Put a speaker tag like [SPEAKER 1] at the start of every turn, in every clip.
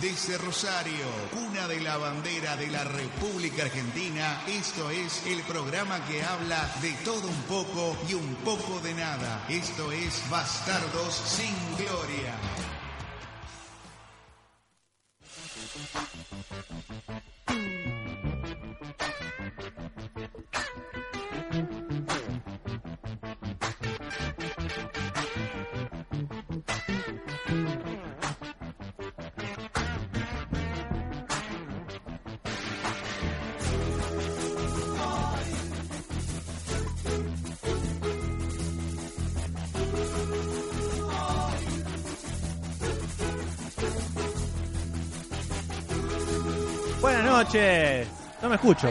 [SPEAKER 1] Desde Rosario, cuna de la bandera de la República Argentina, esto es el programa que habla de todo un poco y un poco de nada. Esto es Bastardos sin Gloria.
[SPEAKER 2] Buenas noches. No me escucho.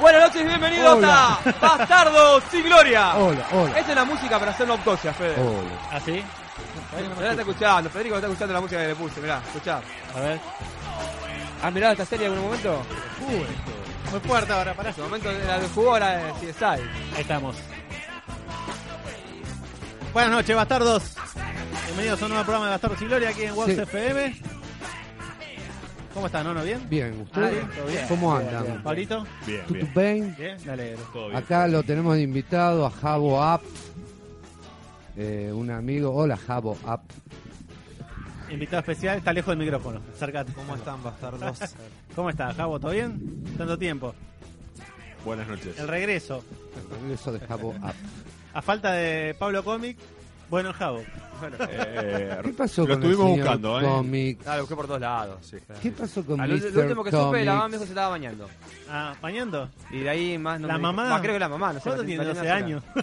[SPEAKER 3] Buenas noches, bienvenidos
[SPEAKER 4] Hola.
[SPEAKER 3] a Bastardos sin Gloria.
[SPEAKER 4] Hola, hola.
[SPEAKER 3] Esta es la música para hacer la autopsia, Fede.
[SPEAKER 4] Hola.
[SPEAKER 2] ¿Así?
[SPEAKER 3] Mirá, está escuchando, Federico está escuchando la música que le puse, mirá, escuchá.
[SPEAKER 2] A ver.
[SPEAKER 3] ¿Han mirado Ah, esta serie en algún momento?
[SPEAKER 2] Muy fuerte ahora, pará.
[SPEAKER 3] En su momento la jugó la de CSI.
[SPEAKER 2] Ahí estamos. Buenas noches, bastardos. Bienvenidos a un nuevo programa de Bastardos y Gloria aquí en Wax
[SPEAKER 4] Sí.
[SPEAKER 2] FM. ¿Cómo estás, Nono? ¿Bien?
[SPEAKER 4] Bien, ¿ustedes?
[SPEAKER 2] ¿Todo bien?
[SPEAKER 4] ¿Cómo andan?
[SPEAKER 2] ¿Pablito?
[SPEAKER 5] Bien,
[SPEAKER 4] ¿Tutu
[SPEAKER 5] bien.
[SPEAKER 4] bien?
[SPEAKER 2] Bien, me alegro.
[SPEAKER 5] Todo bien.
[SPEAKER 4] Acá lo tenemos de invitado a Jabo App. Eh, un amigo. Hola, Jabo App.
[SPEAKER 2] Invitado especial, está lejos del micrófono. Acércate.
[SPEAKER 3] ¿Cómo están, bastardos?
[SPEAKER 2] ¿Cómo estás, Javo? ¿Todo bien? Tanto tiempo.
[SPEAKER 5] Buenas noches.
[SPEAKER 2] El regreso.
[SPEAKER 4] El regreso de Jabo App.
[SPEAKER 2] A falta de Pablo Comic, bueno, el Javo.
[SPEAKER 5] Eh,
[SPEAKER 4] ¿Qué pasó
[SPEAKER 5] lo
[SPEAKER 4] con
[SPEAKER 5] estuvimos
[SPEAKER 4] el señor
[SPEAKER 5] buscando, ¿eh?
[SPEAKER 4] Comic?
[SPEAKER 3] Ah, lo busqué por todos lados, sí.
[SPEAKER 4] ¿Qué pasó con
[SPEAKER 3] Ah, lo,
[SPEAKER 4] Mr.
[SPEAKER 3] lo último que supe, la mamá me
[SPEAKER 4] Comic?
[SPEAKER 3] dijo que se estaba bañando.
[SPEAKER 2] Ah, ¿pañando?
[SPEAKER 3] Y de ahí más no
[SPEAKER 2] la
[SPEAKER 3] me dijo.
[SPEAKER 2] mamá.
[SPEAKER 3] Bah, creo que la mamá, no sé.
[SPEAKER 2] ¿Cuánto
[SPEAKER 3] la-
[SPEAKER 2] tiene?
[SPEAKER 3] la-
[SPEAKER 2] 12
[SPEAKER 3] la-
[SPEAKER 2] años.
[SPEAKER 3] No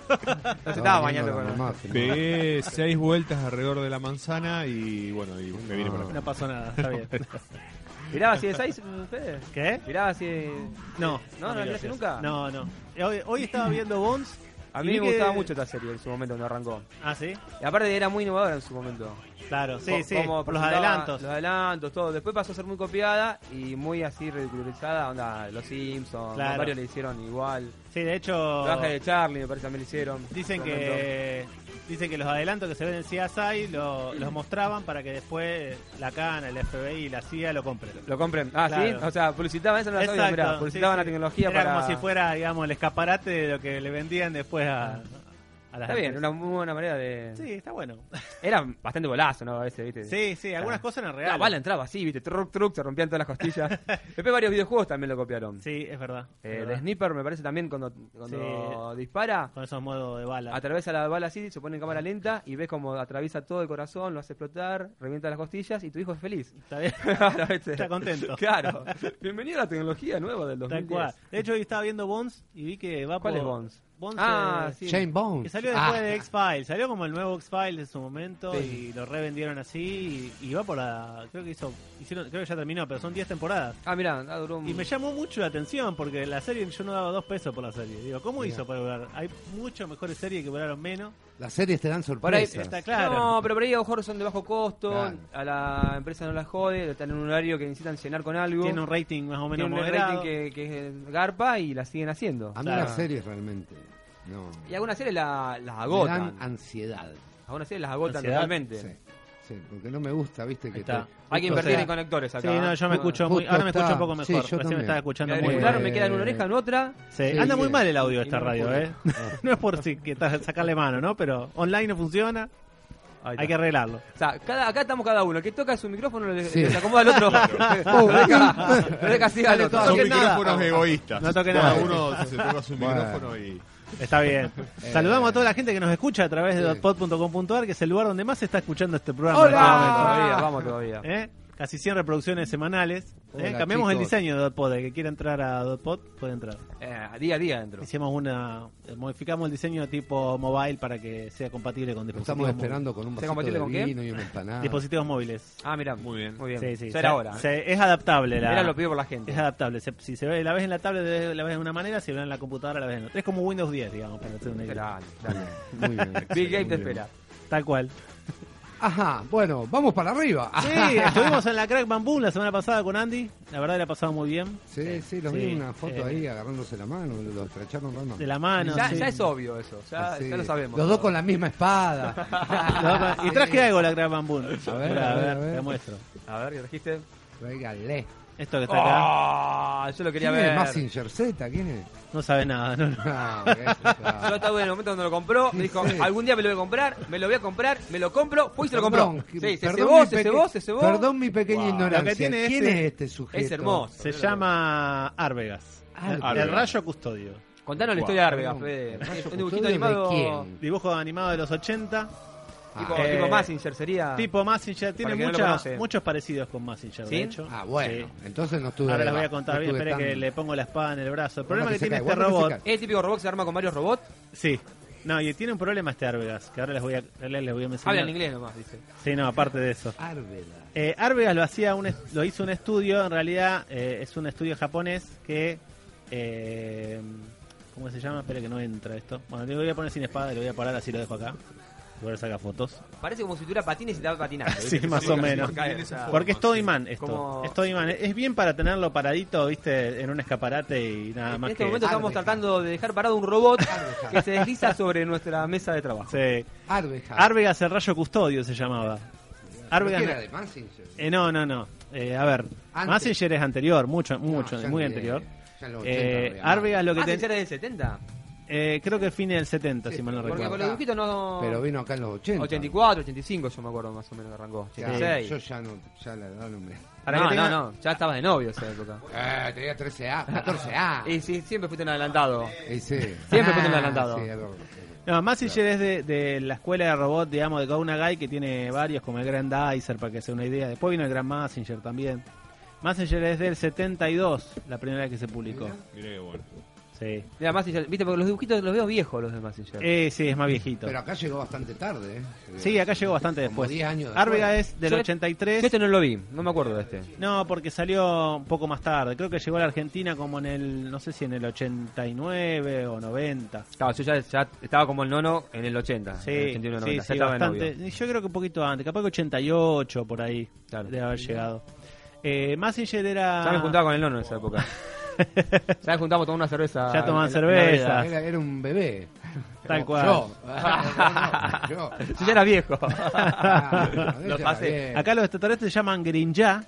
[SPEAKER 3] se estaba
[SPEAKER 4] viendo
[SPEAKER 3] bañando
[SPEAKER 4] la
[SPEAKER 3] con
[SPEAKER 4] mamá, filmando.
[SPEAKER 5] Pegué seis vueltas alrededor de la manzana y bueno, y me vine para acá.
[SPEAKER 2] No pasó nada, está bien.
[SPEAKER 3] ¿Miraba CSI, mm, Fede?
[SPEAKER 2] ¿Qué?
[SPEAKER 3] ¿Miraba CSI?
[SPEAKER 2] No. me
[SPEAKER 3] No, no la
[SPEAKER 2] lo sé.
[SPEAKER 3] miraste nunca.
[SPEAKER 2] No, no. Hoy, hoy estaba viendo Bones.
[SPEAKER 3] A
[SPEAKER 2] y
[SPEAKER 3] mí
[SPEAKER 2] vi
[SPEAKER 3] me
[SPEAKER 2] que-
[SPEAKER 3] gustaba mucho esta serie en su momento cuando arrancó.
[SPEAKER 2] Ah, sí.
[SPEAKER 3] Y aparte era muy innovadora en su momento.
[SPEAKER 2] Claro, sí,
[SPEAKER 3] Co-
[SPEAKER 2] sí.
[SPEAKER 3] como
[SPEAKER 2] Por los
[SPEAKER 3] presentaba
[SPEAKER 2] adelantos.
[SPEAKER 3] Los adelantos, todo. Después pasó a ser muy copiada y muy así ridiculizada. Onda, los Simpsons,
[SPEAKER 2] Claro.
[SPEAKER 3] varios le hicieron igual.
[SPEAKER 2] Sí, de
[SPEAKER 3] El
[SPEAKER 2] hecho.
[SPEAKER 3] Traje de Charlie, me parece, también le hicieron.
[SPEAKER 2] Dicen
[SPEAKER 3] En su momento.
[SPEAKER 2] que. Dicen que los adelantos que se ven en CSI lo- los mostraban para que después la CAN, el FBI y la CIA lo compren.
[SPEAKER 3] Lo compren. Ah,
[SPEAKER 2] Claro.
[SPEAKER 3] sí. O sea, publicitaban eso, no lo sabía,
[SPEAKER 2] Exacto,
[SPEAKER 3] mirá,
[SPEAKER 2] sí,
[SPEAKER 3] publicitaban la
[SPEAKER 2] sí.
[SPEAKER 3] tecnología
[SPEAKER 2] Era
[SPEAKER 3] para.
[SPEAKER 2] como si fuera, digamos, el escaparate de lo que le vendían después a, a las
[SPEAKER 3] Está bien,
[SPEAKER 2] empresas.
[SPEAKER 3] una muy buena manera de.
[SPEAKER 2] Sí, está bueno.
[SPEAKER 3] Era bastante bolazo, ¿no? A veces, ¿viste?
[SPEAKER 2] Sí, sí, algunas cosas eran
[SPEAKER 3] Ah. La
[SPEAKER 2] reales.
[SPEAKER 3] bala entraba así, ¿viste? Truc, truc, se rompían todas las costillas. Después varios videojuegos también lo copiaron.
[SPEAKER 2] Sí, es verdad. es
[SPEAKER 3] Eh,
[SPEAKER 2] verdad.
[SPEAKER 3] de Sniper, me parece también, cuando, cuando dispara,
[SPEAKER 2] Con esos modos de bala.
[SPEAKER 3] Atraviesa la bala así, se pone en cámara lenta y ves como atraviesa todo el corazón, lo hace explotar, revienta las costillas y tu hijo es feliz.
[SPEAKER 2] Está bien.
[SPEAKER 3] Claro, ¿viste?
[SPEAKER 2] Está contento.
[SPEAKER 3] Claro. Bienvenido a la tecnología nueva del
[SPEAKER 2] Tal
[SPEAKER 3] 2010.
[SPEAKER 2] cual. De hecho, hoy estaba viendo Bones y vi que va
[SPEAKER 3] ¿Cuál
[SPEAKER 2] por...
[SPEAKER 3] es Bones?
[SPEAKER 2] Bones
[SPEAKER 3] Ah,
[SPEAKER 2] eh,
[SPEAKER 3] sí.
[SPEAKER 4] Shane Bones.
[SPEAKER 2] Que salió después
[SPEAKER 4] Ah,
[SPEAKER 2] de X-Files. Salió como el nuevo X-Files en su momento
[SPEAKER 3] Sí.
[SPEAKER 2] y lo revendieron así y, y va por la... Creo que hizo... Hicieron, creo que ya terminó, pero son 10 temporadas.
[SPEAKER 3] Ah, mirá, ah, duró un...
[SPEAKER 2] Y me llamó mucho la atención porque la serie yo no daba dos pesos por la serie. Digo, ¿cómo
[SPEAKER 4] Mira.
[SPEAKER 2] hizo para durar? Hay muchas mejores series que duraron menos.
[SPEAKER 4] Las series te dan
[SPEAKER 3] Por ahí- eh,
[SPEAKER 4] sorpresas.
[SPEAKER 2] Está claro.
[SPEAKER 3] No, pero por ahí a lo mejor son de bajo costo,
[SPEAKER 4] Claro.
[SPEAKER 3] a la empresa no la jode, están en un horario que necesitan llenar con algo.
[SPEAKER 2] Tiene un rating más o menos
[SPEAKER 3] Tienen un
[SPEAKER 2] moderado.
[SPEAKER 3] rating que, que es garpa y la siguen haciendo.
[SPEAKER 4] A mí
[SPEAKER 2] Claro.
[SPEAKER 4] las series realmente. No.
[SPEAKER 3] Y algunas series la- las
[SPEAKER 4] me
[SPEAKER 3] agotan.
[SPEAKER 4] dan ansiedad.
[SPEAKER 3] Algunas series las agotan
[SPEAKER 2] Ansiedad,
[SPEAKER 3] totalmente.
[SPEAKER 4] Sí. Sí, porque no me gusta, viste, que
[SPEAKER 2] está.
[SPEAKER 4] te-
[SPEAKER 3] Hay
[SPEAKER 4] justo
[SPEAKER 3] que invertir
[SPEAKER 4] está-
[SPEAKER 3] en conectores acá.
[SPEAKER 2] Sí, no, yo me
[SPEAKER 3] Ah.
[SPEAKER 2] escucho muy...
[SPEAKER 4] Justo
[SPEAKER 2] Ahora me escucho
[SPEAKER 4] está.
[SPEAKER 2] un poco
[SPEAKER 4] Sí,
[SPEAKER 2] mejro.
[SPEAKER 4] yo
[SPEAKER 2] Recién me
[SPEAKER 4] también.
[SPEAKER 2] estaba escuchando
[SPEAKER 3] Me
[SPEAKER 2] muy
[SPEAKER 3] Eh, claro,
[SPEAKER 2] bien.
[SPEAKER 3] me queda en una oreja, en otra.
[SPEAKER 2] Sí,
[SPEAKER 4] Sí,
[SPEAKER 2] anda muy
[SPEAKER 4] sí.
[SPEAKER 2] mal el audio de
[SPEAKER 3] Y
[SPEAKER 2] esta
[SPEAKER 3] no
[SPEAKER 2] radio,
[SPEAKER 3] pude.
[SPEAKER 2] ¿eh? No es por si que ta- sacarle mano, ¿no? Pero online no funciona,
[SPEAKER 3] Ahí está.
[SPEAKER 2] hay que arreglarlo.
[SPEAKER 3] O sea, cada, acá estamos cada uno. El que toca su micrófono le,
[SPEAKER 4] Sí.
[SPEAKER 3] le acomoda al otro.
[SPEAKER 4] Oh,
[SPEAKER 3] Lo deja- lo deja así al
[SPEAKER 2] Dale,
[SPEAKER 3] otro.
[SPEAKER 2] No
[SPEAKER 5] Son
[SPEAKER 2] toque nada.
[SPEAKER 5] micrófonos egoístas.
[SPEAKER 2] No toque
[SPEAKER 5] Cada
[SPEAKER 2] nada.
[SPEAKER 5] uno se toca su
[SPEAKER 4] Bueno.
[SPEAKER 5] micrófono y.
[SPEAKER 2] Está bien. Saludamos a toda la gente que nos escucha a través de
[SPEAKER 4] Eh, Sí.
[SPEAKER 2] pod.com.ar, que es el lugar donde más se está escuchando este programa.
[SPEAKER 3] Vamos
[SPEAKER 2] en este momento.
[SPEAKER 3] todavía, vamos todavía.
[SPEAKER 2] ¿eh? Casi 100 reproducciones semanales. ¿eh?
[SPEAKER 4] Hola,
[SPEAKER 2] Cambiamos el
[SPEAKER 4] chicos.
[SPEAKER 2] diseño de Dotpod. El que quiera entrar a Dotpod puede entrar.
[SPEAKER 3] Eh, día a día adentro.
[SPEAKER 2] Hicimos una. eh, Modificamos el diseño tipo mobile para que sea compatible con
[SPEAKER 4] Lo
[SPEAKER 2] dispositivos,
[SPEAKER 4] estamos
[SPEAKER 2] mó-
[SPEAKER 4] esperando con un
[SPEAKER 3] ¿Se
[SPEAKER 4] vasito
[SPEAKER 3] compatible
[SPEAKER 4] de
[SPEAKER 3] con qué?
[SPEAKER 4] vino y una empanada.
[SPEAKER 2] dispositivos móviles.
[SPEAKER 3] Ah, mirá.
[SPEAKER 5] Muy bien.
[SPEAKER 3] Muy bien.
[SPEAKER 2] Sí, sí.
[SPEAKER 3] ya era
[SPEAKER 2] se-
[SPEAKER 3] hora. ¿eh?
[SPEAKER 2] se- es adaptable. La,
[SPEAKER 3] Era lo pido por la gente.
[SPEAKER 2] Es adaptable. Se- si se ve, la ves en la tablet, la ves de una manera. Si la ves en la computadora, la ves en otra. Es como Windows 10, digamos, para hacer una idea.
[SPEAKER 4] Muy
[SPEAKER 3] Esperá, dale.
[SPEAKER 4] bien, Muy bien.
[SPEAKER 3] Big Game
[SPEAKER 4] Muy
[SPEAKER 3] te
[SPEAKER 4] bien.
[SPEAKER 3] espera.
[SPEAKER 2] Tal cual.
[SPEAKER 4] Ajá, bueno, vamos para arriba.
[SPEAKER 2] Sí, estuvimos en la Crack Bamboo la semana pasada con Andy. La verdad, la pasado muy bien.
[SPEAKER 4] Sí, sí, los
[SPEAKER 2] Sí,
[SPEAKER 4] vi en una foto
[SPEAKER 2] eh.
[SPEAKER 4] ahí agarrándose la mano, lo estrecharon la mano.
[SPEAKER 2] De la mano.
[SPEAKER 3] ya,
[SPEAKER 2] sí.
[SPEAKER 3] ya es obvio eso. Ya,
[SPEAKER 4] Sí.
[SPEAKER 3] ya lo sabemos.
[SPEAKER 4] Los dos con la misma espada.
[SPEAKER 3] Ah,
[SPEAKER 2] Y traje algo la Crack Bamboo. A
[SPEAKER 4] ver, a ver, a ver.
[SPEAKER 2] te muestro.
[SPEAKER 3] A ver, ¿qué trajiste?
[SPEAKER 4] Tráigale.
[SPEAKER 2] Esto que está acá.
[SPEAKER 3] ¡Oh! Yo lo quería
[SPEAKER 4] ¿Quién es
[SPEAKER 3] ver.
[SPEAKER 4] Massinger Z? ¿Quién es?
[SPEAKER 2] No sabe nada, no, no.
[SPEAKER 4] Ah, ok,
[SPEAKER 3] Yo
[SPEAKER 4] está.
[SPEAKER 3] estaba en el momento cuando lo compró, me dijo, algún día me lo voy a comprar, me lo voy a comprar, me lo compro, fue y se lo compró.
[SPEAKER 4] Perdón,
[SPEAKER 3] Sí, se
[SPEAKER 4] perdón
[SPEAKER 3] cebó,
[SPEAKER 4] mi
[SPEAKER 3] se
[SPEAKER 4] peque-
[SPEAKER 3] cebó, se cebó.
[SPEAKER 4] Perdón mi pequeña
[SPEAKER 5] Wow.
[SPEAKER 4] ignorancia.
[SPEAKER 2] Lo que tiene
[SPEAKER 4] ¿Quién
[SPEAKER 2] este-
[SPEAKER 4] es este sujeto?
[SPEAKER 3] Es hermoso.
[SPEAKER 2] Se llama Arvegas.
[SPEAKER 4] Arvegas.
[SPEAKER 2] El rayo custodio.
[SPEAKER 3] Contanos la
[SPEAKER 5] Guau,
[SPEAKER 3] historia de Arvega,
[SPEAKER 4] perdón.
[SPEAKER 3] Fede.
[SPEAKER 4] ¿Rayo
[SPEAKER 3] Es un
[SPEAKER 4] Custodio
[SPEAKER 3] dibujito
[SPEAKER 4] de
[SPEAKER 3] animado.
[SPEAKER 4] quién?
[SPEAKER 2] Dibujo animado de los 80.
[SPEAKER 3] Tipo,
[SPEAKER 4] Ah,
[SPEAKER 2] eh,
[SPEAKER 3] tipo Massinger sería.
[SPEAKER 2] Tipo Massinger. Tiene
[SPEAKER 3] Ah. que no lo
[SPEAKER 2] muchas-
[SPEAKER 3] conoce.
[SPEAKER 2] muchos parecidos con Massinger,
[SPEAKER 3] ¿Sí?
[SPEAKER 2] de hecho.
[SPEAKER 4] Ah, bueno.
[SPEAKER 2] Sí.
[SPEAKER 4] Entonces no estuve.
[SPEAKER 2] Ahora les
[SPEAKER 4] de
[SPEAKER 2] voy a
[SPEAKER 4] va-
[SPEAKER 2] contar
[SPEAKER 4] no
[SPEAKER 2] bien.
[SPEAKER 4] estuve
[SPEAKER 2] Espere que
[SPEAKER 4] tan-
[SPEAKER 2] le pongo la espada en el brazo.
[SPEAKER 4] Guarda
[SPEAKER 2] El problema que,
[SPEAKER 4] que se
[SPEAKER 2] tiene
[SPEAKER 4] cae,
[SPEAKER 2] este
[SPEAKER 4] guarda que se
[SPEAKER 2] robot
[SPEAKER 4] cae.
[SPEAKER 3] ¿Es el típico robot que se arma con varios robots?
[SPEAKER 2] Sí. No, y tiene un problema este Arvegas, que ahora les voy a, ahora les voy a mencionar.
[SPEAKER 3] Habla en inglés nomás, dice.
[SPEAKER 2] Sí, no, aparte de eso.
[SPEAKER 4] Árveda.
[SPEAKER 2] Eh, Arvegas lo, hacía un, est- lo hizo un estudio, en realidad eh, es un estudio japonés que... eh, ¿Cómo se llama? Espera que no entra esto. Bueno, le voy a poner sin espada, le voy a parar, así lo dejo acá. Voy a sacar fotos.
[SPEAKER 3] Parece como si tuviera patines y estaba patinando. ¿viste?
[SPEAKER 2] Sí,
[SPEAKER 3] Que se
[SPEAKER 2] más
[SPEAKER 3] cae,
[SPEAKER 2] o
[SPEAKER 3] se
[SPEAKER 2] menos.
[SPEAKER 3] cae, o sea,
[SPEAKER 2] Porque es todo imán esto.
[SPEAKER 3] Como-
[SPEAKER 2] Es todo imán. Es bien para tenerlo paradito, viste, en un escaparate y nada
[SPEAKER 3] En
[SPEAKER 2] más
[SPEAKER 3] este
[SPEAKER 2] que...
[SPEAKER 3] momento estamos
[SPEAKER 4] Arbeja.
[SPEAKER 3] tratando de dejar parado un robot que se desliza sobre nuestra mesa de trabajo.
[SPEAKER 2] Sí.
[SPEAKER 4] Árveja.
[SPEAKER 2] Arvegas el rayo custodio se llamaba. Arvegas...
[SPEAKER 4] ¿No era de Massinger?
[SPEAKER 2] Eh, no, no, no. Eh, a ver,
[SPEAKER 4] Antes.
[SPEAKER 2] Massinger es anterior, mucho,
[SPEAKER 4] No,
[SPEAKER 2] mucho,
[SPEAKER 4] ya
[SPEAKER 2] muy
[SPEAKER 4] ni-
[SPEAKER 2] anterior.
[SPEAKER 4] ya en los 80
[SPEAKER 2] Eh,
[SPEAKER 4] Arvegas.
[SPEAKER 2] Arvegas lo que
[SPEAKER 3] Ah,
[SPEAKER 2] ten-
[SPEAKER 3] Massinger es del 70.
[SPEAKER 2] Eh, creo que fines del 70,
[SPEAKER 4] Sí,
[SPEAKER 2] si mal no
[SPEAKER 4] porque
[SPEAKER 3] Porque
[SPEAKER 2] recuerdo.
[SPEAKER 3] con los
[SPEAKER 4] acá.
[SPEAKER 3] dibujitos
[SPEAKER 2] Eh,
[SPEAKER 3] no.
[SPEAKER 4] Pero vino acá en los 80.
[SPEAKER 3] 84, 85, yo me acuerdo más o menos que arrancó.
[SPEAKER 4] Ya,
[SPEAKER 3] 86.
[SPEAKER 4] yo ya no, ya la edad no me.
[SPEAKER 2] Para
[SPEAKER 3] no,
[SPEAKER 2] que tenga-
[SPEAKER 3] no, no, ya estabas de novio esa época.
[SPEAKER 4] Eh, tenía 13A, 14A.
[SPEAKER 3] Y sí, siempre fuiste un adelantado.
[SPEAKER 4] Y sí. Ah,
[SPEAKER 3] Siempre fue un adelantado.
[SPEAKER 4] sí, algo-
[SPEAKER 2] No, Massinger es de, de la escuela de robot, digamos, de Gaunagai, que tiene varios, como el Grand Dicer, para que sea una idea. Después vino el Grand Massinger también. Massinger es del 72, la primera vez que se publicó.
[SPEAKER 5] Mirá que bueno.
[SPEAKER 2] Sí.
[SPEAKER 3] Mira, Massinger, viste, porque los dibujitos los veo viejos los de Massinger.
[SPEAKER 2] Eh, sí, es más viejito.
[SPEAKER 4] Pero acá llegó bastante tarde. ¿eh?
[SPEAKER 2] Sí, acá llegó bastante
[SPEAKER 4] Como
[SPEAKER 2] después.
[SPEAKER 4] 10 años después.
[SPEAKER 2] Arvega es del
[SPEAKER 3] Yo-
[SPEAKER 2] 83.
[SPEAKER 3] Yo este no lo vi, no me acuerdo de este.
[SPEAKER 2] No, porque salió un poco más tarde. Creo que llegó a la Argentina como en el, no sé si en el 89 o 90.
[SPEAKER 3] Claro, yo ya, ya estaba como el nono en el 80,
[SPEAKER 2] Sí,
[SPEAKER 3] en el 81, 90.
[SPEAKER 2] sí,
[SPEAKER 3] ya
[SPEAKER 2] sí,
[SPEAKER 3] estaba de
[SPEAKER 2] bastante.
[SPEAKER 3] novio.
[SPEAKER 2] Yo creo que un poquito antes, capaz que 88 por ahí
[SPEAKER 3] Claro.
[SPEAKER 2] de haber llegado. Eh, Massinger era...
[SPEAKER 3] Ya me juntaba con el nono en esa época. ya nos juntábamos a tomar una cerveza.
[SPEAKER 2] Ya tomaban
[SPEAKER 3] en la- en la
[SPEAKER 2] cerveza.
[SPEAKER 3] vereda.
[SPEAKER 4] Era, era un bebé.
[SPEAKER 2] Tal
[SPEAKER 4] Como
[SPEAKER 2] cual.
[SPEAKER 4] Yo. yo.
[SPEAKER 3] Yo ya era viejo.
[SPEAKER 4] Ah,
[SPEAKER 3] Lo
[SPEAKER 4] ella
[SPEAKER 3] pasé.
[SPEAKER 4] bien.
[SPEAKER 2] Acá los extraterrestres se llaman Grinja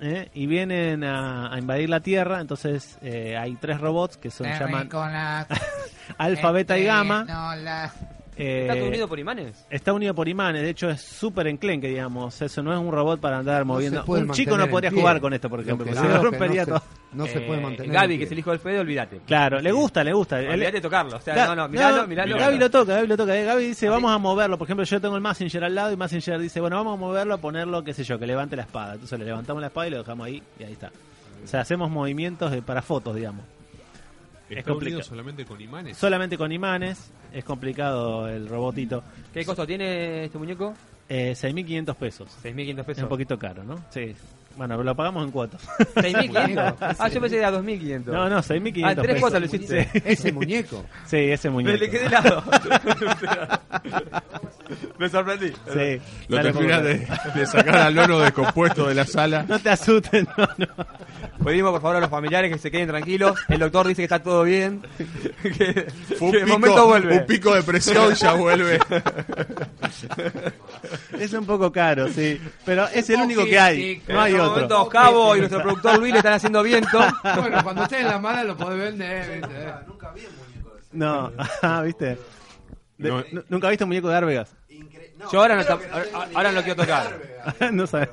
[SPEAKER 2] ¿eh? y vienen a, a invadir la Tierra, entonces eh, hay tres robots que son llaman Alfa, Beta
[SPEAKER 6] Este,
[SPEAKER 2] y Gamma. Eh,
[SPEAKER 3] ¿Está todo unido por imanes?
[SPEAKER 2] Está unido por imanes, de hecho es súper enclenque, digamos. Eso no es un robot para andar moviendo.
[SPEAKER 4] se puede
[SPEAKER 2] Un chico no
[SPEAKER 4] mantener
[SPEAKER 2] podría
[SPEAKER 4] en pie.
[SPEAKER 2] jugar con esto, por
[SPEAKER 4] Lo
[SPEAKER 2] ejemplo,
[SPEAKER 4] que
[SPEAKER 2] porque
[SPEAKER 4] digo
[SPEAKER 2] se
[SPEAKER 4] que
[SPEAKER 2] rompería
[SPEAKER 4] no
[SPEAKER 2] todo.
[SPEAKER 4] se- No se puede
[SPEAKER 3] Eh,
[SPEAKER 4] mantener.
[SPEAKER 3] Gaby,
[SPEAKER 4] en
[SPEAKER 3] que es
[SPEAKER 4] pie.
[SPEAKER 3] el hijo del Fede, olvídate.
[SPEAKER 2] Claro, le gusta, le gusta. Él-
[SPEAKER 3] Olvídate de tocarlo. O sea,
[SPEAKER 2] Da-
[SPEAKER 3] no, no, miralo, miralo.
[SPEAKER 2] Gaby lo toca, Gaby lo toca. Eh, Gaby dice, vamos a moverlo. Por ejemplo, yo tengo el Messenger al lado y Messenger dice, bueno, vamos a moverlo, a ponerlo, qué sé yo, que levante la espada. Entonces le levantamos la espada y lo dejamos ahí y ahí está. O sea, hacemos movimientos de- para fotos, digamos. Es
[SPEAKER 5] Está unido
[SPEAKER 2] complicado.
[SPEAKER 5] solamente con imanes.
[SPEAKER 2] Solamente con imanes, es complicado el robotito.
[SPEAKER 3] ¿Qué costo tiene este muñeco?
[SPEAKER 2] Eh, 6.500 pesos.
[SPEAKER 3] 6.500
[SPEAKER 2] Es un
[SPEAKER 3] pesos.
[SPEAKER 2] poquito caro, ¿no? Sí. Bueno, pero lo pagamos en cuotas.
[SPEAKER 3] 6.500. ah, yo pensé que era 2.500.
[SPEAKER 2] No, no, 6.500
[SPEAKER 3] Ah, tres
[SPEAKER 2] pesos.
[SPEAKER 3] cuotas lo hiciste.
[SPEAKER 2] Sí,
[SPEAKER 4] Ese muñeco.
[SPEAKER 2] sí, ese
[SPEAKER 3] Me
[SPEAKER 2] muñeco.
[SPEAKER 3] le quedé helado. Me sorprendí.
[SPEAKER 2] Sí.
[SPEAKER 5] Lo
[SPEAKER 2] Dale,
[SPEAKER 5] terminas
[SPEAKER 2] pobre.
[SPEAKER 5] de, de sacar al nono descompuesto de la sala.
[SPEAKER 2] No te asustes, no, no.
[SPEAKER 3] Pedimos Pues por favor a los familiares que se queden tranquilos. El doctor dice que está todo bien. Que,
[SPEAKER 5] Fue un
[SPEAKER 3] que de
[SPEAKER 5] pico-
[SPEAKER 3] momento vuelve.
[SPEAKER 5] un pico de presión ya vuelve.
[SPEAKER 2] Es un poco caro, sí. Pero es el único que hay. No hay
[SPEAKER 3] En este
[SPEAKER 2] otro.
[SPEAKER 3] momento, Javo y nuestro productor Luis le están haciendo viento.
[SPEAKER 4] Bueno, cuando esté en la mala lo podés vender. ¿viste?
[SPEAKER 2] No, ah, ¿viste? De-
[SPEAKER 5] No.
[SPEAKER 2] nu- ¿Nunca viste un muñeco de Arvegas?
[SPEAKER 3] Yo ahora no, tam- ahora- ahora no quiero tocar.
[SPEAKER 2] no sabes.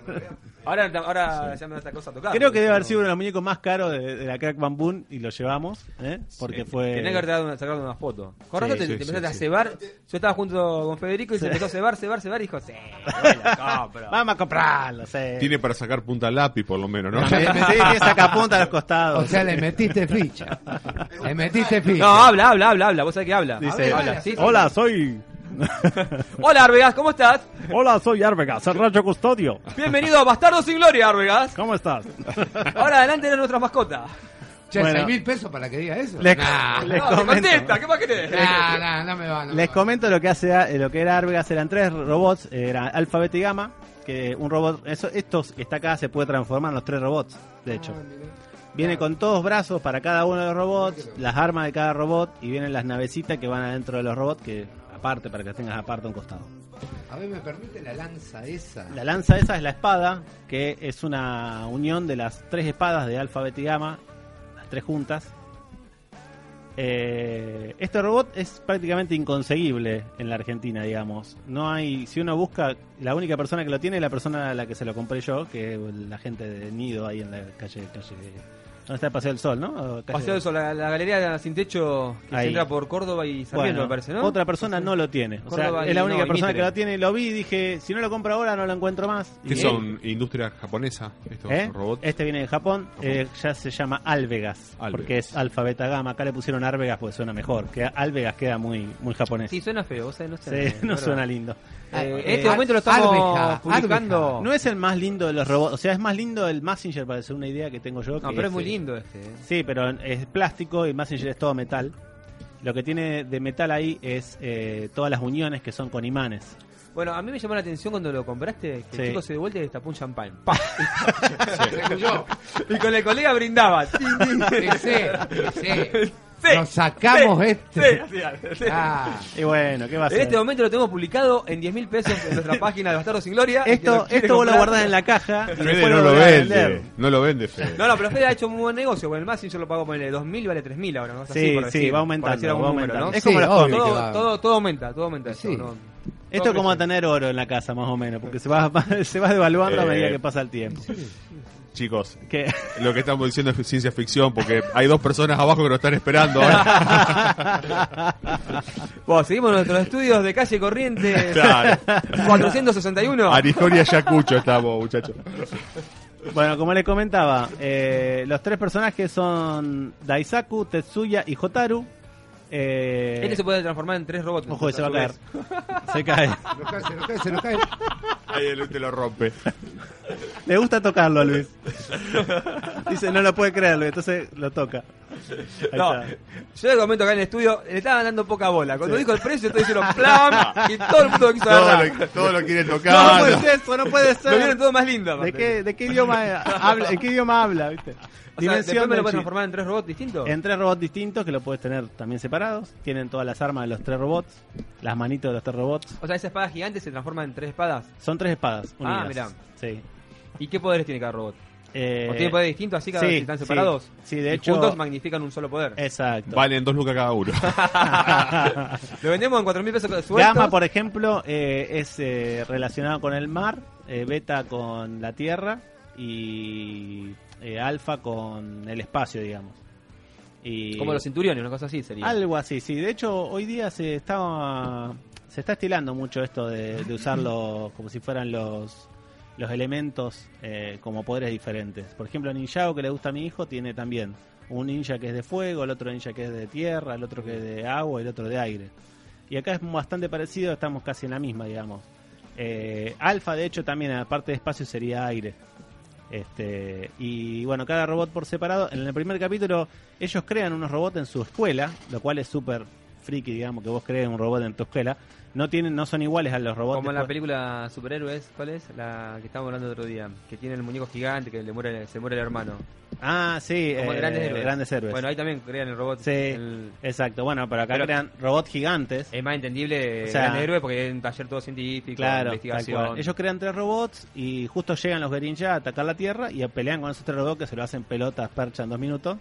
[SPEAKER 3] Ahora, no tam- ahora ya me da esta cosa a tocar.
[SPEAKER 2] Creo que debe haber sido uno de los muñecos más caros de, de la Crack Bamboon y lo llevamos, ¿eh? Porque fue...
[SPEAKER 3] Tenés que haber sacado una, sacado una foto. Con razón
[SPEAKER 2] Sí,
[SPEAKER 3] te,
[SPEAKER 5] sí,
[SPEAKER 3] te empezaste
[SPEAKER 5] sí,
[SPEAKER 3] a
[SPEAKER 5] sí.
[SPEAKER 3] cebar. Yo estaba junto con Federico y se empezó a cebar, cebar, cebar. Y dijo, sí, bueno, compro.
[SPEAKER 2] Vamos a comprarlo, sí.
[SPEAKER 5] Tiene para sacar punta lápiz, por lo menos, ¿no?
[SPEAKER 2] Sí, tiene sacapunta a los costados.
[SPEAKER 4] O sea, le metiste ficha. Le metiste ficha.
[SPEAKER 3] No, habla, habla, habla, habla. Vos sabés que habla.
[SPEAKER 2] Dice,
[SPEAKER 3] habla, sí, sí.
[SPEAKER 2] hola, soy...
[SPEAKER 3] Hola, Arbegas, ¿cómo estás?
[SPEAKER 2] hola, soy Arvegas, el rayo custodio.
[SPEAKER 3] Bienvenido a Bastardo sin Gloria, Arbegas.
[SPEAKER 2] ¿Cómo estás?
[SPEAKER 3] Ahora adelante eres nuestra mascota.
[SPEAKER 4] Che,
[SPEAKER 2] Bueno.
[SPEAKER 4] seis mil pesos para que diga eso.
[SPEAKER 2] Les-
[SPEAKER 4] Nah,
[SPEAKER 2] les-
[SPEAKER 3] No, te
[SPEAKER 2] comento.
[SPEAKER 3] contenta, ¿qué más querés?
[SPEAKER 4] nah, nah, no me va. no me
[SPEAKER 2] Les
[SPEAKER 4] va.
[SPEAKER 2] comento lo que hace eh, lo que era Arvegas eran tres robots, era Alfa, Beta y Gamma, que un robot, eso, estos que está acá se puede transformar en los tres robots, de hecho.
[SPEAKER 6] Ah,
[SPEAKER 2] Viene con todos brazos para cada uno de los robots, las armas de cada robot y vienen las navecitas que van adentro de los robots que aparte para que la tengas aparte a un costado.
[SPEAKER 4] A ver, ¿me permite la lanza esa?
[SPEAKER 2] La lanza esa es la espada, que es una unión de las tres espadas de Alfa, Beta y Gamma, las tres juntas. Eh, este robot es prácticamente inconseguible en la Argentina, digamos. No hay, si uno busca, la única persona que lo tiene es la persona a la que se lo compré yo, que es la gente de Nido ahí en la calle, calle ¿dónde está el Paseo del Sol, no? O calle-
[SPEAKER 3] Paseo de Sol, la, la galería sin techo que
[SPEAKER 2] Ahí.
[SPEAKER 3] se entra por Córdoba y San
[SPEAKER 2] Bueno,
[SPEAKER 3] Miguel, me parece, ¿no?
[SPEAKER 2] Otra persona no lo tiene. O sea,
[SPEAKER 3] Córdoba
[SPEAKER 2] es la
[SPEAKER 3] y-
[SPEAKER 2] única
[SPEAKER 3] no, y
[SPEAKER 2] persona que
[SPEAKER 3] Mitre.
[SPEAKER 2] lo tiene. Lo vi y dije, si no lo compro ahora no lo encuentro más.
[SPEAKER 5] ¿Qué
[SPEAKER 2] Y-
[SPEAKER 5] son? ¿Industria japonesa? Estos
[SPEAKER 2] ¿Eh?
[SPEAKER 5] robots.
[SPEAKER 2] Este viene de Japón, eh, ya se llama Alvegas,
[SPEAKER 5] Alvegas.
[SPEAKER 2] porque es alfa, beta, gamma. Acá le pusieron Alvegas porque suena mejor, que Alvegas queda muy, muy japonés.
[SPEAKER 3] Sí, suena feo, o sea, no
[SPEAKER 2] Sí,
[SPEAKER 3] suena bien,
[SPEAKER 2] no
[SPEAKER 3] ¿verdad?
[SPEAKER 2] suena lindo.
[SPEAKER 3] Eh,
[SPEAKER 2] Eh,
[SPEAKER 3] en este momento lo estamos
[SPEAKER 4] Arbeja,
[SPEAKER 3] publicando.
[SPEAKER 4] arbeja.
[SPEAKER 2] No es el más lindo de los robots, o sea, es más lindo el Messenger, para hacer una idea que tengo yo.
[SPEAKER 3] No,
[SPEAKER 2] que
[SPEAKER 3] pero es muy
[SPEAKER 2] eh,
[SPEAKER 3] lindo este. eh.
[SPEAKER 2] Sí, pero es plástico y Messenger es todo metal. Lo que tiene de metal ahí es eh, todas las uniones que son con imanes.
[SPEAKER 3] Bueno, a mí me llamó la atención cuando lo compraste, que
[SPEAKER 2] Sí.
[SPEAKER 3] el chico se devuelve y destapó un champán. Pa. y con el colega brindaba. Sí,
[SPEAKER 4] Sí, sí.
[SPEAKER 3] sí,
[SPEAKER 4] Nos sacamos
[SPEAKER 3] sí,
[SPEAKER 4] este.
[SPEAKER 3] sí, sí, sí.
[SPEAKER 4] Ah,
[SPEAKER 2] Y bueno, ¿qué va a
[SPEAKER 3] En
[SPEAKER 2] ser?
[SPEAKER 3] este momento lo tenemos publicado en 10 mil pesos en nuestra página de Bastardo sin Gloria. El que
[SPEAKER 2] Esto,
[SPEAKER 3] lo quiere
[SPEAKER 2] esto vos lo
[SPEAKER 3] comprar-
[SPEAKER 2] guardás en la caja. y
[SPEAKER 5] Fede
[SPEAKER 2] después
[SPEAKER 5] no lo
[SPEAKER 2] volvés a
[SPEAKER 5] vende.
[SPEAKER 2] vender.
[SPEAKER 5] No lo vende, Fede.
[SPEAKER 3] No, no, pero Fede ha hecho un muy buen negocio. Con el Massing yo lo pago, ponele 2.000 y vale 3.000 ahora. ¿no?
[SPEAKER 2] Sí, sí, va aumentando, va aumentando. Es como
[SPEAKER 4] Sí,
[SPEAKER 2] los
[SPEAKER 4] obvio que
[SPEAKER 2] cómics.
[SPEAKER 3] Todo,
[SPEAKER 4] va.
[SPEAKER 3] todo, todo aumenta, todo aumenta. eso,
[SPEAKER 4] Sí.
[SPEAKER 3] ¿no?
[SPEAKER 2] Esto es como tener oro en la casa, más o menos, porque se va, se va devaluando a medida
[SPEAKER 5] Eh,
[SPEAKER 2] que pasa el tiempo.
[SPEAKER 5] Chicos,
[SPEAKER 2] Que,
[SPEAKER 5] lo que estamos diciendo es ciencia ficción porque hay dos personas abajo que nos están esperando ¿eh? ahora.
[SPEAKER 3] Bueno, seguimos nuestros estudios de calle corriente
[SPEAKER 5] Claro.
[SPEAKER 3] 461.
[SPEAKER 5] Arijón y Ayacucho estamos, muchachos.
[SPEAKER 2] bueno, como les comentaba, eh, los tres personajes son Daisaku, Tetsuya y Hotaru. Eh,
[SPEAKER 3] Este se puede transformar en tres robots.
[SPEAKER 2] Ojo, que se va a
[SPEAKER 3] su
[SPEAKER 2] caer.
[SPEAKER 3] vez.
[SPEAKER 2] Se cae.
[SPEAKER 4] se nos cae, se nos cae, se nos cae.
[SPEAKER 5] Ahí el te lo rompe.
[SPEAKER 2] Le gusta tocarlo a Luis. Dice, no lo puede creer, Luis, entonces lo toca. Ahí
[SPEAKER 3] No,
[SPEAKER 2] está.
[SPEAKER 3] yo le comento acá en el estudio, le estaban dando poca bola. Cuando dijo el precio, estoy diciendo plam y todo el mundo lo quiso
[SPEAKER 5] Todo
[SPEAKER 3] agarrar.
[SPEAKER 5] lo, todo lo quiere
[SPEAKER 2] No,
[SPEAKER 5] tocar.
[SPEAKER 2] Ah, no puede ser eso, no puede
[SPEAKER 3] Lo vieron
[SPEAKER 2] ser.
[SPEAKER 3] todo más lindo.
[SPEAKER 2] ¿De
[SPEAKER 3] aparte.
[SPEAKER 2] qué, de qué idioma habla? ¿En qué idioma habla? ¿viste?
[SPEAKER 3] O sea, después me
[SPEAKER 2] del
[SPEAKER 3] lo puedes
[SPEAKER 2] chip.
[SPEAKER 3] transformar en tres robots distintos.
[SPEAKER 2] En tres robots distintos que lo puedes tener también separados. Tienen todas las armas de los tres robots, las manitos de los tres robots.
[SPEAKER 3] O sea, esa espada gigante se transforma en tres espadas.
[SPEAKER 2] Son tres espadas unidas.
[SPEAKER 3] Ah, mirá.
[SPEAKER 2] Sí.
[SPEAKER 3] ¿Y qué poderes tiene cada robot?
[SPEAKER 2] Eh,
[SPEAKER 3] ¿O tiene poderes distintos así cada
[SPEAKER 2] sí,
[SPEAKER 3] vez que están
[SPEAKER 2] sí.
[SPEAKER 3] separados?
[SPEAKER 2] Sí, de
[SPEAKER 3] Y
[SPEAKER 2] hecho-
[SPEAKER 3] Juntos magnifican un solo poder.
[SPEAKER 2] Exacto.
[SPEAKER 5] Valen dos lucas cada uno.
[SPEAKER 3] Lo vendemos en 4.000 pesos sueltos.
[SPEAKER 2] Gamma, por ejemplo, eh, es eh, relacionado con el mar, eh, beta con la tierra y eh, alfa con el espacio, digamos. Y
[SPEAKER 3] Como los centuriones, una cosa así sería.
[SPEAKER 2] Algo así, sí. De hecho, hoy día se está, se está estilando mucho esto de, de usarlo como si fueran los, los elementos eh, como poderes diferentes. Por ejemplo, Ninjago, que le gusta a mi hijo, tiene también un ninja que es de fuego, el otro ninja que es de tierra, el otro que es de agua y el otro de aire. Y acá es bastante parecido, estamos casi en la misma, digamos. Eh, Alfa, de hecho, también, aparte de espacio, sería aire. Este, y bueno, cada robot por separado. En el primer capítulo, ellos crean unos robots en su escuela, lo cual es súper friki, digamos, que vos crees un robot en tu escuela. No tienen, no son iguales a los robots.
[SPEAKER 3] Como en la
[SPEAKER 2] después-
[SPEAKER 3] película Superhéroes, ¿cuál es? La que estábamos hablando el otro día. Que tiene el muñeco gigante que le muere, se muere el hermano.
[SPEAKER 2] Ah, sí,
[SPEAKER 3] Como
[SPEAKER 2] eh,
[SPEAKER 3] grandes héroes.
[SPEAKER 2] grandes héroes.
[SPEAKER 3] Bueno, ahí también crean el robot.
[SPEAKER 2] Sí,
[SPEAKER 3] el-
[SPEAKER 2] exacto. Bueno, pero acá
[SPEAKER 3] Pero-
[SPEAKER 2] crean robots gigantes.
[SPEAKER 3] es más entendible
[SPEAKER 2] O sea-
[SPEAKER 3] grandes héroes porque es un taller todo científico,
[SPEAKER 2] Claro, tal
[SPEAKER 3] investigación.
[SPEAKER 2] cual. ellos crean tres robots y justo llegan los guerrillas a atacar la Tierra y pelean con esos tres robots que se lo hacen pelotas, percha en dos minutos.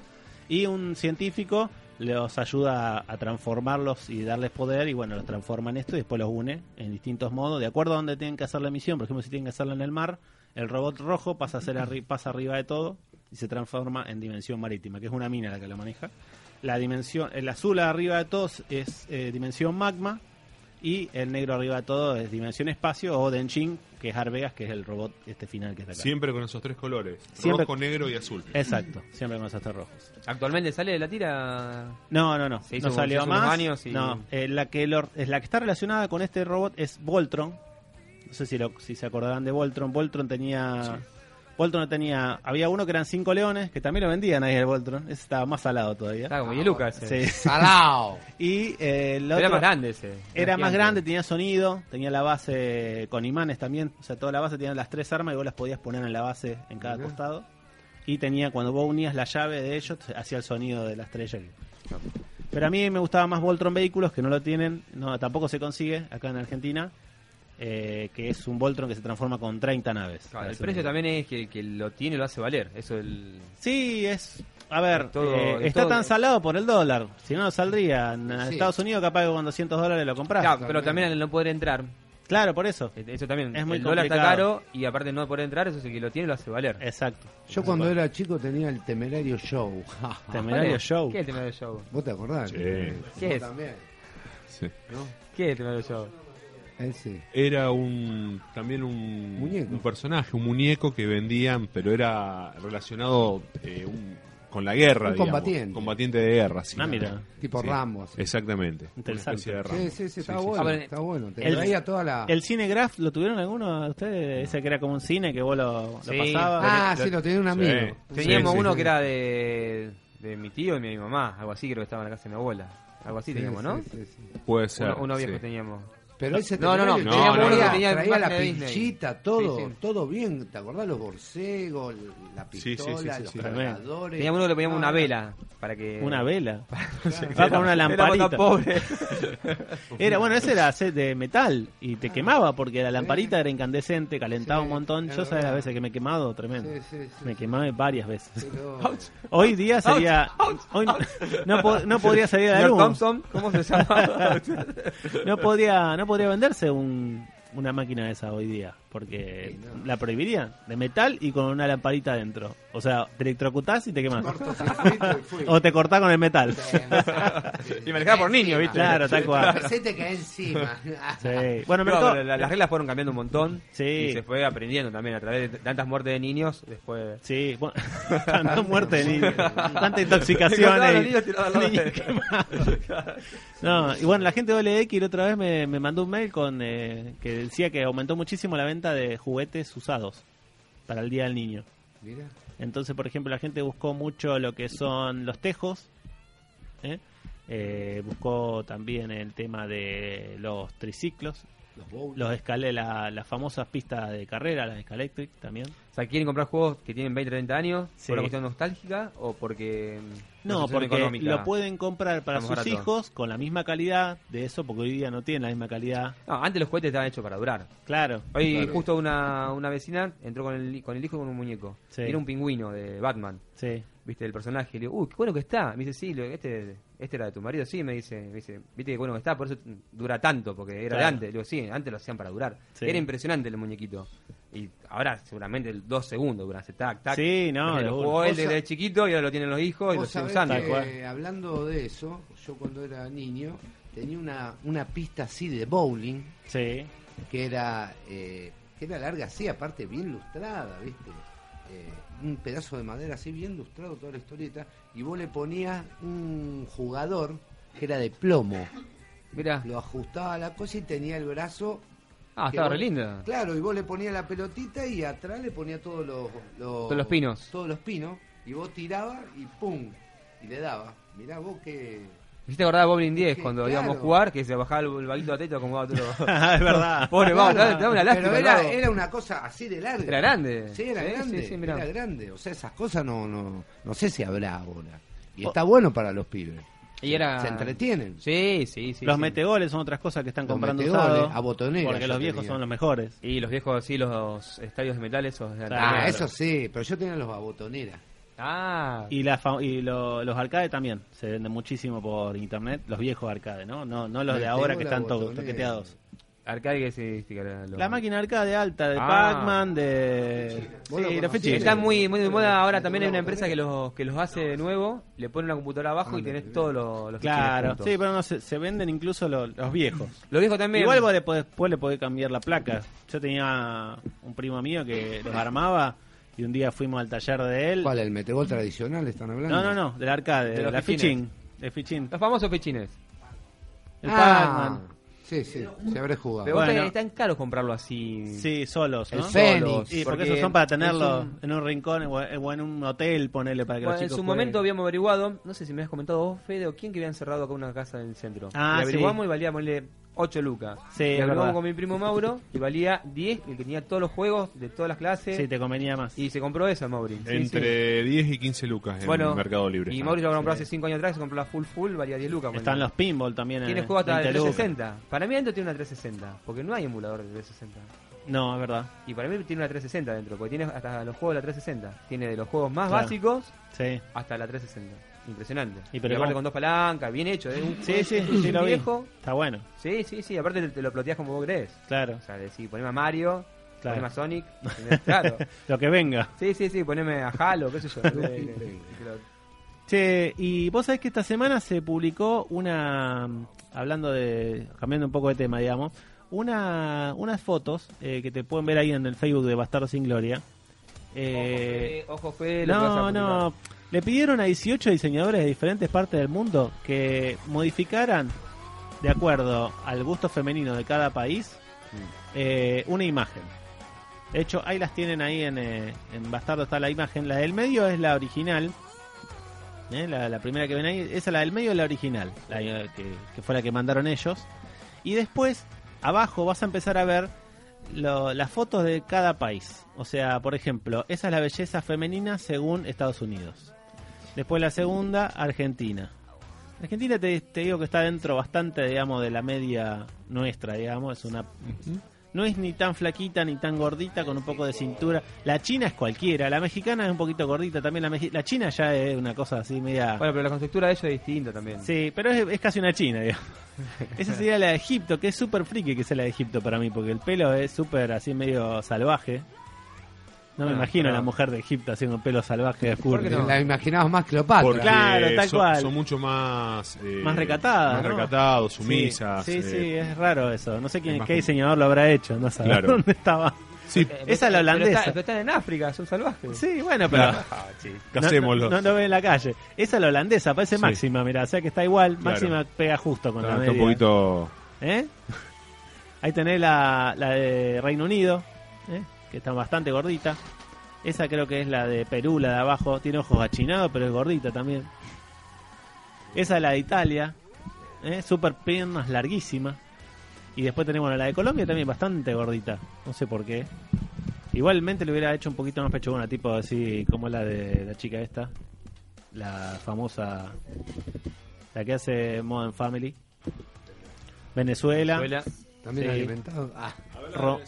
[SPEAKER 2] Y un científico los ayuda a, a transformarlos y darles poder y bueno, los transforma en esto y después los une en distintos modos, de acuerdo a dónde tienen que hacer la misión. Por ejemplo, si tienen que hacerla en el mar, el robot rojo pasa, a ser arri- pasa arriba de todo y se transforma en dimensión marítima, que es una mina la que lo maneja. La dimensión, el azul arriba de todos es eh, dimensión magma, y el negro arriba de todo es Dimensión Espacio o Denshin, que es Arbegas, que es el robot este final que está acá.
[SPEAKER 5] Siempre con esos tres colores.
[SPEAKER 2] Siempre-
[SPEAKER 5] Rojo, negro y azul.
[SPEAKER 2] Exacto, siempre con esos tres rojos.
[SPEAKER 3] Actualmente sale de la tira.
[SPEAKER 2] No, no, no.
[SPEAKER 3] Se hizo-
[SPEAKER 2] no salió
[SPEAKER 3] se hizo unos
[SPEAKER 2] más.
[SPEAKER 3] años y-
[SPEAKER 2] No, eh, la, que lo- es la que está relacionada con este robot es Voltron. No sé si, lo- si se acordarán de Voltron. Voltron tenía. Voltron tenía. Había uno que eran cinco leones, que también lo vendían ahí el Voltron. Ese estaba más salado todavía.
[SPEAKER 3] Está como y Lucas. eh.
[SPEAKER 2] Sí.
[SPEAKER 4] Salao.
[SPEAKER 2] Y eh, el
[SPEAKER 3] Era
[SPEAKER 2] otro-
[SPEAKER 3] más grande ese.
[SPEAKER 2] Era más
[SPEAKER 3] gigante.
[SPEAKER 2] grande, tenía sonido, tenía la base con imanes también. O sea, toda la base tenía las tres armas y vos las podías poner en la base en cada costado. Y tenía, cuando vos unías la llave de ellos, hacía el sonido de la estrella. que- Pero a mí me gustaba más Voltron Vehículos, que no lo tienen, no tampoco se consigue acá en Argentina, eh, que es un Voltron que se transforma con 30 naves.
[SPEAKER 3] Claro,
[SPEAKER 2] Para
[SPEAKER 3] el
[SPEAKER 2] hacer
[SPEAKER 3] precio
[SPEAKER 2] un-
[SPEAKER 3] también es que, que lo tiene lo hace valer. Eso el.
[SPEAKER 2] Sí, es... A ver,
[SPEAKER 3] Es todo-
[SPEAKER 2] eh,
[SPEAKER 3] es
[SPEAKER 2] está
[SPEAKER 3] todo-
[SPEAKER 2] tan salado por el dólar. Si no, saldría. En eh,
[SPEAKER 6] Sí.
[SPEAKER 2] Estados Unidos capaz que con 200 dólares lo compras.
[SPEAKER 3] Claro,
[SPEAKER 2] Claro,
[SPEAKER 3] pero también al no poder entrar.
[SPEAKER 2] por eso.
[SPEAKER 3] eh, Eso también.
[SPEAKER 2] Es muy
[SPEAKER 3] el dólar está
[SPEAKER 2] complicado.
[SPEAKER 3] caro y aparte no poder entrar, eso es el que lo tiene lo hace valer.
[SPEAKER 2] Exacto.
[SPEAKER 6] Yo cuando era chico tenía el temerario show.
[SPEAKER 2] Temerario
[SPEAKER 3] ¿Cuál es?
[SPEAKER 2] Show.
[SPEAKER 3] ¿Qué es el temerario show?
[SPEAKER 6] ¿Vos te acordás?
[SPEAKER 5] Sí.
[SPEAKER 3] ¿Qué
[SPEAKER 6] Vos
[SPEAKER 3] es?
[SPEAKER 6] también,
[SPEAKER 5] Sí.
[SPEAKER 6] ¿no?
[SPEAKER 3] ¿Qué es el temerario show?
[SPEAKER 6] Ese.
[SPEAKER 5] Era un también un,
[SPEAKER 6] Muñeco.
[SPEAKER 5] un personaje, un muñeco que vendían, pero era relacionado eh, un- con la guerra.
[SPEAKER 6] Un
[SPEAKER 5] digamos.
[SPEAKER 6] combatiente.
[SPEAKER 5] Combatiente de guerra, sí.
[SPEAKER 2] Ah, mira.
[SPEAKER 6] Tipo
[SPEAKER 5] Sí.
[SPEAKER 6] Rambo. así.
[SPEAKER 5] Exactamente. Una
[SPEAKER 2] Interesante.
[SPEAKER 5] especie de Rambo.
[SPEAKER 6] Sí, sí, sí, está
[SPEAKER 5] sí,
[SPEAKER 6] bueno,
[SPEAKER 3] sí. Ah,
[SPEAKER 6] está bueno. Te
[SPEAKER 2] el-
[SPEAKER 6] traía toda la...
[SPEAKER 2] ¿El Cinegraph lo tuvieron alguno de ustedes? Ese que era como un cine que vos lo, lo
[SPEAKER 3] Sí.
[SPEAKER 2] pasabas.
[SPEAKER 6] Ah,
[SPEAKER 3] lo-
[SPEAKER 6] sí, lo tenía un amigo.
[SPEAKER 5] Sí,
[SPEAKER 3] Teníamos
[SPEAKER 5] sí,
[SPEAKER 3] uno
[SPEAKER 5] sí.
[SPEAKER 3] que era de, de mi tío y mi mamá, algo así, creo que estaba en la casa de mi abuela. Algo así
[SPEAKER 6] Sí,
[SPEAKER 3] teníamos,
[SPEAKER 6] sí,
[SPEAKER 3] ¿no?
[SPEAKER 6] sí, sí.
[SPEAKER 5] Puede ser.
[SPEAKER 3] Uno, uno viejo
[SPEAKER 5] sí.
[SPEAKER 3] teníamos.
[SPEAKER 6] Pero ese
[SPEAKER 3] No, no, no,
[SPEAKER 6] temerario
[SPEAKER 5] teníamos
[SPEAKER 6] traía-
[SPEAKER 5] uno que
[SPEAKER 3] tenía
[SPEAKER 6] traía la
[SPEAKER 3] imagen de Disney.
[SPEAKER 6] pinchita, todo,
[SPEAKER 3] Sí, sí.
[SPEAKER 6] todo bien. ¿Te acordás los borcegos, la
[SPEAKER 5] Sí, sí, sí,
[SPEAKER 6] pistola,
[SPEAKER 5] sí,
[SPEAKER 6] los
[SPEAKER 5] sí.
[SPEAKER 6] cargadores?
[SPEAKER 3] Teníamos uno que le poníamos una
[SPEAKER 6] Ah,
[SPEAKER 3] vela para que.
[SPEAKER 2] Una vela.
[SPEAKER 6] claro.
[SPEAKER 2] Va con una
[SPEAKER 3] Éramos tan
[SPEAKER 2] lamparita.
[SPEAKER 3] pobres.
[SPEAKER 2] Era, bueno, ese era set de metal y te quemaba porque la lamparita era incandescente, calentaba
[SPEAKER 6] Ah. Sí,
[SPEAKER 2] un montón.
[SPEAKER 6] es
[SPEAKER 2] Yo sabes las
[SPEAKER 6] verdad.
[SPEAKER 2] veces que me he quemado, tremendo.
[SPEAKER 6] Sí, sí, sí,
[SPEAKER 2] me
[SPEAKER 6] sí.
[SPEAKER 2] quemé varias veces.
[SPEAKER 6] Pero-
[SPEAKER 2] Hoy día sería. hoy no- no, po- no podría salir a la
[SPEAKER 3] Señor
[SPEAKER 2] luz.
[SPEAKER 3] Thompson, ¿cómo se llama?
[SPEAKER 2] No podría, no podría venderse un- una máquina de esa hoy día porque la prohibirían de metal y con una lamparita adentro. O sea, te electrocutás y te quemás.
[SPEAKER 6] Cortocircuito y fui.
[SPEAKER 2] O te cortás con el metal.
[SPEAKER 3] Y manejaba por niño, ¿viste?
[SPEAKER 2] Claro, tal cual.
[SPEAKER 6] Se te cae encima. Ah,
[SPEAKER 2] Sí. Bueno, me
[SPEAKER 3] No,
[SPEAKER 2] gustó-
[SPEAKER 3] pero la- las reglas fueron cambiando un montón
[SPEAKER 2] Sí.
[SPEAKER 3] y se fue aprendiendo también a través de tantas muertes de niños después
[SPEAKER 2] Sí, bueno, tanta muerte de niños, tanta intoxicación.
[SPEAKER 3] Encontraban a los
[SPEAKER 2] ahí.
[SPEAKER 3] niños tirados al lado
[SPEAKER 2] Niños
[SPEAKER 3] de-
[SPEAKER 2] quemados. No, y bueno, la gente de OLX la otra vez me, me mandó un mail con eh, que decía que aumentó muchísimo la venta de juguetes usados para el Día del Niño.
[SPEAKER 6] Mira.
[SPEAKER 2] Entonces, por ejemplo, la gente buscó mucho lo que son los tejos. ¿eh? Eh, buscó también el tema de los triciclos,
[SPEAKER 6] Los bowls.
[SPEAKER 2] los escalé, la- las famosas pistas de carrera, las Escalectric también.
[SPEAKER 3] O sea, ¿quieren comprar juegos que tienen 20, 30 años
[SPEAKER 2] Sí.
[SPEAKER 3] por una cuestión nostálgica o porque... mm,
[SPEAKER 2] No,
[SPEAKER 3] situación
[SPEAKER 2] porque
[SPEAKER 3] económica?
[SPEAKER 2] lo pueden comprar para
[SPEAKER 3] Estamos
[SPEAKER 2] sus
[SPEAKER 3] barato.
[SPEAKER 2] hijos con la misma calidad de eso, porque hoy día no tienen la misma calidad.
[SPEAKER 3] No, antes los juguetes estaban hechos para durar.
[SPEAKER 2] Claro.
[SPEAKER 3] Hoy
[SPEAKER 5] Claro.
[SPEAKER 3] justo una, una vecina entró con el, con el hijo y con un muñeco.
[SPEAKER 2] Sí.
[SPEAKER 3] Era un pingüino de Batman,
[SPEAKER 2] Sí.
[SPEAKER 3] viste, el personaje. Y Le digo, uy, qué bueno que está. Me dice, sí, lo- este, este era de tu marido. Sí, me dice, me dice, viste qué bueno que está, por eso dura tanto, porque era de
[SPEAKER 2] Claro.
[SPEAKER 3] antes. Le digo, sí, antes lo hacían para durar.
[SPEAKER 2] Sí.
[SPEAKER 3] Era impresionante el muñequito. Y ahora seguramente el- dos segundos duran, hace tac, tac.
[SPEAKER 2] Sí, no,
[SPEAKER 3] Imagínate,
[SPEAKER 2] de
[SPEAKER 3] Lo
[SPEAKER 2] una.
[SPEAKER 3] jugó él
[SPEAKER 6] Vos
[SPEAKER 3] desde
[SPEAKER 6] sab-
[SPEAKER 3] chiquito y ahora lo tienen los hijos y lo
[SPEAKER 6] Vos
[SPEAKER 3] siguen
[SPEAKER 6] sabés
[SPEAKER 3] usando.
[SPEAKER 2] Tal cual.
[SPEAKER 6] que, hablando de eso, yo cuando era niño tenía una, una pista así de bowling
[SPEAKER 2] Sí.
[SPEAKER 6] que era eh, que era larga así, aparte bien lustrada, ¿viste? Eh, un pedazo de madera así bien lustrado toda la historieta y vos le ponías un jugador que era de plomo,
[SPEAKER 3] Mirá.
[SPEAKER 6] lo ajustaba a la cosa y tenía el brazo
[SPEAKER 3] Ah,
[SPEAKER 6] que
[SPEAKER 3] estaba re
[SPEAKER 6] vos-
[SPEAKER 3] linda.
[SPEAKER 6] Claro, y vos le ponías la pelotita y atrás le ponía todos los,
[SPEAKER 3] Todos los pinos.
[SPEAKER 6] Todos los pinos. Y vos tirabas y pum. Y le dabas. Mirá vos que.
[SPEAKER 3] Me hiciste acordar de Boblin 10
[SPEAKER 6] Que
[SPEAKER 3] cuando
[SPEAKER 6] claro.
[SPEAKER 3] íbamos a jugar, que se bajaba el, el vaguito de teta y acomodaba todo.
[SPEAKER 2] Ah, es verdad.
[SPEAKER 3] Pobre, vamos,
[SPEAKER 6] Claro,
[SPEAKER 3] dame, dame una lástima.
[SPEAKER 6] Pero era,
[SPEAKER 3] Eduardo.
[SPEAKER 6] era una cosa así de larga.
[SPEAKER 3] Era grande.
[SPEAKER 6] Sí, era
[SPEAKER 3] Sí,
[SPEAKER 6] grande.
[SPEAKER 3] sí, sí, mirá.
[SPEAKER 6] era grande. O sea, esas cosas no, no, no sé si habrá ahora. Y está bueno para los pibes.
[SPEAKER 3] Oh. Y era...
[SPEAKER 6] Se entretienen.
[SPEAKER 3] Sí, sí, sí.
[SPEAKER 2] los
[SPEAKER 3] sí.
[SPEAKER 2] metegoles son otras cosas que están
[SPEAKER 6] Los
[SPEAKER 2] comprando
[SPEAKER 6] metegoles,
[SPEAKER 2] usados.
[SPEAKER 6] a botonera
[SPEAKER 2] Porque
[SPEAKER 6] yo
[SPEAKER 2] los viejos
[SPEAKER 6] tenía.
[SPEAKER 2] son los mejores.
[SPEAKER 3] Y los viejos, sí, los estadios de metal, esos. de
[SPEAKER 2] Claro.
[SPEAKER 6] Ah,
[SPEAKER 3] antaño.
[SPEAKER 6] eso sí, pero yo tenía los babotoneras.
[SPEAKER 3] Ah.
[SPEAKER 2] Y, la fa- y lo- los arcades también. Se venden muchísimo por internet. Los viejos arcades, ¿no? No, no los de
[SPEAKER 6] Metegola,
[SPEAKER 2] ahora que están to-
[SPEAKER 6] botonera.
[SPEAKER 2] toqueteados.
[SPEAKER 3] Arcade que sí, sí, que era lo-
[SPEAKER 2] La máquina arcade alta de
[SPEAKER 3] Ah.
[SPEAKER 2] Pac-Man, de.
[SPEAKER 6] Vos lo
[SPEAKER 2] Sí, los
[SPEAKER 6] conocés.
[SPEAKER 2] fichines.
[SPEAKER 3] Está muy, muy de moda ahora
[SPEAKER 6] Metegola,
[SPEAKER 3] también hay una empresa que
[SPEAKER 6] botonera.
[SPEAKER 3] los que los hace de nuevo, le pone una computadora abajo y tenés todos los, los
[SPEAKER 2] Claro,
[SPEAKER 3] fichines
[SPEAKER 2] sí,
[SPEAKER 3] juntos.
[SPEAKER 2] pero no se, se venden incluso lo- los viejos.
[SPEAKER 3] Los viejos también.
[SPEAKER 2] Igual vos le podés, después le podés cambiar la placa. Yo tenía un primo mío que los armaba y un día fuimos al taller de él.
[SPEAKER 6] ¿Cuál? ¿El metegol tradicional están hablando?
[SPEAKER 2] No, no, no, del arcade,
[SPEAKER 3] De
[SPEAKER 2] de
[SPEAKER 3] los
[SPEAKER 2] la
[SPEAKER 3] fichines.
[SPEAKER 2] fichín. De fichín.
[SPEAKER 3] Los famosos pichines.
[SPEAKER 2] El
[SPEAKER 6] ah,
[SPEAKER 2] Pac-man.
[SPEAKER 6] sí, sí, se habrá jugado.
[SPEAKER 3] Pero
[SPEAKER 2] Bueno.
[SPEAKER 3] vos te- están caros comprarlo así.
[SPEAKER 2] Sí, solos,
[SPEAKER 6] El
[SPEAKER 2] ¿no?
[SPEAKER 6] Fénix.
[SPEAKER 3] solos,
[SPEAKER 2] Sí, porque, esos son para tenerlo
[SPEAKER 3] es un-
[SPEAKER 2] en un rincón o o en un hotel, ponerle para que
[SPEAKER 3] Bueno,
[SPEAKER 2] los
[SPEAKER 3] Pues, en
[SPEAKER 2] chicos
[SPEAKER 3] su
[SPEAKER 2] jueguen.
[SPEAKER 3] momento habíamos averiguado, no sé si me habías comentado vos, Fede, o quién que habían cerrado acá una casa en el centro.
[SPEAKER 2] Ah,
[SPEAKER 3] y averiguamos
[SPEAKER 2] sí.
[SPEAKER 3] y valía, ponele, 8 lucas.
[SPEAKER 2] Sí,
[SPEAKER 3] y
[SPEAKER 2] es
[SPEAKER 3] hablamos
[SPEAKER 2] verdad.
[SPEAKER 3] con mi primo Mauro y valía 10, el que tenía todos los juegos de todas las clases.
[SPEAKER 2] Sí, te convenía más.
[SPEAKER 3] Y se compró esa, Mauri. Sí, sí.
[SPEAKER 5] Entre 10 y 15 lucas en
[SPEAKER 3] Bueno,
[SPEAKER 5] Mercado Libre.
[SPEAKER 3] Y Mauri lo compró hace
[SPEAKER 2] Sí.
[SPEAKER 3] 5 años atrás, se compró la full full, valía 10 lucas.
[SPEAKER 2] Están
[SPEAKER 3] ponele.
[SPEAKER 2] los pinball también.
[SPEAKER 3] Tiene
[SPEAKER 2] eh,
[SPEAKER 3] juego hasta de
[SPEAKER 2] 20 lucas.
[SPEAKER 3] 360. Para mí adentro tiene una 360, porque no hay emulador de 360.
[SPEAKER 2] No, es verdad.
[SPEAKER 3] Y para mí tiene una 360 dentro, porque tiene hasta los juegos de la 360. Tiene de los juegos más
[SPEAKER 2] Claro.
[SPEAKER 3] básicos
[SPEAKER 2] Sí.
[SPEAKER 3] hasta la 360. Impresionante.
[SPEAKER 2] Y pero
[SPEAKER 3] aparte
[SPEAKER 2] cómo-
[SPEAKER 3] con dos palancas, bien hecho. ¿eh? Un
[SPEAKER 2] Sí, sí,
[SPEAKER 3] es
[SPEAKER 2] sí,
[SPEAKER 3] un
[SPEAKER 2] lo vi.
[SPEAKER 3] viejo.
[SPEAKER 2] Está bueno,
[SPEAKER 3] Sí, sí, sí. Aparte te, te lo ploteas como vos crees.
[SPEAKER 2] claro.
[SPEAKER 3] O sea, decís, poneme a Mario,
[SPEAKER 2] Claro.
[SPEAKER 3] poneme a Sonic. poneme- claro.
[SPEAKER 2] Lo que venga.
[SPEAKER 3] Sí, sí, sí, poneme a Halo, qué sé yo.
[SPEAKER 2] Che, y vos sabés que esta semana se publicó una, hablando de, cambiando un poco de tema, digamos, una, unas fotos eh, que te pueden ver ahí en el Facebook de Bastardo sin Gloria. Eh,
[SPEAKER 3] ojo, Fede, lo que vas
[SPEAKER 2] no,
[SPEAKER 3] a
[SPEAKER 2] no,
[SPEAKER 3] publicar.
[SPEAKER 2] le pidieron a 18 diseñadores de diferentes partes del mundo que modificaran, de acuerdo al gusto femenino de cada país, eh, una imagen. De hecho, ahí las tienen ahí en, eh, en Bastardo está la imagen. La del medio es la original. ¿eh? La, la primera que ven ahí. Esa, la del medio es la original. La eh, que, que fue la que mandaron ellos. Y después, abajo vas a empezar a ver lo- las fotos de cada país. O sea, por ejemplo, esa es la belleza femenina según Estados Unidos. Después la segunda, Argentina. Argentina te, te digo que está dentro bastante, digamos, de la media nuestra, digamos. Es una no es ni tan flaquita ni tan gordita con un poco de cintura. La china es cualquiera, la mexicana es un poquito gordita también. La, meji- la china ya es una cosa así media.
[SPEAKER 3] Bueno, pero la constructura de ellos es distinta también.
[SPEAKER 2] sí, pero es, es casi una china, digamos. Esa sería la de Egipto, que es súper friki que sea la de Egipto para mí, porque el pelo es súper así medio salvaje. No me
[SPEAKER 3] Bueno,
[SPEAKER 2] imagino
[SPEAKER 3] Ah, pero-
[SPEAKER 2] a la mujer de Egipto haciendo un pelo salvaje de
[SPEAKER 3] ¿Por qué
[SPEAKER 6] Eh,
[SPEAKER 2] furry.
[SPEAKER 3] no?
[SPEAKER 4] La imaginabas más Cleopatra.
[SPEAKER 5] Porque
[SPEAKER 2] Claro, tal
[SPEAKER 5] son,
[SPEAKER 2] cual.
[SPEAKER 5] son mucho más... eh,
[SPEAKER 2] Más recatadas,
[SPEAKER 5] Más
[SPEAKER 2] ¿no?
[SPEAKER 5] recatados,
[SPEAKER 2] Sí,
[SPEAKER 5] sumisas.
[SPEAKER 2] Sí,
[SPEAKER 5] eh,
[SPEAKER 2] sí, es raro eso. No sé quién,
[SPEAKER 5] más
[SPEAKER 2] qué
[SPEAKER 5] como-
[SPEAKER 2] diseñador lo habrá hecho, no sé
[SPEAKER 5] Claro.
[SPEAKER 2] dónde estaba.
[SPEAKER 5] sí.
[SPEAKER 3] Eh,
[SPEAKER 2] Esa es la
[SPEAKER 3] pero
[SPEAKER 2] holandesa.
[SPEAKER 3] está- Pero están en África, son salvajes.
[SPEAKER 2] Sí, bueno, pero.
[SPEAKER 3] Ah, sí.
[SPEAKER 2] No-
[SPEAKER 5] Casémoslo.
[SPEAKER 2] No, no, lo ve en la calle. Esa es la holandesa, parece
[SPEAKER 5] Sí.
[SPEAKER 2] máxima, mira, o sea que está igual.
[SPEAKER 5] Claro.
[SPEAKER 2] Máxima pega justo con
[SPEAKER 5] Está-
[SPEAKER 2] la
[SPEAKER 5] está
[SPEAKER 2] media.
[SPEAKER 5] un poquito...
[SPEAKER 2] ¿Eh? Ahí tenés la, la de Reino Unido, ¿eh? que está bastante gordita. Esa creo que es la de Perú, la de abajo. Tiene ojos achinados, pero es gordita también. Esa es la de Italia, ¿eh? super piernas larguísima. Y después tenemos bueno, la de Colombia también bastante gordita. No sé por qué. Igualmente le hubiera hecho un poquito más pechugona, tipo así como la de la chica esta. La famosa. La que hace Modern Family. Venezuela.
[SPEAKER 3] Venezuela.
[SPEAKER 4] También
[SPEAKER 2] Sí.
[SPEAKER 4] alimentado. Ah,
[SPEAKER 2] Ro-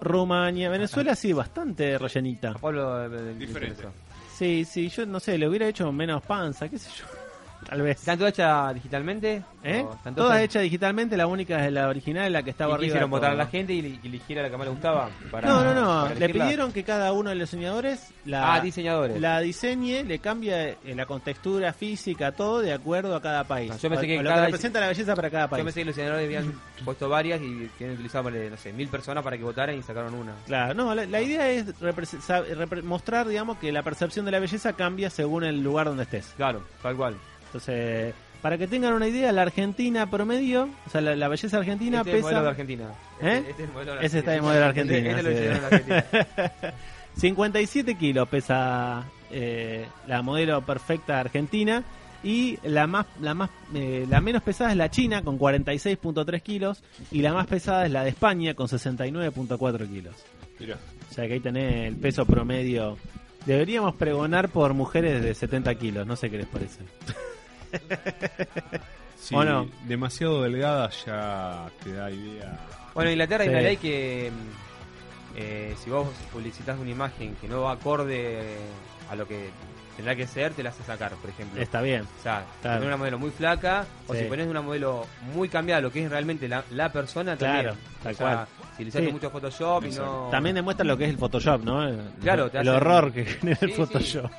[SPEAKER 2] Rumania. Venezuela sí, bastante rellenita.
[SPEAKER 3] A Pablo eh, le
[SPEAKER 5] Diferente.
[SPEAKER 3] interesó.
[SPEAKER 2] Sí, sí, yo no sé, le hubiera hecho menos panza, qué sé yo. Tal vez.
[SPEAKER 3] ¿Están todas hechas digitalmente?
[SPEAKER 2] ¿Eh?
[SPEAKER 3] ¿O están
[SPEAKER 2] Todas hechas digitalmente, la única es la original, es la que estaba
[SPEAKER 3] Y
[SPEAKER 2] arriba.
[SPEAKER 3] quisieron
[SPEAKER 2] de
[SPEAKER 3] votar a
[SPEAKER 2] todo.
[SPEAKER 3] la gente y li- y eligiera la que más le gustaba. para-
[SPEAKER 2] no, no, no.
[SPEAKER 3] para
[SPEAKER 2] Le
[SPEAKER 3] elegirla.
[SPEAKER 2] pidieron que cada uno de los diseñadores la,
[SPEAKER 3] Ah, diseñadores.
[SPEAKER 2] la diseñe, le cambia eh, la contextura física, todo de acuerdo a cada país.
[SPEAKER 3] No, yo pensé
[SPEAKER 2] O-
[SPEAKER 3] que
[SPEAKER 2] o lo
[SPEAKER 3] cada-
[SPEAKER 2] que representa la belleza para cada
[SPEAKER 3] Yo
[SPEAKER 2] país.
[SPEAKER 3] pensé que los senadores habían puesto varias y que habían utilizado, ponele, no sé, mil personas para que votaran y sacaron una.
[SPEAKER 2] Claro, no, la, la idea es represe- sab- repre- mostrar, digamos, que la percepción de la belleza cambia según el lugar donde estés.
[SPEAKER 3] Claro, tal cual.
[SPEAKER 2] Entonces, para que tengan una idea, la Argentina promedio, o sea, la, la belleza argentina
[SPEAKER 3] este es el modelo de
[SPEAKER 2] pesa
[SPEAKER 3] Argentina.
[SPEAKER 2] ¿Eh?
[SPEAKER 3] Este, este es el modelo de
[SPEAKER 2] Ese está
[SPEAKER 3] Argentina.
[SPEAKER 2] el modelo de Argentina,
[SPEAKER 3] Este, este lo
[SPEAKER 2] sí.
[SPEAKER 3] hicieron en Argentina.
[SPEAKER 2] 57 kilos, pesa eh, la modelo perfecta argentina y la más, la más, eh, la menos pesada es la china con 46.3 kilos y la más pesada es la de España con 69.4 kilos.
[SPEAKER 5] Mira.
[SPEAKER 2] O sea que ahí tenés el peso promedio. Deberíamos pregonar por mujeres de 70 kilos, no sé qué les parece.
[SPEAKER 5] Sí,
[SPEAKER 2] ¿O no?
[SPEAKER 5] demasiado delgada ya te da idea.
[SPEAKER 3] Bueno, en Inglaterra hay
[SPEAKER 2] Sí.
[SPEAKER 3] una ley que mm, eh, si vos publicitas una imagen que no va acorde a lo que tendrá que ser, te la hace sacar, por ejemplo.
[SPEAKER 2] Está bien.
[SPEAKER 3] O sea,
[SPEAKER 2] Claro.
[SPEAKER 3] si pones una modelo muy flaca, o
[SPEAKER 2] Sí.
[SPEAKER 3] si pones una modelo muy cambiada, lo que es realmente la, la persona
[SPEAKER 2] Claro,
[SPEAKER 3] también.
[SPEAKER 2] tal
[SPEAKER 3] O sea,
[SPEAKER 2] cual.
[SPEAKER 3] Si le sacaste
[SPEAKER 2] Sí.
[SPEAKER 3] mucho Photoshop y no.
[SPEAKER 2] También demuestra lo que es el Photoshop, ¿no? El-
[SPEAKER 3] Claro, te
[SPEAKER 2] el
[SPEAKER 3] hacen-
[SPEAKER 2] horror que genera el
[SPEAKER 3] Sí, sí.
[SPEAKER 2] Photoshop.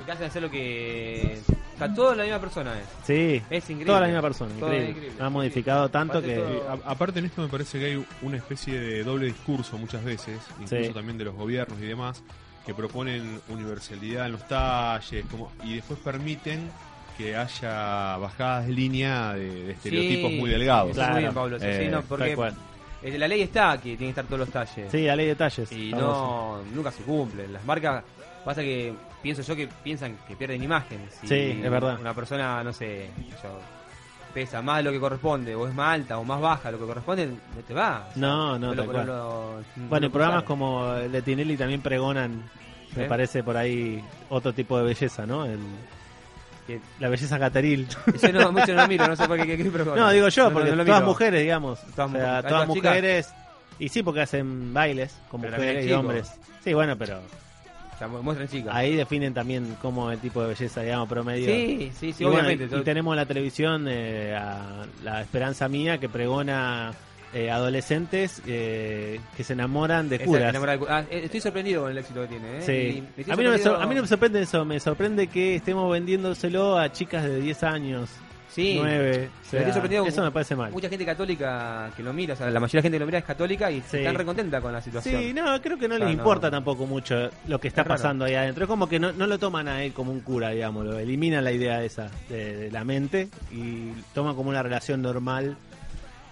[SPEAKER 3] y te hacen hacer lo que. O sea, todo la misma persona eh. es.
[SPEAKER 2] Sí,
[SPEAKER 3] Es increíble.
[SPEAKER 2] toda la misma persona,
[SPEAKER 3] Todo
[SPEAKER 2] increíble.
[SPEAKER 3] increíble,
[SPEAKER 2] Ha
[SPEAKER 3] sí,
[SPEAKER 2] modificado
[SPEAKER 3] sí.
[SPEAKER 2] tanto
[SPEAKER 3] Aparte
[SPEAKER 2] que...
[SPEAKER 3] todo-
[SPEAKER 5] Eh, a- aparte en esto me parece que hay una especie de doble discurso muchas veces, incluso
[SPEAKER 2] Sí.
[SPEAKER 5] también de los gobiernos y demás, que proponen universalidad en los talles como, y después permiten que haya bajadas de línea de, de estereotipos
[SPEAKER 3] Sí.
[SPEAKER 5] muy delgados.
[SPEAKER 3] Está Muy bien,
[SPEAKER 2] Claro.
[SPEAKER 3] Pablo. Sí,
[SPEAKER 5] Eh,
[SPEAKER 3] sí, no,
[SPEAKER 2] tal
[SPEAKER 3] porque
[SPEAKER 2] cual.
[SPEAKER 3] eh, la ley está que tienen que estar todos los talles.
[SPEAKER 2] Sí, la ley de detalles.
[SPEAKER 3] y
[SPEAKER 2] famosa.
[SPEAKER 3] no, nunca se cumplen. Las marcas, pasa que pienso yo que piensan que pierden imagen. Si
[SPEAKER 2] Sí, es verdad.
[SPEAKER 3] Una persona, no sé, yo, pesa más de lo que corresponde, o es más alta o más baja, lo que corresponde, no te va.
[SPEAKER 2] No, no,
[SPEAKER 3] Vos lo-
[SPEAKER 2] tal cual.
[SPEAKER 3] lo- lo-
[SPEAKER 2] Bueno,
[SPEAKER 3] lo
[SPEAKER 2] y programas
[SPEAKER 3] cortás.
[SPEAKER 2] como el de Tinelli también pregonan, me
[SPEAKER 3] ¿Eh?
[SPEAKER 2] parece por ahí, otro tipo de belleza, ¿no? El-
[SPEAKER 3] Que-
[SPEAKER 2] la belleza cataril.
[SPEAKER 3] Yo no, mucho no miro, no sé por qué, qué- qué programa.
[SPEAKER 2] No, digo yo,
[SPEAKER 3] no,
[SPEAKER 2] porque
[SPEAKER 3] no lo
[SPEAKER 2] todas
[SPEAKER 3] miro.
[SPEAKER 2] mujeres, digamos. o
[SPEAKER 3] Todas
[SPEAKER 2] sea,
[SPEAKER 3] mujeres. ¿Hay
[SPEAKER 2] todas
[SPEAKER 3] más chicas?
[SPEAKER 2] mujeres. Y sí, porque hacen bailes con
[SPEAKER 3] Pero también hay
[SPEAKER 2] mujeres y
[SPEAKER 3] chicos.
[SPEAKER 2] hombres. Sí, bueno, pero
[SPEAKER 3] O sea, mu- muestran chicas.
[SPEAKER 2] ahí definen también como el tipo de belleza, digamos, promedio.
[SPEAKER 3] sí, sí, sí,
[SPEAKER 2] y, bueno,
[SPEAKER 3] obviamente.
[SPEAKER 2] y-
[SPEAKER 3] todo-
[SPEAKER 2] y tenemos en la televisión eh, a la esperanza mía que pregona eh, adolescentes eh, que se enamoran de
[SPEAKER 3] esa-
[SPEAKER 2] curas.
[SPEAKER 3] enamorada de cu- ah, eh, estoy sorprendido con el éxito que tiene. ¿eh? Y-
[SPEAKER 2] Sí.
[SPEAKER 3] y estoy
[SPEAKER 2] A mí, no me sor-
[SPEAKER 3] sorprendido-
[SPEAKER 2] a mí no me sorprende eso, me sorprende que estemos vendiéndoselo a chicas de 10 años,
[SPEAKER 3] Sí.
[SPEAKER 2] 9. o sea,
[SPEAKER 3] estoy sorprendido-
[SPEAKER 2] eso me parece mal.
[SPEAKER 3] Mucha gente católica que lo mira, o sea, la mayoría de la gente que lo mira es católica y
[SPEAKER 2] Sí.
[SPEAKER 3] está recontenta con la situación.
[SPEAKER 2] Sí, no, creo que no
[SPEAKER 3] O sea,
[SPEAKER 2] les
[SPEAKER 3] Ah, no-
[SPEAKER 2] importa tampoco mucho lo que está
[SPEAKER 3] Es raro.
[SPEAKER 2] pasando ahí adentro. Es como que no, no lo toman a él como un cura, digamos, lo eliminan la idea esa de, de la mente y toman como una relación normal.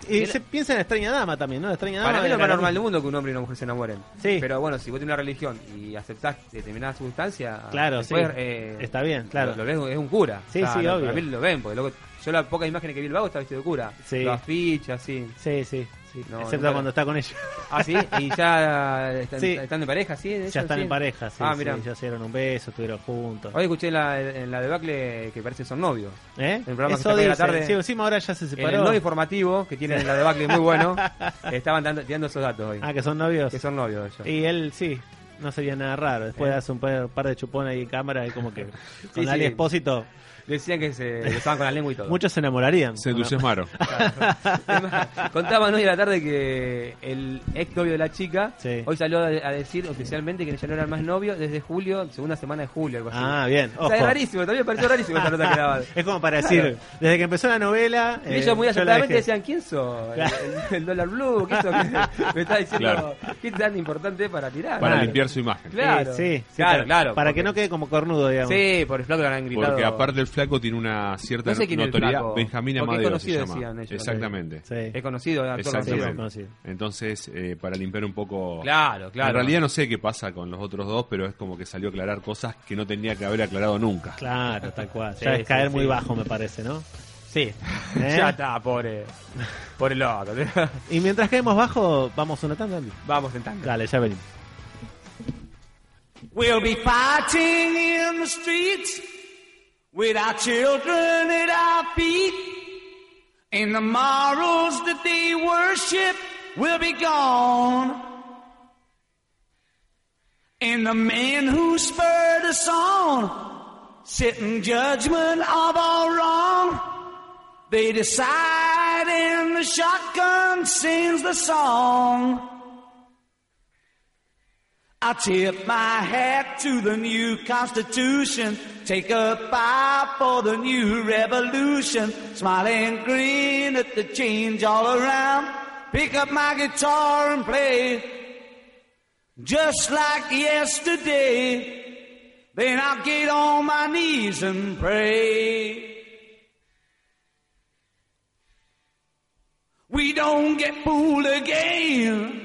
[SPEAKER 2] Y
[SPEAKER 3] Tiene-
[SPEAKER 2] se piensa en la extraña dama también, ¿no? La extraña dama.
[SPEAKER 3] Para mí
[SPEAKER 2] era
[SPEAKER 3] lo más normal
[SPEAKER 2] lo
[SPEAKER 3] del
[SPEAKER 2] mismo.
[SPEAKER 3] mundo que un hombre y una mujer se enamoren.
[SPEAKER 2] Sí.
[SPEAKER 3] Pero bueno, si vos tenés una religión y aceptás determinada sustancia,
[SPEAKER 2] Claro,
[SPEAKER 3] después,
[SPEAKER 2] sí.
[SPEAKER 3] eh,
[SPEAKER 2] Está bien, claro.
[SPEAKER 3] Lo, lo ves, es un cura.
[SPEAKER 2] Sí, sí,
[SPEAKER 3] lo-
[SPEAKER 2] obvio.
[SPEAKER 3] A mí lo ven, porque loco, yo las pocas imágenes que vi el vago está vestido de cura.
[SPEAKER 2] Sí.
[SPEAKER 3] Las fichas, sí.
[SPEAKER 2] Sí, sí, sí.
[SPEAKER 3] No,
[SPEAKER 2] Excepto
[SPEAKER 3] nunca-
[SPEAKER 2] cuando está con ella.
[SPEAKER 3] Ah, sí, y ya están,
[SPEAKER 2] Sí.
[SPEAKER 3] están de pareja, sí. de
[SPEAKER 2] ya
[SPEAKER 3] hecho,
[SPEAKER 2] están
[SPEAKER 3] sí.
[SPEAKER 2] en pareja, sí,
[SPEAKER 3] Ah,
[SPEAKER 2] sí,
[SPEAKER 3] mira.
[SPEAKER 2] ya se dieron un beso, estuvieron juntos.
[SPEAKER 3] Hoy escuché la, en la debacle que parece que son novios.
[SPEAKER 2] ¿Eh?
[SPEAKER 3] el programa que
[SPEAKER 2] Eso
[SPEAKER 3] saca de la
[SPEAKER 2] dicen.
[SPEAKER 3] tarde.
[SPEAKER 2] Sí, encima ahora ya se
[SPEAKER 3] En el
[SPEAKER 2] separó.
[SPEAKER 3] novio informativo que tienen en la debacle muy bueno, estaban dando, tirando esos datos hoy.
[SPEAKER 2] Ah, que son novios.
[SPEAKER 3] que son novios ellos.
[SPEAKER 2] Y él sí, no sería nada raro. Después hace un par, par de chupones ahí en cámara y como que con
[SPEAKER 3] Eh. Sí,
[SPEAKER 2] Ali
[SPEAKER 3] sí.
[SPEAKER 2] Espósito,
[SPEAKER 3] Decían que se besaban con la lengua y todo.
[SPEAKER 2] muchos se enamorarían.
[SPEAKER 5] Se
[SPEAKER 2] Bueno,
[SPEAKER 5] entusiasmaron.
[SPEAKER 3] Es más, Contaban hoy a la tarde que el ex novio de la chica
[SPEAKER 2] Sí.
[SPEAKER 3] hoy salió a, a decir oficialmente que ya no era más novio desde julio, segunda semana de julio, algo así.
[SPEAKER 2] Ah, bien.
[SPEAKER 3] O
[SPEAKER 2] Ojo.
[SPEAKER 3] sea, es rarísimo, también me pareció rarísimo esa nota que daban.
[SPEAKER 2] Es como para decir,
[SPEAKER 3] Claro.
[SPEAKER 2] desde que empezó la novela.
[SPEAKER 3] Y
[SPEAKER 2] eh,
[SPEAKER 3] ellos muy
[SPEAKER 2] yo la
[SPEAKER 3] acertadamente
[SPEAKER 2] dejé.
[SPEAKER 3] decían, ¿quién sos? El, el dólar blue, ¿qué sos? me está diciendo?
[SPEAKER 5] Claro.
[SPEAKER 3] ¿Qué tan importante para tirar?
[SPEAKER 5] Para
[SPEAKER 2] Claro.
[SPEAKER 5] limpiar su imagen.
[SPEAKER 3] Claro,
[SPEAKER 2] Eh, Sí, sí,
[SPEAKER 3] claro,
[SPEAKER 2] para,
[SPEAKER 3] claro.
[SPEAKER 2] Para que
[SPEAKER 3] porque-
[SPEAKER 2] no quede como cornudo, digamos.
[SPEAKER 3] Sí, por el flaco le han gritado.
[SPEAKER 5] Porque aparte el flaco tiene una cierta
[SPEAKER 3] No sé quién es el flaco,
[SPEAKER 5] notoriedad. Benjamín
[SPEAKER 3] porque es
[SPEAKER 5] Amadeo se
[SPEAKER 3] conocido,
[SPEAKER 5] llama.
[SPEAKER 3] decían ellos,
[SPEAKER 5] Exactamente.
[SPEAKER 2] Sí.
[SPEAKER 3] Es conocido, actor
[SPEAKER 2] Exactamente.
[SPEAKER 3] conocido.
[SPEAKER 2] Sí, conocido.
[SPEAKER 5] Entonces, eh, para limpiar un poco...
[SPEAKER 3] Claro, claro.
[SPEAKER 5] En realidad no sé qué pasa con los otros dos, pero es como que salió a aclarar cosas que no tenía que haber aclarado nunca.
[SPEAKER 2] Claro, tal cual.
[SPEAKER 3] Sí,
[SPEAKER 2] ya
[SPEAKER 3] sí,
[SPEAKER 2] es caer
[SPEAKER 3] sí.
[SPEAKER 2] muy bajo, me parece, ¿no?
[SPEAKER 3] Sí.
[SPEAKER 2] ¿Eh?
[SPEAKER 3] Ya está, pobre. Pobre loco.
[SPEAKER 2] Y mientras caemos bajo, vamos a una tanda. Andy.
[SPEAKER 3] Vamos en tanga.
[SPEAKER 2] Dale, ya venimos.
[SPEAKER 7] We'll be fighting in the streets with our children at our feet. And the morals that they worship will be gone. And the men who spurred us on sit in judgment of all wrong. They decide and the shotgun sings the song. I tip my hat to the new constitution. Take a bow for the new revolution. Smile and grin at the change all around. Pick up my guitar and play. Just like yesterday. Then I'll get on my knees and pray. We don't get fooled again.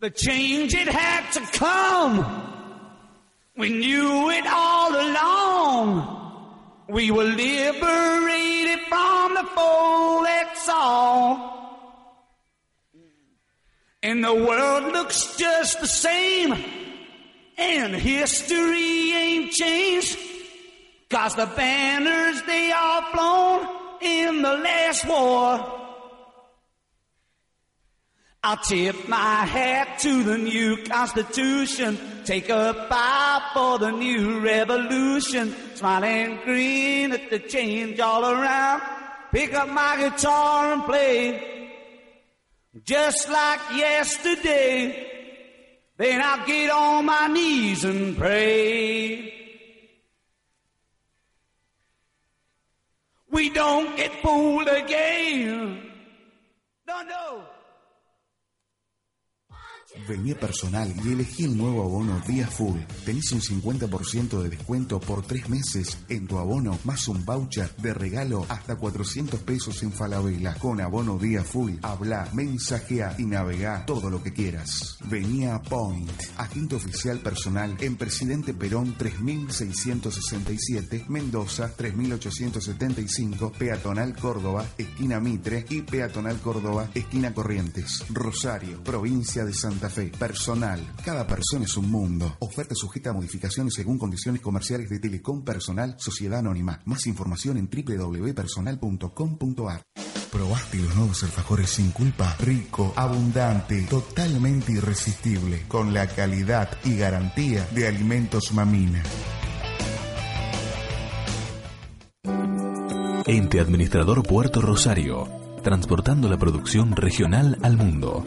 [SPEAKER 7] The change it had to come. We knew it all along. We were liberated from the foe, that's all. And the world looks just the same. And history ain't changed. Cause the banners they all flown in the last war. I'll tip my hat to the new constitution. Take a bow for the new revolution. Smile and grin at the change all around. Pick up my guitar and play. Just like yesterday. Then I'll get on my knees and pray. We don't get fooled again. No, no.
[SPEAKER 8] One, two,
[SPEAKER 1] Vení a personal y elegí el nuevo abono Día Full. Tenés un 50% de descuento por tres meses en tu abono, más un voucher de regalo hasta 400 pesos en Falabella. Con abono Día Full, habla, mensajea y navega todo lo que quieras. Vení a Point, agente oficial personal en Presidente Perón 3667, Mendoza 3875, Peatonal Córdoba, esquina Mitre y Peatonal Córdoba, esquina Corrientes, Rosario, provincia de Santa Fe. Personal, cada persona es un mundo. Oferta sujeta a modificaciones según condiciones comerciales de Telecom Personal, Sociedad Anónima. Más información en www.personal.com.ar. ¿Probaste los nuevos alfajores sin culpa? Rico, abundante, totalmente irresistible, con la calidad y garantía de Alimentos Mamina.
[SPEAKER 8] Ente Administrador Puerto Rosario, transportando la producción regional al mundo.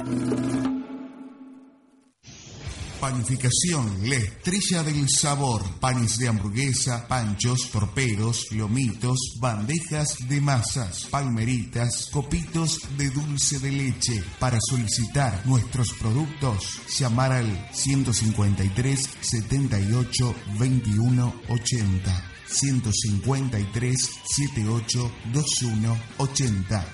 [SPEAKER 1] Panificación, la estrella del sabor. Panes de hamburguesa, panchos, torpedos, lomitos, bandejas de masas, palmeritas, copitos de dulce de leche. Para solicitar nuestros productos, llamar al 153 78 21 80. 153 78 21 80.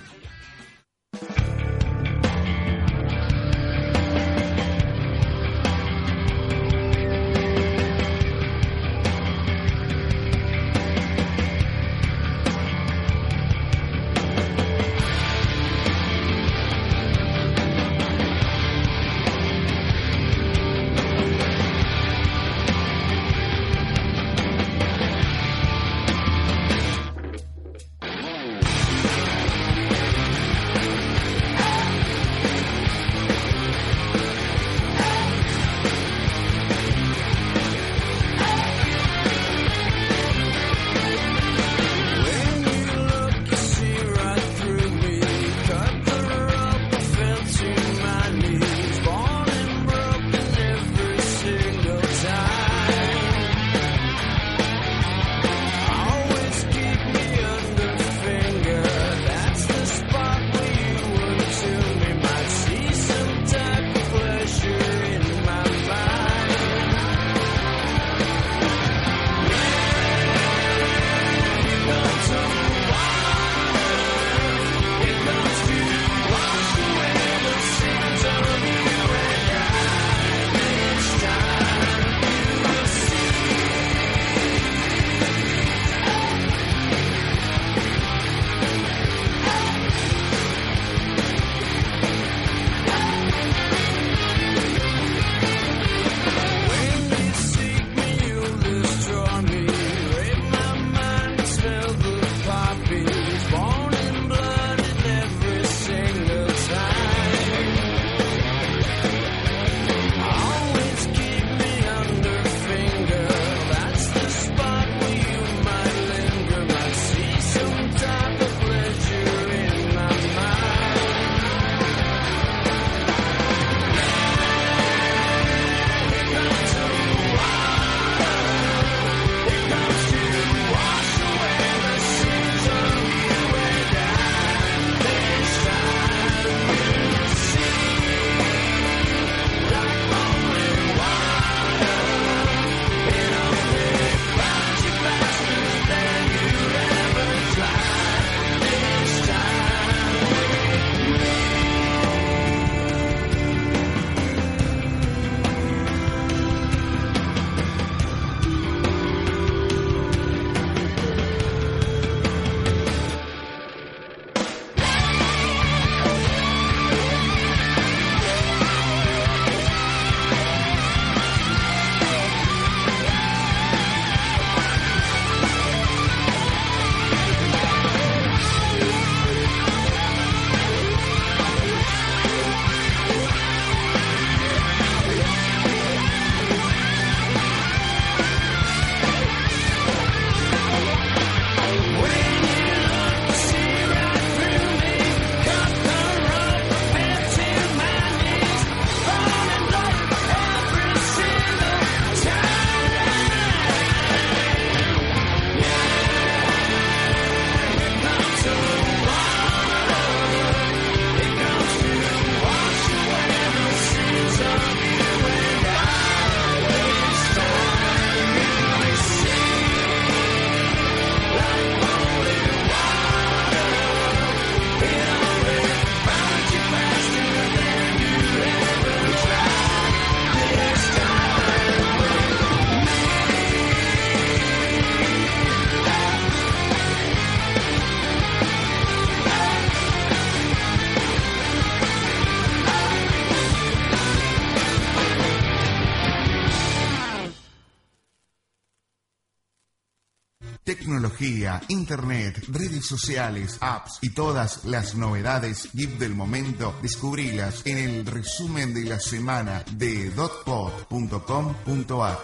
[SPEAKER 1] Tecnología, internet, redes sociales, apps y todas las novedades geek del momento, descubrilas en el resumen de la semana de dotpod.com.ar.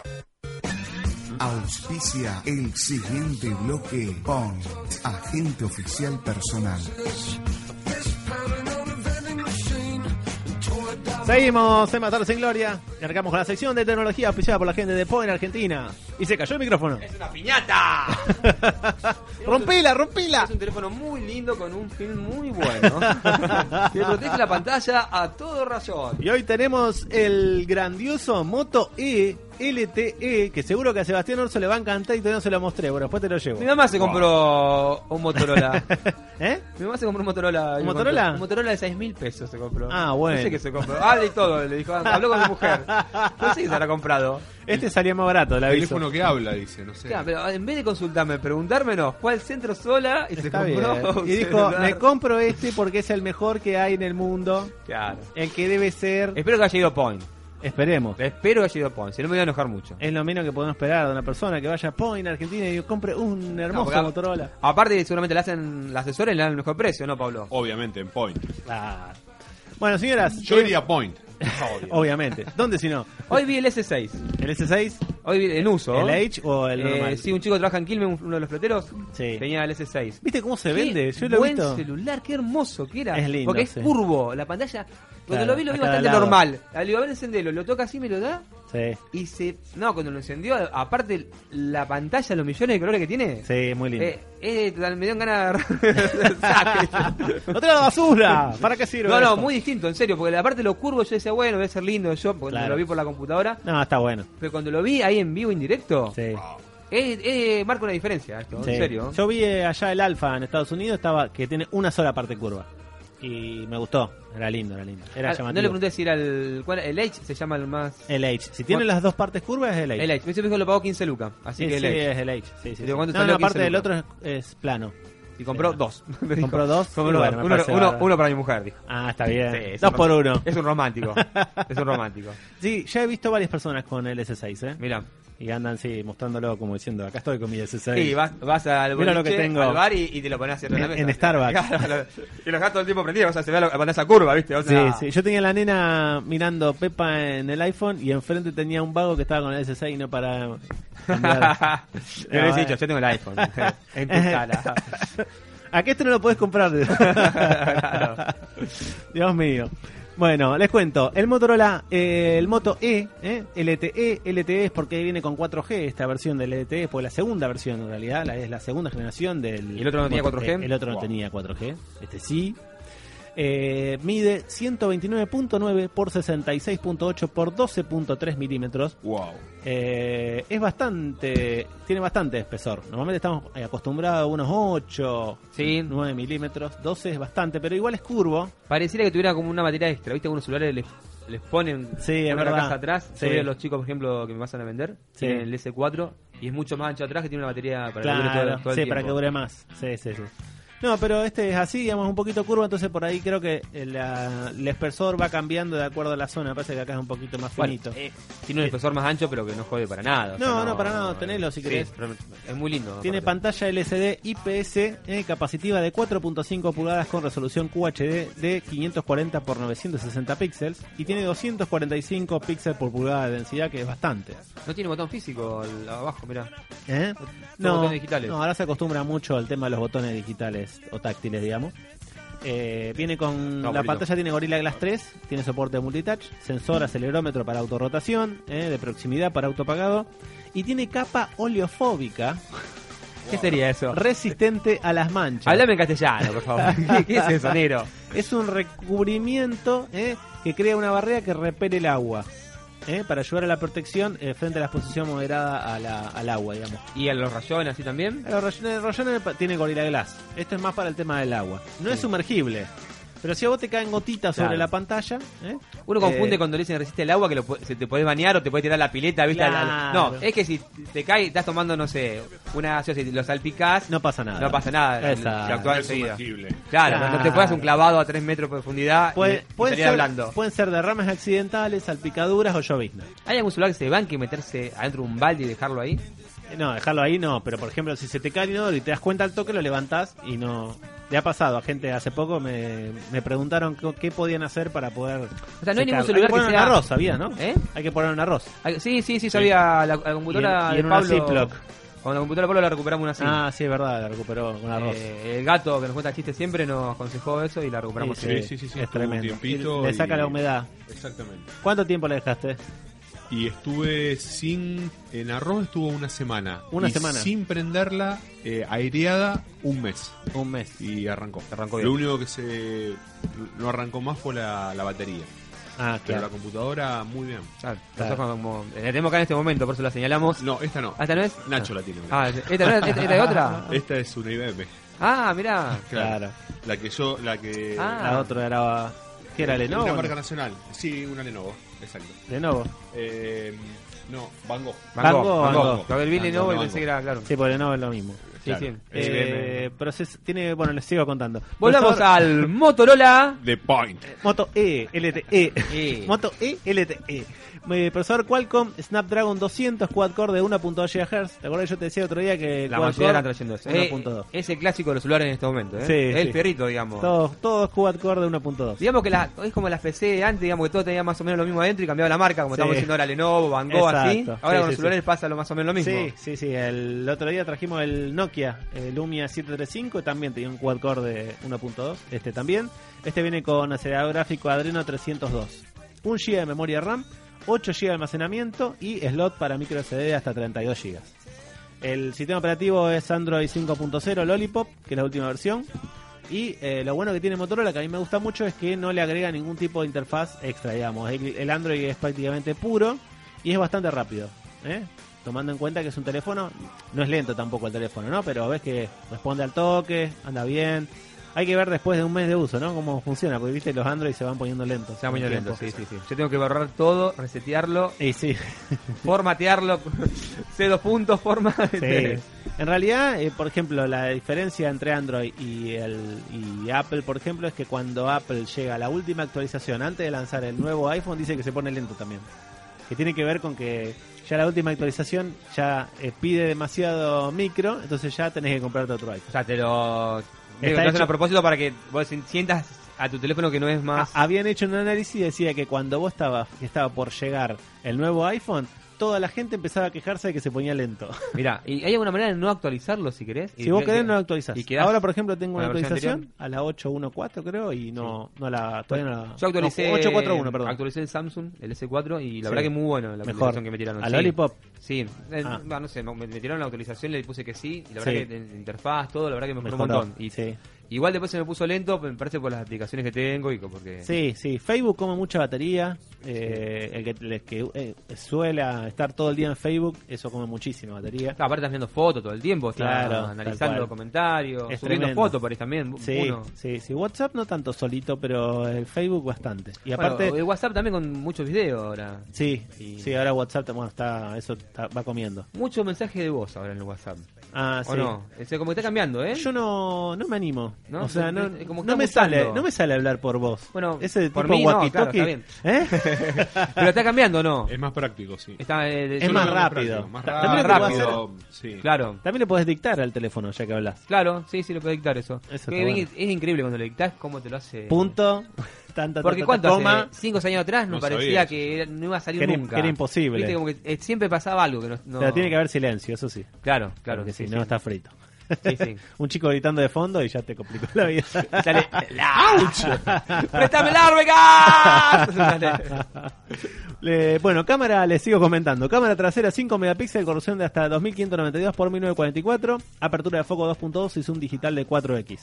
[SPEAKER 1] Auspicia el siguiente bloque con Agente Oficial Personal.
[SPEAKER 2] Seguimos en Matar sin Gloria. Y Arrancamos con la sección de tecnología auspiciada por la gente de Point Argentina. Y se cayó el micrófono.
[SPEAKER 3] ¡Es una piñata!
[SPEAKER 2] rompila, rompila.
[SPEAKER 3] Es un teléfono muy lindo con un film muy bueno. que protege la pantalla a todo razón.
[SPEAKER 2] Y hoy tenemos el grandioso Moto E LTE, que seguro que a Sebastián Orso le va a encantar y todavía no se lo mostré. Bueno, después te lo llevo.
[SPEAKER 3] Mi mamá se compró un Motorola.
[SPEAKER 2] ¿Eh?
[SPEAKER 3] Mi mamá se compró un Motorola.
[SPEAKER 2] ¿Un
[SPEAKER 3] Y
[SPEAKER 2] Motorola?
[SPEAKER 3] Un Motorola de 6 mil pesos se compró.
[SPEAKER 2] Ah, bueno.
[SPEAKER 3] No sé qué se compró. Ah, y todo. Le dijo, habló con mi mujer. No sé qué se habrá comprado.
[SPEAKER 2] Este salía más barato, la aviso.
[SPEAKER 5] Teléfono que habla, dice, no sé.
[SPEAKER 3] Claro, pero en vez de consultarme, preguntarme, no. Fue al centro sola y se
[SPEAKER 2] Está
[SPEAKER 3] compró.
[SPEAKER 2] bien.
[SPEAKER 3] un
[SPEAKER 2] Y dijo,
[SPEAKER 3] celular.
[SPEAKER 2] me compro este porque es el mejor que hay en el mundo.
[SPEAKER 3] Claro.
[SPEAKER 2] El que debe ser...
[SPEAKER 3] Espero que haya ido Point.
[SPEAKER 2] Esperemos.
[SPEAKER 3] Espero que haya ido Point. Si no me voy a enojar mucho.
[SPEAKER 2] Es lo menos que podemos esperar de una persona que vaya a Point Argentina y compre un
[SPEAKER 3] No,
[SPEAKER 2] hermoso
[SPEAKER 3] porque-
[SPEAKER 2] Motorola.
[SPEAKER 3] Aparte, seguramente le hacen la asesora y le dan el mejor precio, ¿no, Pablo?
[SPEAKER 5] Obviamente, en Point.
[SPEAKER 2] Claro. Bueno, señoras.
[SPEAKER 5] Yo
[SPEAKER 2] eh,
[SPEAKER 5] iría a Point.
[SPEAKER 2] Obviamente. ¿Dónde si no?
[SPEAKER 3] Hoy vi el S6.
[SPEAKER 2] ¿El S6?
[SPEAKER 3] Hoy vi en uso.
[SPEAKER 2] ¿El H o el
[SPEAKER 3] Eh,
[SPEAKER 2] normal?
[SPEAKER 3] sí, un chico que trabaja en Quilmes, uno de los floteros.
[SPEAKER 2] Sí.
[SPEAKER 3] Tenía el S6.
[SPEAKER 2] ¿Viste cómo se
[SPEAKER 3] Qué
[SPEAKER 2] vende? Yo lo he
[SPEAKER 3] buen
[SPEAKER 2] visto.
[SPEAKER 3] celular, qué hermoso que era.
[SPEAKER 2] Es lindo,
[SPEAKER 3] Porque es
[SPEAKER 2] sí.
[SPEAKER 3] curvo, la pantalla.
[SPEAKER 2] Claro,
[SPEAKER 3] Cuando lo vi, lo
[SPEAKER 2] a
[SPEAKER 3] vi
[SPEAKER 2] cada
[SPEAKER 3] bastante
[SPEAKER 2] lado.
[SPEAKER 3] normal. Le digo, a ver, encendelo. Lo toca así, me lo da.
[SPEAKER 2] Sí,
[SPEAKER 3] Y se. No, cuando lo encendió, aparte la pantalla, los millones de colores que tiene.
[SPEAKER 2] sí, muy lindo.
[SPEAKER 3] Eh, eh, total, me dieron ganas de agarrar-
[SPEAKER 2] ¡No te la basura! ¿Para qué sirve?
[SPEAKER 3] No, no,
[SPEAKER 2] esto?
[SPEAKER 3] muy distinto, en serio, porque la parte de los curvos yo decía, bueno, debe ser lindo yo, porque
[SPEAKER 2] Claro.
[SPEAKER 3] lo vi por la computadora,
[SPEAKER 2] No, está bueno.
[SPEAKER 3] pero cuando lo vi ahí en vivo, en directo,
[SPEAKER 2] Sí.
[SPEAKER 3] eh, eh, marca una diferencia esto,
[SPEAKER 2] sí.
[SPEAKER 3] en serio.
[SPEAKER 2] Yo vi eh, allá el Alfa en Estados Unidos, estaba que tiene una sola parte curva. Y me gustó. Era lindo, era lindo. Era
[SPEAKER 3] Ah, no
[SPEAKER 2] llamativo.
[SPEAKER 3] le pregunté si era el, ¿cuál, el Edge, se llama el más...
[SPEAKER 2] El H. Si tiene
[SPEAKER 3] Bueno.
[SPEAKER 2] las dos partes curvas, es el H.
[SPEAKER 3] El Edge, ese me dijo lo pagó 15 lucas, así
[SPEAKER 2] Sí,
[SPEAKER 3] que el
[SPEAKER 2] sí,
[SPEAKER 3] Edge.
[SPEAKER 2] es el H. Sí, sí,
[SPEAKER 3] Digo,
[SPEAKER 2] sí.
[SPEAKER 3] ¿cuánto
[SPEAKER 2] No,
[SPEAKER 3] salió?
[SPEAKER 2] no, aparte
[SPEAKER 3] 15
[SPEAKER 2] del
[SPEAKER 3] lucas.
[SPEAKER 2] otro es, es plano.
[SPEAKER 3] Y compró
[SPEAKER 2] Sí.
[SPEAKER 3] dos. me dijo.
[SPEAKER 2] Compró dos,
[SPEAKER 3] Compró
[SPEAKER 2] y bueno, me
[SPEAKER 3] uno,
[SPEAKER 2] parece
[SPEAKER 3] uno-
[SPEAKER 2] bárbaro.
[SPEAKER 3] uno para mi mujer, dijo.
[SPEAKER 2] Ah, está bien.
[SPEAKER 3] Sí, es
[SPEAKER 2] dos
[SPEAKER 3] un
[SPEAKER 2] por
[SPEAKER 3] rom-
[SPEAKER 2] uno.
[SPEAKER 3] Es un romántico, es un romántico.
[SPEAKER 2] Sí, ya he visto varias personas con el S6, ¿eh?
[SPEAKER 3] Mirá.
[SPEAKER 2] Y andan, sí, mostrándolo como diciendo, acá estoy con mi S6.
[SPEAKER 3] Sí, vas, vas al
[SPEAKER 2] Mira
[SPEAKER 3] boliche,
[SPEAKER 2] lo que tengo.
[SPEAKER 3] al bar y, y te lo pones en, la
[SPEAKER 2] En-
[SPEAKER 3] mesa.
[SPEAKER 2] en Starbucks.
[SPEAKER 3] Claro, y los gatos todo el tiempo prendidos, o sea, se ve la la pantalla curva, ¿viste? O
[SPEAKER 2] Sí,
[SPEAKER 3] sea,
[SPEAKER 2] sí. Yo tenía la nena mirando Pepa en el iPhone y enfrente tenía un vago que estaba con el S6 y no para... cambiar.
[SPEAKER 3] Me
[SPEAKER 2] Ah,
[SPEAKER 3] hubiese dicho, yo tengo el iPhone. en tu cara.
[SPEAKER 2] ¿A qué este no lo podés comprar? Dios mío. Bueno, les cuento. El Motorola, eh, el Moto E, eh, LTE, LTE E es porque viene con 4G, esta versión del LTE, pues la segunda versión en realidad, la, es la segunda generación del...
[SPEAKER 3] ¿Y el otro no tenía
[SPEAKER 2] Moto
[SPEAKER 3] 4G?
[SPEAKER 2] E. el otro no
[SPEAKER 3] Wow.
[SPEAKER 2] tenía 4G, este sí. Eh, mide 129.9 por 66.8 por 12.3 milímetros.
[SPEAKER 5] Wow.
[SPEAKER 2] Eh, es bastante, tiene bastante espesor. Normalmente estamos eh, acostumbrados a unos 8,
[SPEAKER 3] Sí.
[SPEAKER 2] 9 milímetros, 12 es bastante, pero igual es curvo.
[SPEAKER 3] Pareciera que tuviera como una materia extra, ¿viste? Algunos celulares les, les ponen
[SPEAKER 2] Sí, es
[SPEAKER 3] una
[SPEAKER 2] verdad.
[SPEAKER 3] carcasa atrás.
[SPEAKER 2] Sí.
[SPEAKER 3] Yo veo a los chicos, por ejemplo, que me pasan a vender,
[SPEAKER 2] Sí.
[SPEAKER 3] tienen el S4 y es mucho más ancho atrás que tiene una batería para que dure
[SPEAKER 2] claro,
[SPEAKER 3] todo, todo
[SPEAKER 2] sí,
[SPEAKER 3] el tiempo.
[SPEAKER 2] para que dure más. Sí, sí, sí. No, pero este es así, digamos, un poquito curvo, entonces por ahí creo que el, ah, el espesor va cambiando de acuerdo a la zona. Me Parece que acá es un poquito más
[SPEAKER 3] Bueno,
[SPEAKER 2] finito.
[SPEAKER 3] eh, tiene un espesor más ancho, pero que no jode para nada. o sea, eh,
[SPEAKER 2] No, no, para nada, tenelo si
[SPEAKER 3] Sí,
[SPEAKER 2] querés.
[SPEAKER 3] pero Es muy lindo.
[SPEAKER 2] Tiene
[SPEAKER 3] aparte.
[SPEAKER 2] pantalla LCD IPS eh, capacitiva de 4.5 pulgadas con resolución QHD de 540 x 960 píxeles y tiene 245 píxeles por pulgada de densidad, que es bastante.
[SPEAKER 3] No tiene botón físico al- abajo, mirá.
[SPEAKER 2] ¿Eh?
[SPEAKER 3] botones digitales.
[SPEAKER 2] no, ahora se acostumbra mucho al tema de los botones digitales o táctiles, digamos. Eh, viene con
[SPEAKER 3] No,
[SPEAKER 2] la
[SPEAKER 3] bonito.
[SPEAKER 2] pantalla tiene Gorilla Glass 3, tiene soporte de multitouch,
[SPEAKER 3] Mm.
[SPEAKER 2] sensor acelerómetro para autorrotación, eh, de proximidad para autopagado y tiene capa oleofóbica
[SPEAKER 3] ¿Qué sería eso?
[SPEAKER 2] resistente a las manchas.
[SPEAKER 3] Hablame en castellano, por favor. ¿Qué, qué es eso, negro?
[SPEAKER 2] Es un recubrimiento ¿eh? que crea una barrera que repele el agua. ¿eh? Para ayudar a la protección eh, frente a la exposición moderada a la- al agua, digamos.
[SPEAKER 3] ¿Y a los rayones así también?
[SPEAKER 2] El Royones tiene Gorilla Glass. Esto es más para el tema del agua. No es sumergible. Pero si a vos te caen gotitas
[SPEAKER 3] Claro.
[SPEAKER 2] sobre la pantalla, ¿eh?
[SPEAKER 3] Uno confunde
[SPEAKER 2] Eh,
[SPEAKER 3] cuando le dicen resiste el agua que lo pu- se te podés bañar o te podés tirar a la pileta, ¿viste? Al- al-
[SPEAKER 2] Claro.
[SPEAKER 3] No, es que si te cae, estás tomando, no sé, una gaseosa y lo salpicás,
[SPEAKER 2] No pasa nada.
[SPEAKER 3] No pasa nada.
[SPEAKER 2] Exacto.
[SPEAKER 3] Se actúa
[SPEAKER 5] es
[SPEAKER 3] enseguida.
[SPEAKER 5] sumergible.
[SPEAKER 3] Claro, no- no te
[SPEAKER 2] Claro.
[SPEAKER 3] puedas un clavado a 3 metros de profundidad y-
[SPEAKER 2] Puede-
[SPEAKER 3] y
[SPEAKER 2] pueden,
[SPEAKER 3] salir hablando.
[SPEAKER 2] ser, pueden ser derrames accidentales, salpicaduras o llovizna.
[SPEAKER 3] ¿Hay algún celular que se banque y meterse adentro de un balde y dejarlo ahí?
[SPEAKER 2] Eh, No, dejarlo ahí no, pero por ejemplo, si se te cae el inodoro y te das cuenta al toque, lo levantás y no. Le ha pasado a gente hace poco, me, me preguntaron qué, qué podían hacer para poder.
[SPEAKER 3] O sea, no hay
[SPEAKER 2] secarlo.
[SPEAKER 3] ningún celular
[SPEAKER 2] que poner
[SPEAKER 3] que
[SPEAKER 2] un
[SPEAKER 3] sea-
[SPEAKER 2] arroz, sabía, ¿no?
[SPEAKER 3] ¿Eh?
[SPEAKER 2] Hay que poner un arroz.
[SPEAKER 3] Ah, Sí, sí, sí, sabía la, la computadora
[SPEAKER 2] Y en- y
[SPEAKER 3] de
[SPEAKER 2] en una
[SPEAKER 3] Pablo.
[SPEAKER 2] Ziploc.
[SPEAKER 3] Con la computadora de Pablo la recuperamos una Ziploc.
[SPEAKER 2] Ah, sí, es verdad, la recuperó con arroz.
[SPEAKER 3] Eh, el gato que nos cuenta chistes siempre nos aconsejó eso y la recuperamos.
[SPEAKER 5] sí,
[SPEAKER 3] siempre.
[SPEAKER 5] sí, sí, sí,
[SPEAKER 2] eh, es
[SPEAKER 5] estuvo un
[SPEAKER 2] tremendo.
[SPEAKER 5] tiempito
[SPEAKER 2] Le
[SPEAKER 5] y-
[SPEAKER 2] saca la humedad.
[SPEAKER 5] Exactamente.
[SPEAKER 2] ¿Cuánto tiempo le dejaste?
[SPEAKER 5] Y estuve sin. En arroz estuvo una semana.
[SPEAKER 2] Una
[SPEAKER 5] Y
[SPEAKER 2] semana.
[SPEAKER 5] Sin prenderla, eh, aireada, un mes.
[SPEAKER 2] Un mes.
[SPEAKER 5] Y arrancó.
[SPEAKER 3] Arrancó bien.
[SPEAKER 5] Lo único que se. No arrancó más fue la, la batería.
[SPEAKER 2] Ah,
[SPEAKER 5] Pero la
[SPEAKER 2] claro.
[SPEAKER 5] computadora, muy bien.
[SPEAKER 3] Claro,
[SPEAKER 2] Claro.
[SPEAKER 3] nosotros como- la tenemos acá en este momento, por eso la señalamos.
[SPEAKER 5] No, esta no.
[SPEAKER 3] ¿Ah, esta no es?
[SPEAKER 5] Nacho la tiene.
[SPEAKER 3] Ah, ¿esta no es? ¿Esta, esta es otra?
[SPEAKER 5] Esta es una IBM.
[SPEAKER 3] Ah, mirá.
[SPEAKER 5] Claro.
[SPEAKER 2] Claro.
[SPEAKER 5] La que yo. La que.
[SPEAKER 3] Ah.
[SPEAKER 2] La otra era. ¿Qué era Lenovo?
[SPEAKER 5] Una
[SPEAKER 2] ¿no?
[SPEAKER 5] marca nacional. Sí, una Lenovo. Exacto.
[SPEAKER 2] Lenovo.
[SPEAKER 5] Eh, no, Van Gogh.
[SPEAKER 2] Van Gogh,
[SPEAKER 3] Van
[SPEAKER 2] Van
[SPEAKER 3] Gogh.
[SPEAKER 2] Gogh.
[SPEAKER 3] Lo del Bill
[SPEAKER 5] Van
[SPEAKER 3] y no,
[SPEAKER 5] Gogh,
[SPEAKER 3] y
[SPEAKER 5] Van
[SPEAKER 3] pensé
[SPEAKER 5] Gogh.
[SPEAKER 3] que era claro. Sí,
[SPEAKER 2] Sí, porque Lenovo es lo mismo.
[SPEAKER 5] Claro.
[SPEAKER 3] sí.
[SPEAKER 2] Eh, proces- tiene, bueno, les sigo contando.
[SPEAKER 3] Volvamos
[SPEAKER 2] Procesador-
[SPEAKER 3] al Motorola.
[SPEAKER 5] The Point.
[SPEAKER 2] Moto E, LTE.
[SPEAKER 3] Eh.
[SPEAKER 2] Moto E, LTE. Eh, procesador Qualcomm Snapdragon 200 quad-core de 1.2 GHz. ¿Te acuerdas que yo te decía otro día que
[SPEAKER 3] La
[SPEAKER 2] quad-core,
[SPEAKER 3] mayoría están trayendo eso. Eh,
[SPEAKER 2] 1.2.
[SPEAKER 3] es el clásico de los celulares en este momento. ¿eh?
[SPEAKER 2] Sí,
[SPEAKER 3] el
[SPEAKER 2] sí.
[SPEAKER 3] perrito, digamos.
[SPEAKER 2] Todos, todos quad-core de 1.2.
[SPEAKER 3] Digamos que la, es como las PC de antes, digamos que todo tenía más o menos lo mismo adentro y cambiaba la marca, como
[SPEAKER 2] Sí.
[SPEAKER 3] estamos diciendo ahora Lenovo, Van Gogh, así.
[SPEAKER 2] Exacto.
[SPEAKER 3] Ahora
[SPEAKER 2] Sí,
[SPEAKER 3] con los
[SPEAKER 2] sí,
[SPEAKER 3] celulares pasa lo más o menos lo mismo.
[SPEAKER 2] Sí, sí, sí. El otro día trajimos el Nokia, el Lumia 735, también tenía un quad-core de 1.2. Este también. Este viene con acelerador gráfico Adreno 302. 1 GB de memoria RAM, 8 GB de almacenamiento y slot para micro SD de hasta 32 GB. El sistema operativo es Android 5.0 Lollipop, que es la última versión. Y eh, lo bueno que tiene Motorola, que a mí me gusta mucho, es que no le agrega ningún tipo de interfaz extra, digamos. El, el Android es prácticamente puro y es bastante rápido. ¿eh? Tomando en cuenta que es un teléfono, no es lento tampoco el teléfono, ¿no? Pero ves que responde al toque, anda bien. Hay que ver después de un mes de uso, ¿no? Cómo funciona, porque viste, los Android se van poniendo lentos.
[SPEAKER 3] Se va muy
[SPEAKER 2] con el
[SPEAKER 3] lento, sí,
[SPEAKER 2] tiempo.
[SPEAKER 3] sí, sí. Yo tengo que borrar todo, resetearlo,
[SPEAKER 2] Y sí,
[SPEAKER 3] formatearlo, C dos puntos, forma. este,
[SPEAKER 2] Sí. En realidad, eh, por ejemplo, la diferencia entre Android y, el, y Apple, por ejemplo, es que cuando Apple llega a la última actualización antes de lanzar el nuevo iPhone, dice que se pone lento también. Que tiene que ver con que ya la última actualización ya eh, pide demasiado micro, entonces ya tenés que comprarte otro
[SPEAKER 3] O
[SPEAKER 2] iPhone.
[SPEAKER 3] sea, te lo. te lo
[SPEAKER 2] hecho-
[SPEAKER 3] hacen a propósito para que vos sientas a tu teléfono que no es más.
[SPEAKER 2] Ha- habían hecho un análisis y decía que cuando vos estabas, que estaba por llegar el nuevo iPhone, toda la gente empezaba a quejarse de que se ponía lento.
[SPEAKER 3] Mirá, ¿y hay alguna manera de no actualizarlo si querés?
[SPEAKER 2] ah. Si vos querés, no lo
[SPEAKER 3] actualizás
[SPEAKER 2] actualizás.
[SPEAKER 3] Y quedás-
[SPEAKER 2] Ahora, por ejemplo, tengo
[SPEAKER 3] con
[SPEAKER 2] una
[SPEAKER 3] la versión
[SPEAKER 2] actualización a la 8.1.4, creo, y no, no la. Todavía no la.
[SPEAKER 3] Yo actualicé.
[SPEAKER 2] no, 8.4.1, perdón.
[SPEAKER 3] Actualicé el Samsung, el S4, y
[SPEAKER 2] Sí.
[SPEAKER 3] la verdad que muy bueno la
[SPEAKER 2] Mejor.
[SPEAKER 3] actualización que me tiraron.
[SPEAKER 2] ¿A
[SPEAKER 3] sí.
[SPEAKER 2] Lollipop?
[SPEAKER 3] Sí. Eh,
[SPEAKER 2] Ah.
[SPEAKER 3] bah, no sé, me, me tiraron la actualización, le puse que sí, y la verdad
[SPEAKER 2] Sí.
[SPEAKER 3] que la interfaz, todo, la verdad que mejoró,
[SPEAKER 2] Mejoró,
[SPEAKER 3] un montón. Y,
[SPEAKER 2] sí.
[SPEAKER 3] Igual después se me puso lento, me parece por las aplicaciones que tengo y co- porque.
[SPEAKER 2] Sí, sí. Facebook come mucha batería. eh, el que, el que, eh, suele estar todo el día en Facebook, eso come muchísima batería.
[SPEAKER 3] Ah, Aparte estás viendo fotos todo el tiempo, estás
[SPEAKER 2] Claro, tal
[SPEAKER 3] analizando
[SPEAKER 2] cual.
[SPEAKER 3] comentarios,
[SPEAKER 2] Es
[SPEAKER 3] subiendo
[SPEAKER 2] tremendo.
[SPEAKER 3] fotos por ahí también.
[SPEAKER 2] Sí,
[SPEAKER 3] uno.
[SPEAKER 2] sí, sí. WhatsApp no tanto solito, pero el Facebook bastante. Y
[SPEAKER 3] Bueno,
[SPEAKER 2] aparte.
[SPEAKER 3] el WhatsApp también con muchos videos ahora.
[SPEAKER 2] sí,
[SPEAKER 3] y-
[SPEAKER 2] sí, ahora WhatsApp, bueno, está, eso está- va comiendo.
[SPEAKER 3] Mucho mensaje de voz ahora en el WhatsApp.
[SPEAKER 2] Ah, sí.
[SPEAKER 3] ¿O no? O sea, como que está cambiando, ¿eh?
[SPEAKER 2] Yo no, no me animo.
[SPEAKER 3] ¿No?
[SPEAKER 2] O sea, no,
[SPEAKER 3] Es como que
[SPEAKER 2] no me
[SPEAKER 3] está
[SPEAKER 2] sale,
[SPEAKER 3] mutando.
[SPEAKER 2] no me sale hablar por vos.
[SPEAKER 3] Bueno,
[SPEAKER 2] ese
[SPEAKER 3] por
[SPEAKER 2] tipo
[SPEAKER 3] mí no, claro,
[SPEAKER 2] walkie-talkie,
[SPEAKER 3] está bien.
[SPEAKER 2] ¿eh?
[SPEAKER 3] Pero está cambiando, ¿no?
[SPEAKER 5] Es más práctico, sí.
[SPEAKER 3] Está, eh,
[SPEAKER 2] Es
[SPEAKER 3] yo
[SPEAKER 2] más
[SPEAKER 3] lo-
[SPEAKER 2] rápido.
[SPEAKER 5] Más
[SPEAKER 2] Ta-
[SPEAKER 5] rápido.
[SPEAKER 3] también lo que puedo
[SPEAKER 5] sí.
[SPEAKER 3] Claro.
[SPEAKER 2] También le podés dictar al teléfono ya que hablas.
[SPEAKER 3] Claro, sí, sí, lo puedo dictar eso.
[SPEAKER 2] Eso está
[SPEAKER 3] Que bien-
[SPEAKER 2] bueno.
[SPEAKER 3] Es increíble cuando lo dictás cómo te lo hace.
[SPEAKER 2] Punto. Tanta
[SPEAKER 3] Porque cuánto
[SPEAKER 2] coma.
[SPEAKER 3] hace cinco años atrás nos
[SPEAKER 5] No
[SPEAKER 3] parecía
[SPEAKER 5] sabía.
[SPEAKER 3] que era- no iba a salir
[SPEAKER 2] Que era-
[SPEAKER 3] nunca.
[SPEAKER 2] que era imposible.
[SPEAKER 3] Viste, como que eh, siempre pasaba algo que no. no-
[SPEAKER 2] Pero tiene que haber silencio, eso sí.
[SPEAKER 3] Claro, claro.
[SPEAKER 2] que
[SPEAKER 3] sí,
[SPEAKER 2] si
[SPEAKER 3] sí.
[SPEAKER 2] no está frito.
[SPEAKER 3] Sí, sí.
[SPEAKER 2] Un chico gritando de fondo y ya te complicó la vida.
[SPEAKER 3] Y Sale, ¡La ¡Auch! ¡Préstame el Arbeca!
[SPEAKER 2] Le- bueno, cámara, les sigo comentando. Cámara trasera 5 megapíxeles, corrección de hasta 2592 por 1944. Apertura de foco 2.2 y zoom digital de 4X.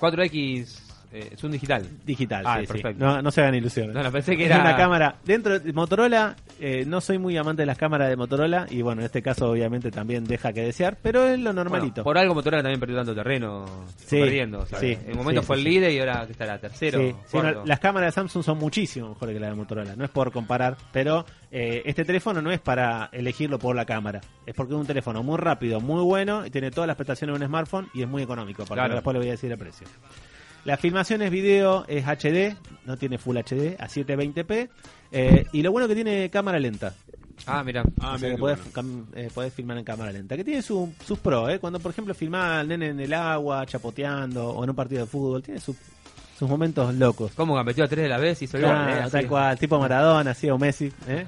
[SPEAKER 3] 4X eh, es un digital.
[SPEAKER 2] Digital,
[SPEAKER 3] Ah,
[SPEAKER 2] sí, sí.
[SPEAKER 3] perfecto.
[SPEAKER 2] No, no se hagan ilusiones.
[SPEAKER 3] No, no, pensé que
[SPEAKER 2] Es
[SPEAKER 3] era
[SPEAKER 2] una cámara. Dentro de Motorola, eh, no soy muy amante de las cámaras de Motorola. Y bueno, en este caso, obviamente, también deja que desear. Pero es lo
[SPEAKER 3] Bueno,
[SPEAKER 2] normalito.
[SPEAKER 3] por algo Motorola también perdió tanto terreno.
[SPEAKER 2] Sí,
[SPEAKER 3] perdiendo. o sea,
[SPEAKER 2] sí,
[SPEAKER 3] en un momento
[SPEAKER 2] sí,
[SPEAKER 3] fue
[SPEAKER 2] sí,
[SPEAKER 3] el líder y ahora que está la tercero.
[SPEAKER 2] Sí, sí,
[SPEAKER 3] cuarto.
[SPEAKER 2] no, las cámaras de Samsung son muchísimo mejores que las de Motorola. No es por comparar. Pero eh, este teléfono no es para elegirlo por la cámara. Es porque es un teléfono muy rápido, muy bueno. Y tiene todas las prestaciones de un smartphone. Y es muy económico. Porque
[SPEAKER 3] Claro.
[SPEAKER 2] después le voy a decir el precio. La filmación es video, es HD, no tiene Full HD, a 720p. eh, y lo bueno que tiene cámara lenta.
[SPEAKER 3] Ah, mira.
[SPEAKER 5] Ah,
[SPEAKER 2] o sea
[SPEAKER 5] mira
[SPEAKER 2] que
[SPEAKER 5] qué
[SPEAKER 2] podés,
[SPEAKER 5] bueno.
[SPEAKER 2] cam- eh, podés filmar en cámara lenta. Que tiene su- sus pros, ¿eh? Cuando, por ejemplo, filmás al nene en el agua, chapoteando, o en un partido de fútbol, tiene su- sus momentos locos.
[SPEAKER 3] ¿Cómo gambeteó a tres de la vez y hizo el
[SPEAKER 2] Claro,
[SPEAKER 3] gol, eh? Así.
[SPEAKER 2] Ah, tal cual, tipo Maradona, así o Messi. ¿eh?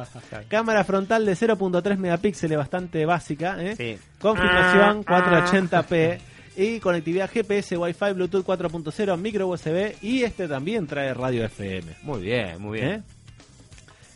[SPEAKER 2] Cámara frontal de 0.3 megapíxeles, bastante básica. ¿eh?
[SPEAKER 3] Sí.
[SPEAKER 2] Con filmación 480p. Y conectividad GPS, Wi-Fi, Bluetooth 4.0, micro USB. Y este también trae radio FM.
[SPEAKER 3] Muy bien, muy bien.
[SPEAKER 2] ¿eh?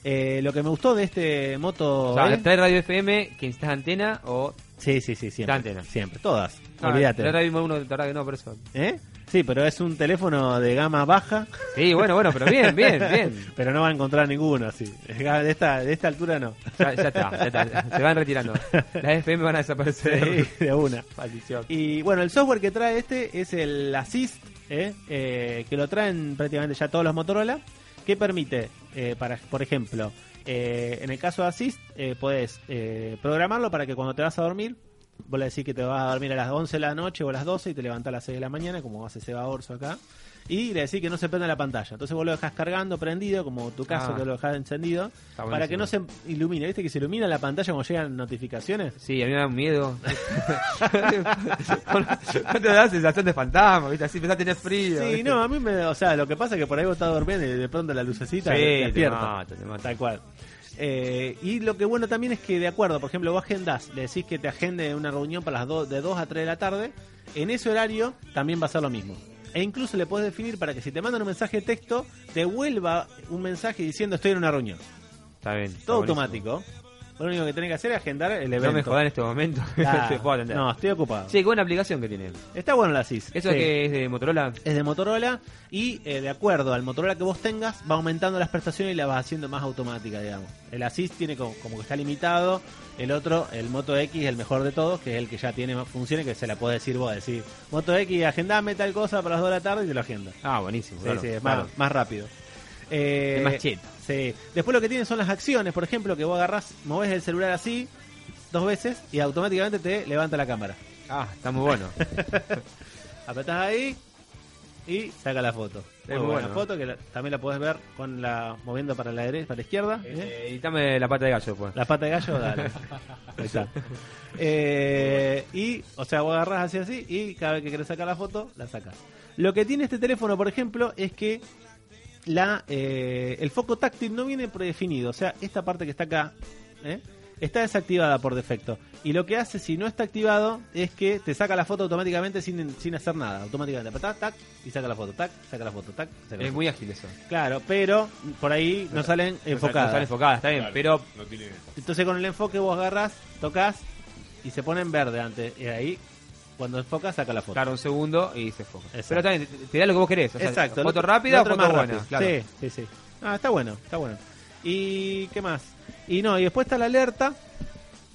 [SPEAKER 2] Eh, lo que me gustó de este moto.
[SPEAKER 3] O sea,
[SPEAKER 2] ¿eh?
[SPEAKER 3] ¿trae radio FM que necesitas antena o...?
[SPEAKER 2] Sí, sí, sí,
[SPEAKER 3] La
[SPEAKER 2] siempre.
[SPEAKER 3] antena.
[SPEAKER 2] Siempre, todas.
[SPEAKER 3] Ah,
[SPEAKER 2] Olvídate.
[SPEAKER 3] la Ahora mismo uno, la verdad que no, por eso.
[SPEAKER 2] ¿Eh? Sí, pero es un teléfono de gama baja.
[SPEAKER 3] Sí, bueno, bueno, pero bien, bien, bien.
[SPEAKER 2] Pero no va a encontrar ninguno así. De esta, de esta altura no.
[SPEAKER 3] Ya, ya está, ya está. Se van retirando. Las FM van a desaparecer.
[SPEAKER 2] Sí, de una.
[SPEAKER 3] Maldición.
[SPEAKER 2] Y bueno, el software que trae este es el Assist, ¿eh? Eh, que lo traen prácticamente ya todos los Motorola, que permite, eh, para, por ejemplo, eh, en el caso de Assist, eh, podés eh, programarlo para que cuando te vas a dormir, vos le decís que te vas a dormir a las 11 de la noche o a las 12 y te levantás a las 6 de la mañana, como hace Seba Orso acá, y le decís que no se prenda la pantalla. Entonces vos lo dejás cargando, prendido, como tu caso
[SPEAKER 3] Ah.
[SPEAKER 2] que lo dejás encendido, para
[SPEAKER 3] buenísimo.
[SPEAKER 2] que no se ilumine. ¿Viste que se ilumina la pantalla cuando llegan notificaciones?
[SPEAKER 3] Sí, a mí me da un miedo. no te da sensación de fantasma, ¿viste? Así pensás tener frío.
[SPEAKER 2] Sí,
[SPEAKER 3] ¿viste?
[SPEAKER 2] no, a mí me. O sea, lo que pasa es que por ahí vos estás durmiendo y de pronto la lucecita
[SPEAKER 3] Sí,
[SPEAKER 2] te
[SPEAKER 3] te
[SPEAKER 2] despierta.
[SPEAKER 3] mata, te mata.
[SPEAKER 2] Tal cual. Eh, y lo que bueno también es que, de acuerdo, por ejemplo, vos agendás, le decís que te agende una reunión para las do- de 2 a 3 de la tarde, en ese horario también va a ser lo mismo. E incluso le podés definir para que si te mandan un mensaje de texto, te vuelva un mensaje diciendo estoy en una reunión.
[SPEAKER 3] Está bien. está
[SPEAKER 2] Todo
[SPEAKER 3] buenísimo.
[SPEAKER 2] automático. Lo único que tenés que hacer es agendar el evento.
[SPEAKER 3] No me jodas en este momento.
[SPEAKER 2] Claro.
[SPEAKER 3] Te puedo atender.
[SPEAKER 2] No, estoy ocupado.
[SPEAKER 3] Sí, qué buena aplicación que tiene.
[SPEAKER 2] Está bueno la CIS.
[SPEAKER 3] ¿Eso
[SPEAKER 2] Sí.
[SPEAKER 3] que es de Motorola?
[SPEAKER 2] es de Motorola y eh, de acuerdo al Motorola que vos tengas va aumentando las prestaciones y la vas haciendo más automática, digamos. El Assist tiene como, como que está limitado, el otro, el Moto X, el mejor de todos, que es el que ya tiene más funciones que se la puede decir vos, decir Moto X, agendame tal cosa para las 2 de la tarde y te lo agenda.
[SPEAKER 3] Ah, buenísimo.
[SPEAKER 2] Sí,
[SPEAKER 3] claro.
[SPEAKER 2] sí, es
[SPEAKER 3] Claro.
[SPEAKER 2] más, más rápido. Eh,
[SPEAKER 3] Es más cheto.
[SPEAKER 2] Sí. Después lo que tienen son las acciones, por ejemplo, que vos agarrás, movés el celular así dos veces y automáticamente te levanta la cámara.
[SPEAKER 3] Ah, está muy bueno.
[SPEAKER 2] Apretás ahí y saca la foto. Muy
[SPEAKER 3] muy
[SPEAKER 2] buena
[SPEAKER 3] bueno.
[SPEAKER 2] foto que la- también la podés ver con la moviendo para la derecha, para la izquierda. ¿eh?
[SPEAKER 3] Eh, editame la pata de gallo, pues.
[SPEAKER 2] La pata de gallo, dale. Ahí está. Eh, y, o sea, vos agarrás así así y cada vez que querés sacar la foto, la sacas. Lo que tiene este teléfono, por ejemplo, es que la, eh, el foco táctil no viene predefinido. O sea, esta parte que está acá ¿eh? está desactivada por defecto. Y lo que hace si no está activado es que te saca la foto automáticamente sin, sin hacer nada. Automáticamente apretás, tac, y saca la foto, tac, saca la foto, tac, saca la
[SPEAKER 3] Es
[SPEAKER 2] foto.
[SPEAKER 3] muy ágil eso.
[SPEAKER 2] Claro, pero por ahí no salen
[SPEAKER 3] No sale
[SPEAKER 2] enfocadas.
[SPEAKER 3] enfocada, está bien,
[SPEAKER 5] Claro,
[SPEAKER 3] pero
[SPEAKER 5] no tiene-
[SPEAKER 2] Entonces con el enfoque vos agarras, tocas y se pone en verde antes. Y ahí, cuando enfocas, saca la foto.
[SPEAKER 3] tarda un segundo y se enfoca.
[SPEAKER 2] Exacto.
[SPEAKER 3] Pero también te- te da lo que vos querés. O sea,
[SPEAKER 2] Exacto.
[SPEAKER 3] Foto
[SPEAKER 2] Lo-
[SPEAKER 3] rápida
[SPEAKER 2] lo
[SPEAKER 3] o
[SPEAKER 2] otro
[SPEAKER 3] foto
[SPEAKER 2] más
[SPEAKER 3] buena.
[SPEAKER 2] rápido.
[SPEAKER 3] Claro.
[SPEAKER 2] Sí, sí, sí. Ah, está bueno, está bueno. ¿Y qué más? Y no, y después está la alerta,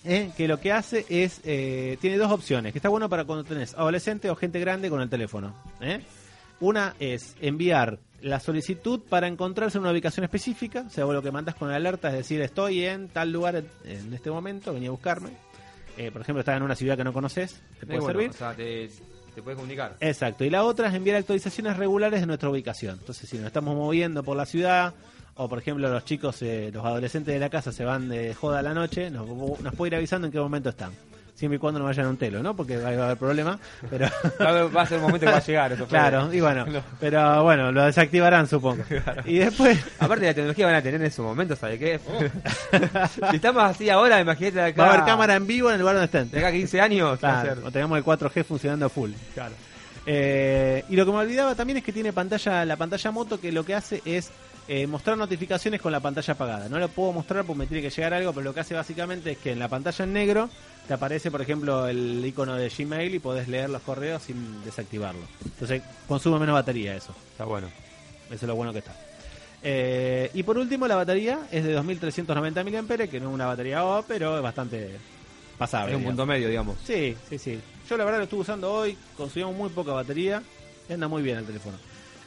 [SPEAKER 2] ¿eh? que lo que hace es, eh, tiene dos opciones, que está bueno para cuando tenés adolescente o gente grande con el teléfono. ¿eh? Una es enviar la solicitud para encontrarse en una ubicación específica, o sea, vos lo que mandas con la alerta es decir, estoy en tal lugar en- en este momento, venía a buscarme. Eh, por ejemplo, estás en una ciudad que no conoces, te
[SPEAKER 3] Es
[SPEAKER 2] puede
[SPEAKER 3] bueno,
[SPEAKER 2] servir.
[SPEAKER 3] O sea, te, te puedes comunicar.
[SPEAKER 2] Exacto, y la otra es enviar actualizaciones regulares de nuestra ubicación. Entonces, si nos estamos moviendo por la ciudad, o por ejemplo los chicos, eh, los adolescentes de la casa se van de joda a la noche, nos, nos puede ir avisando en qué momento están. Siempre y cuando no vayan a un telo, ¿no? Porque ahí va a haber problema. Pero
[SPEAKER 3] Va a haber- va a ser el momento que va a llegar. eso fue.
[SPEAKER 2] claro, y bueno, pero bueno, lo desactivarán supongo. Y después,
[SPEAKER 3] Aparte, la tecnología van a tener en su momento, ¿sabes qué? si estamos así ahora, imagínate de acá.
[SPEAKER 2] Oh. va a haber cámara en vivo en el lugar donde estén.
[SPEAKER 3] De acá a 15 años. va a
[SPEAKER 2] Claro,
[SPEAKER 3] ser-
[SPEAKER 2] o tengamos el 4G funcionando a full. Eh, y lo que me olvidaba también es que tiene pantalla, la pantalla moto que lo que hace es eh, mostrar notificaciones con la pantalla apagada. No lo puedo mostrar porque me tiene que llegar algo, pero lo que hace básicamente es que en la pantalla en negro te aparece, por ejemplo, el icono de Gmail y podés leer los correos sin desactivarlo. Entonces consume menos batería eso.
[SPEAKER 3] Está bueno.
[SPEAKER 2] Eso es lo bueno que está. Eh, y por último, la batería es de 2390 mAh, que no es una batería O, pero es bastante pasable.
[SPEAKER 3] Es un
[SPEAKER 2] digamos.
[SPEAKER 3] punto medio, digamos.
[SPEAKER 2] Sí, sí, sí. Yo la verdad lo estuve usando hoy, consumimos muy poca batería y anda muy bien el teléfono.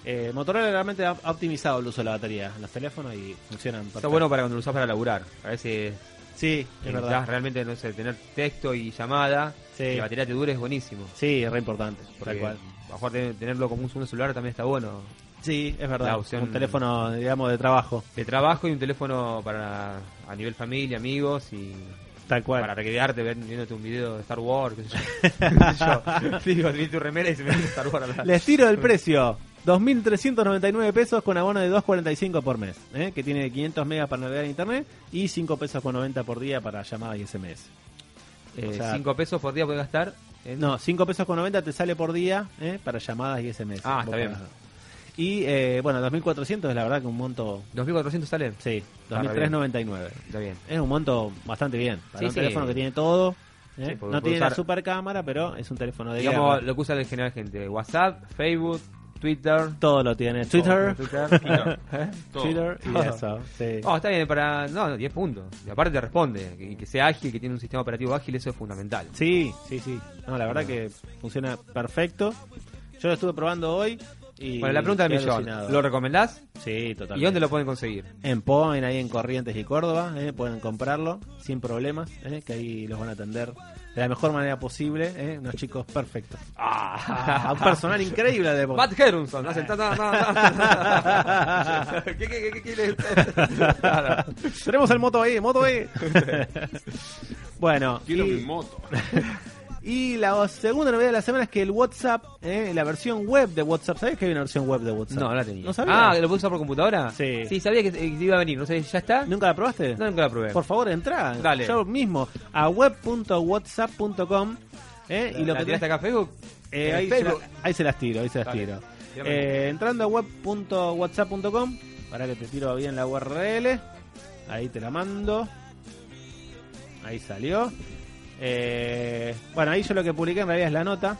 [SPEAKER 2] Eh, Motorola realmente ha ha optimizado el uso de la batería en los teléfonos y funcionan perfecto.
[SPEAKER 3] Está bueno para cuando lo usás para laburar. A veces
[SPEAKER 2] Sí, es
[SPEAKER 3] necesitas
[SPEAKER 2] verdad.
[SPEAKER 3] realmente, no sé, tener texto y llamada.
[SPEAKER 2] Sí.
[SPEAKER 3] Que la batería te dure es buenísimo.
[SPEAKER 2] Sí, es re importante, tal
[SPEAKER 3] Porque
[SPEAKER 2] cual.
[SPEAKER 3] a jugar ten- tenerlo como un segundo celular también está bueno.
[SPEAKER 2] Sí, es verdad.
[SPEAKER 3] la opción-
[SPEAKER 2] Un teléfono, digamos, de trabajo,
[SPEAKER 3] De trabajo y un teléfono para a nivel familia, amigos y
[SPEAKER 2] tal cual.
[SPEAKER 3] para recrearte ver- viéndote un video de Star Wars, qué sé yo. Qué sé yo. Sí, digo, vi tu remera y se me hizo Star Wars. al lado.
[SPEAKER 2] Les tiro el precio. 2.399 pesos con abono de 2.45 por mes, ¿eh? que tiene 500 megas para navegar en internet y 5 pesos con 90 por día para llamadas y SMS.
[SPEAKER 3] Eh,
[SPEAKER 2] o sea-
[SPEAKER 3] cinco pesos por día puedes gastar. en-
[SPEAKER 2] Eh, No, 5 pesos con 90 te sale por día ¿eh? para llamadas y SMS.
[SPEAKER 3] Ah,
[SPEAKER 2] Vos
[SPEAKER 3] está bien.
[SPEAKER 2] pagás. Y eh, bueno, 2.400 es la verdad que un monto...
[SPEAKER 3] 2400 sale.
[SPEAKER 2] Sí,
[SPEAKER 3] Ah, re
[SPEAKER 2] 2.399.
[SPEAKER 3] Está bien.
[SPEAKER 2] Es un monto bastante bien. Para
[SPEAKER 3] Sí,
[SPEAKER 2] un
[SPEAKER 3] sí.
[SPEAKER 2] teléfono que tiene todo. ¿eh?
[SPEAKER 3] Sí, porque
[SPEAKER 2] no tiene la
[SPEAKER 3] usar-
[SPEAKER 2] super cámara, pero es un teléfono de
[SPEAKER 3] Digamos
[SPEAKER 2] gama.
[SPEAKER 3] lo que usa en general gente, WhatsApp, Facebook, Twitter.
[SPEAKER 2] Todo lo tiene. Twitter.
[SPEAKER 3] Twitter.
[SPEAKER 5] Todo.
[SPEAKER 2] Twitter y
[SPEAKER 3] Todo.
[SPEAKER 2] eso. Sí.
[SPEAKER 3] No, está bien, para. No, no, 10 puntos. Y aparte te responde. Y que sea ágil, que tiene un sistema operativo ágil, eso es fundamental.
[SPEAKER 2] Sí, sí, sí. No, la verdad que funciona perfecto. Yo lo estuve probando hoy y.
[SPEAKER 3] bueno, la pregunta del
[SPEAKER 2] quedé
[SPEAKER 3] millón.
[SPEAKER 2] alucinado.
[SPEAKER 3] ¿Lo recomendás?
[SPEAKER 2] Sí, totalmente.
[SPEAKER 3] ¿Y dónde lo pueden conseguir?
[SPEAKER 2] En Point, ahí en Corrientes y Córdoba, ¿eh? pueden comprarlo sin problemas, ¿eh? que ahí los van a atender de la mejor manera posible, ¿eh? unos chicos perfectos. Ah, un personal increíble de Point.
[SPEAKER 3] Matt Herunson, no sentá, no, no, no. ¿Qué, qué, qué, qué, qué le- Claro.
[SPEAKER 2] Tenemos el moto ahí, moto ahí. bueno,
[SPEAKER 5] Quiero
[SPEAKER 2] y-
[SPEAKER 5] mi moto.
[SPEAKER 2] Y la segunda novedad de la semana es que el WhatsApp, eh, la versión web de WhatsApp, ¿sabes que hay una versión web de WhatsApp?
[SPEAKER 3] No, no la tenía.
[SPEAKER 2] ¿No sabía?
[SPEAKER 3] Ah, ¿que ¿lo puedes usar por computadora?
[SPEAKER 2] Sí.
[SPEAKER 3] Sí, sabía que eh, que iba a venir, no sé, ¿ya está?
[SPEAKER 2] ¿Nunca la probaste?
[SPEAKER 3] No, nunca la probé.
[SPEAKER 2] Por favor, entra.
[SPEAKER 3] Dale.
[SPEAKER 2] Yo mismo a web.whatsapp.com eh, y lo
[SPEAKER 3] ¿La
[SPEAKER 2] que
[SPEAKER 3] tiraste
[SPEAKER 2] tenés-
[SPEAKER 3] acá a Facebook?
[SPEAKER 2] eh,
[SPEAKER 3] en
[SPEAKER 2] ahí, se la-
[SPEAKER 3] Facebook.
[SPEAKER 2] ahí se las tiro, ahí se las
[SPEAKER 3] Dale.
[SPEAKER 2] tiro.
[SPEAKER 3] Tírame.
[SPEAKER 2] Eh, entrando a web.whatsapp.com, para que te tiro bien la URL. Ahí te la mando. Ahí salió. Eh, bueno, ahí yo lo que publiqué en realidad es la nota.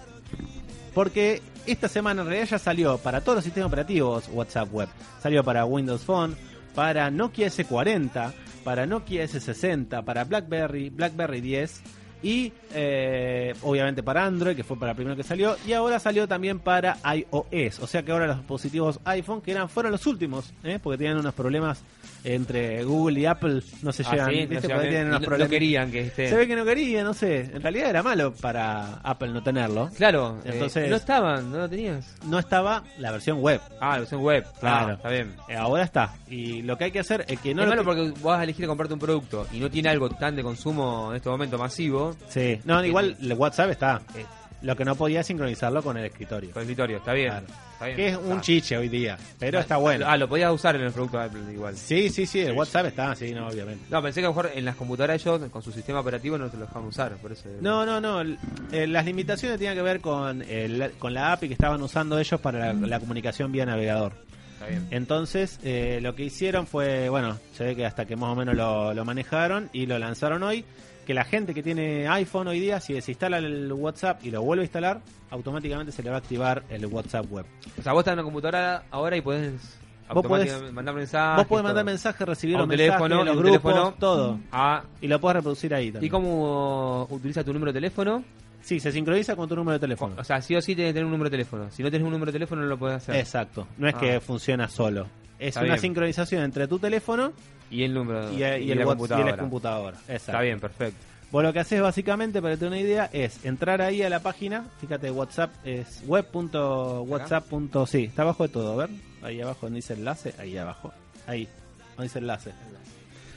[SPEAKER 2] Porque esta semana en realidad ya salió para todos los sistemas operativos WhatsApp Web. Salió para Windows Phone, para Nokia S40, para Nokia S60, para BlackBerry, BlackBerry 10 y eh, obviamente para Android, que fue para el primero que salió. Y ahora salió también para iOS. O sea que ahora los dispositivos iPhone, que eran fueron los últimos, ¿eh? porque tenían unos problemas entre Google y Apple, no se
[SPEAKER 3] Ah,
[SPEAKER 2] llegan.
[SPEAKER 3] sí,
[SPEAKER 2] ¿viste?
[SPEAKER 3] no
[SPEAKER 2] Porque
[SPEAKER 3] llegan bien.
[SPEAKER 2] tienen
[SPEAKER 3] Y
[SPEAKER 2] unos
[SPEAKER 3] no- no
[SPEAKER 2] problemas.
[SPEAKER 3] querían que esté.
[SPEAKER 2] Se ve que no quería, no sé. En realidad era malo para Apple no tenerlo.
[SPEAKER 3] Claro, eh,
[SPEAKER 2] Entonces-
[SPEAKER 3] no estaban, no lo tenías.
[SPEAKER 2] No estaba la versión web.
[SPEAKER 3] Ah, la versión web, claro,
[SPEAKER 2] Claro.
[SPEAKER 3] está bien.
[SPEAKER 2] Eh, Ahora está. Y lo que hay que hacer es que no
[SPEAKER 3] es
[SPEAKER 2] lo
[SPEAKER 3] malo porque vas a elegir comprarte un producto y no tiene algo tan de consumo en este momento masivo
[SPEAKER 2] Sí. No, igual el WhatsApp está.
[SPEAKER 3] eh,
[SPEAKER 2] Lo que no podía es sincronizarlo con el escritorio.
[SPEAKER 3] con el escritorio, Pues está bien.
[SPEAKER 2] Claro.
[SPEAKER 3] está bien.
[SPEAKER 2] Que es un
[SPEAKER 3] Ah,
[SPEAKER 2] chiche hoy día. Pero está bueno.
[SPEAKER 3] Ah, lo podías usar en el producto de Apple igual.
[SPEAKER 2] Sí, sí, sí. El WhatsApp está. Sí, no, obviamente.
[SPEAKER 3] No, pensé que a lo mejor en las computadoras ellos con su sistema operativo no te lo dejaban usar, por eso.
[SPEAKER 2] No, no, no. L- eh, las limitaciones tenían que ver con, el- con la API que estaban usando ellos para la- la comunicación vía navegador.
[SPEAKER 3] Está bien.
[SPEAKER 2] Entonces, eh, lo que hicieron fue, bueno, se ve que hasta que más o menos lo, lo manejaron y lo lanzaron hoy, que la gente que tiene iPhone hoy día, si desinstala el WhatsApp y lo vuelve a instalar, automáticamente se le va a activar el WhatsApp web.
[SPEAKER 3] O sea, vos estás en una computadora ahora y podés
[SPEAKER 2] Vos podés-
[SPEAKER 3] automáticamente mandar mensajes.
[SPEAKER 2] Vos podés
[SPEAKER 3] todo.
[SPEAKER 2] mandar mensajes, recibir
[SPEAKER 3] Ah, A
[SPEAKER 2] los
[SPEAKER 3] un
[SPEAKER 2] mensajes,
[SPEAKER 3] teléfono,
[SPEAKER 2] los
[SPEAKER 3] un
[SPEAKER 2] grupos,
[SPEAKER 3] teléfono.
[SPEAKER 2] todo.
[SPEAKER 3] Ah,
[SPEAKER 2] Y lo podés reproducir ahí también.
[SPEAKER 3] ¿y cómo utiliza tu número de teléfono?
[SPEAKER 2] Sí, se sincroniza con tu número de teléfono.
[SPEAKER 3] O sea, sí o sí tienes que tener un número de teléfono. Si no tenés un número de teléfono no lo podés hacer.
[SPEAKER 2] Exacto. No es
[SPEAKER 3] Ah.
[SPEAKER 2] que funciona solo. Es
[SPEAKER 3] Está
[SPEAKER 2] una
[SPEAKER 3] bien. Ah,
[SPEAKER 2] sincronización entre tu teléfono
[SPEAKER 3] Y el número
[SPEAKER 2] y, eh, y el,
[SPEAKER 3] la
[SPEAKER 2] WhatsApp y la
[SPEAKER 3] computadora.
[SPEAKER 2] computadora. Exacto.
[SPEAKER 3] Está bien, perfecto.
[SPEAKER 2] Vos lo que haces básicamente, para que te dé una idea, es entrar ahí a la página, fíjate, WhatsApp es web.whatsapp.com. Sí, está abajo de todo, a ver, ahí abajo donde dice enlace, ahí abajo, ahí, donde dice enlace.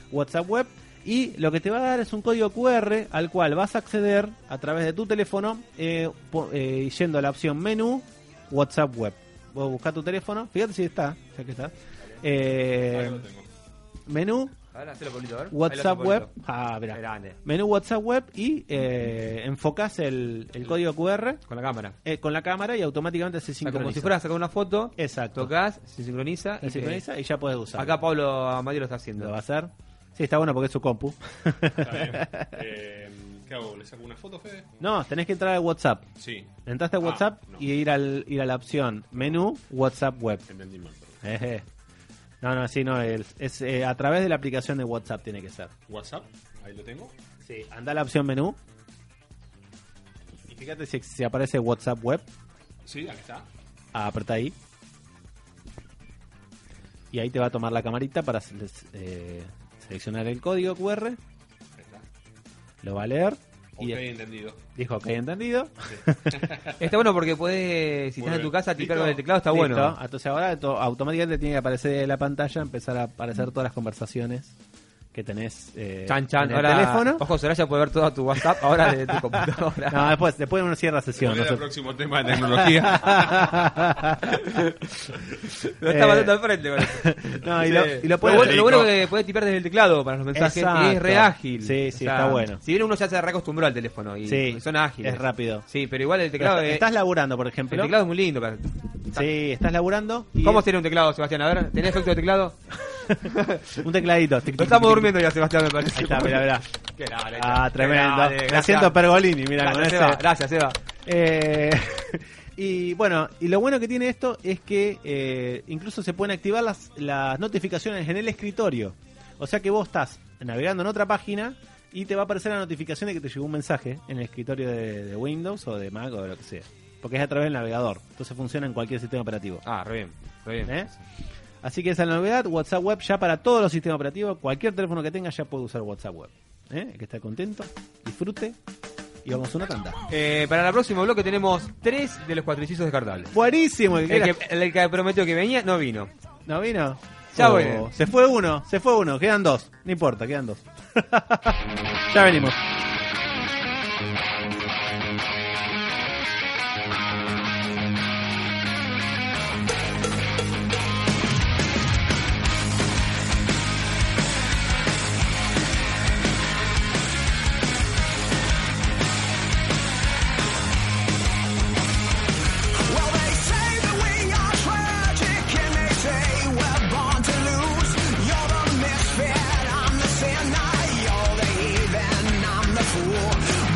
[SPEAKER 2] WhatsApp web, y lo que te va a dar es un código QR al cual vas a acceder a través de tu teléfono eh, po- eh, yendo a la opción menú WhatsApp web. Vos buscás tu teléfono, fíjate si está, ya que está. Eh, menú
[SPEAKER 3] A ver, hacelo, Pablito, a ver.
[SPEAKER 2] WhatsApp
[SPEAKER 3] Ahí lo hace
[SPEAKER 2] web.
[SPEAKER 3] Pablito.
[SPEAKER 2] Ah, mirá.
[SPEAKER 3] Grande.
[SPEAKER 2] Menú WhatsApp web y eh, enfocas el, el código QR
[SPEAKER 3] Con la cámara.
[SPEAKER 2] eh, con la cámara y automáticamente se
[SPEAKER 3] O sea,
[SPEAKER 2] sincroniza.
[SPEAKER 3] como si fueras a sacar una foto,
[SPEAKER 2] Exacto.
[SPEAKER 3] tocas, se sincroniza.
[SPEAKER 2] se
[SPEAKER 3] y te-
[SPEAKER 2] sincroniza y ya puedes usar.
[SPEAKER 3] Acá Pablo Amadio lo está
[SPEAKER 2] lo va
[SPEAKER 3] haciendo.
[SPEAKER 2] a hacer. Sí, está bueno porque es su compu.
[SPEAKER 5] Está bien. Eh, ¿Qué hago? ¿Le saco una foto, Fede?
[SPEAKER 2] no, tenés que entrar a WhatsApp.
[SPEAKER 5] Sí.
[SPEAKER 2] Entraste a
[SPEAKER 5] Ah,
[SPEAKER 2] WhatsApp
[SPEAKER 5] no.
[SPEAKER 2] y ir al ir a la opción menú WhatsApp web.
[SPEAKER 5] Entendí mal, perdón.
[SPEAKER 2] Eje. No, no, sí, no, es, es, eh, a través de la aplicación de WhatsApp tiene que ser.
[SPEAKER 5] WhatsApp, ahí lo tengo.
[SPEAKER 2] Sí, anda a la opción menú. Y fíjate si, si aparece WhatsApp web.
[SPEAKER 5] Sí, acá está.
[SPEAKER 2] Ah, Apretá ahí. Y ahí te va a tomar la camarita para se- eh, seleccionar el código QR.
[SPEAKER 5] Ahí está.
[SPEAKER 2] Lo va a leer.
[SPEAKER 5] Ok,
[SPEAKER 2] Y
[SPEAKER 5] entendido.
[SPEAKER 2] dijo, ok, entendido.
[SPEAKER 3] Está bueno porque podés, si
[SPEAKER 5] Muy
[SPEAKER 3] estás en
[SPEAKER 5] bien.
[SPEAKER 3] tu casa, tipear
[SPEAKER 5] ¿Listo?
[SPEAKER 3] con el teclado, está
[SPEAKER 2] Listo.
[SPEAKER 3] bueno.
[SPEAKER 2] Entonces ahora to- automáticamente tiene que aparecer en la pantalla, empezar a aparecer todas las conversaciones que tenés eh,
[SPEAKER 3] Chan, chan,
[SPEAKER 2] en el
[SPEAKER 3] ahora.
[SPEAKER 2] teléfono.
[SPEAKER 3] Ojo, Soraya puede ver todo tu WhatsApp ahora desde tu computadora.
[SPEAKER 2] No, después, después uno cierra sesión.
[SPEAKER 5] ¿Cuál
[SPEAKER 2] no
[SPEAKER 5] era el
[SPEAKER 2] sé.
[SPEAKER 5] próximo tema de tecnología?
[SPEAKER 3] Lo está matando
[SPEAKER 2] Eh,
[SPEAKER 3] al frente con eso.
[SPEAKER 2] no, y lo- y lo puede-
[SPEAKER 3] bueno, lo
[SPEAKER 5] Rico.
[SPEAKER 3] bueno que puede tipear desde el teclado para los mensajes y
[SPEAKER 2] Exacto.
[SPEAKER 3] es re ágil.
[SPEAKER 2] Sí, sí, está bueno.
[SPEAKER 3] Si bien uno ya se reacostumbró al teléfono y
[SPEAKER 2] Sí,
[SPEAKER 3] son ágiles.
[SPEAKER 2] es rápido.
[SPEAKER 3] Sí, pero igual el
[SPEAKER 2] Pero
[SPEAKER 3] teclado
[SPEAKER 2] est-
[SPEAKER 3] es,
[SPEAKER 2] estás laburando, por ejemplo.
[SPEAKER 3] el teclado es muy lindo. para-
[SPEAKER 2] Sí, estás laburando. y-
[SPEAKER 3] ¿Cómo sería un teclado, Sebastián? A ver, ¿tenés efecto de teclado?
[SPEAKER 2] Un tecladito. Tic, tic,
[SPEAKER 3] Lo
[SPEAKER 2] tic,
[SPEAKER 3] estamos
[SPEAKER 2] tic,
[SPEAKER 3] durmiendo ya, Sebastián, me parece.
[SPEAKER 2] Ahí está, mirá, mirá.
[SPEAKER 3] Qué grande,
[SPEAKER 2] Ah,
[SPEAKER 3] qué
[SPEAKER 2] tremendo.
[SPEAKER 3] grande,
[SPEAKER 2] Me
[SPEAKER 3] gracias.
[SPEAKER 2] siento Pergolini, mira, con este.
[SPEAKER 3] Gracias,
[SPEAKER 2] ese.
[SPEAKER 3] Seba. Gracias, Seba.
[SPEAKER 2] Eh, y bueno, y lo bueno que tiene esto es que eh, incluso se pueden activar las, las notificaciones en el escritorio. O sea que vos estás navegando en otra página y te va a aparecer la notificación de que te llegó un mensaje en el escritorio de, de Windows o de Mac o de lo que sea. Porque es a través del navegador. Entonces funciona en cualquier sistema operativo.
[SPEAKER 3] Ah, re bien, re bien.
[SPEAKER 2] ¿eh? Así que esa es la novedad. WhatsApp Web ya para todos los sistemas operativos. Cualquier teléfono que tenga ya puede usar WhatsApp Web. ¿eh? El que está contento, disfrute y vamos a una tanda.
[SPEAKER 3] Eh, para el próximo bloque tenemos tres de los cuatrillizos descartables.
[SPEAKER 2] Buenísimo, el que
[SPEAKER 3] El
[SPEAKER 2] quiera-
[SPEAKER 3] que, el que prometió que venía, no vino.
[SPEAKER 2] ¿No vino?
[SPEAKER 3] Ya
[SPEAKER 2] Oh,
[SPEAKER 3] voy.
[SPEAKER 2] Se fue uno, se fue uno, quedan dos. No importa, quedan dos. ya venimos.
[SPEAKER 9] Well, they say that we are tragic, and they say we're born to lose. You're the misfit, I'm the sinner. You're the heathen, I'm the fool.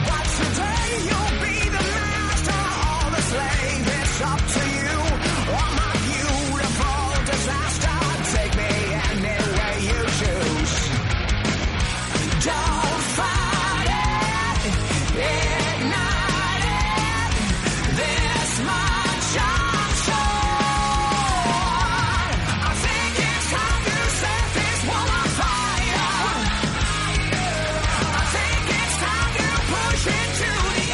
[SPEAKER 9] But today you'll be the master or the slave. It's up to you. Or my beautiful disaster, take me any way you choose. Don't fight it, ignite it. This much I'm sure. I think it's time you set this world on fire. I think it's time you put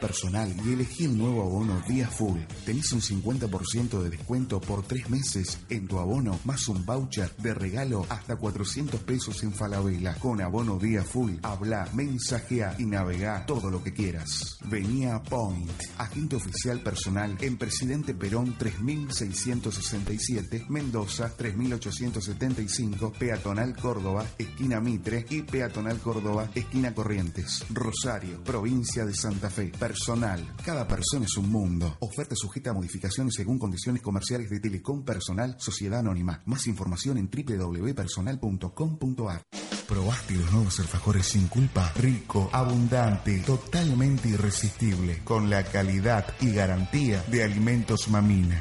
[SPEAKER 1] personal y elegí el nuevo abono Día Full. Tenés un 50% de descuento por tres meses en tu abono, más un voucher de regalo hasta 400 pesos en Falabella. Con abono Día Full, habla, mensajea y navega todo lo que quieras. Venía Point, agente oficial personal en Presidente Perón 3667, Mendoza 3875, Peatonal Córdoba, esquina Mitre y Peatonal Córdoba, esquina Corrientes. Rosario, provincia de Santa Fe. Personal. Cada persona es un mundo. Oferta sujeta a modificaciones según condiciones comerciales de Telecom Personal, Sociedad Anónima. Más información en www.personal.com.ar. ¿Probaste los nuevos alfajores sin culpa? Rico, abundante, totalmente irresistible, con la calidad y garantía de Alimentos Mamina.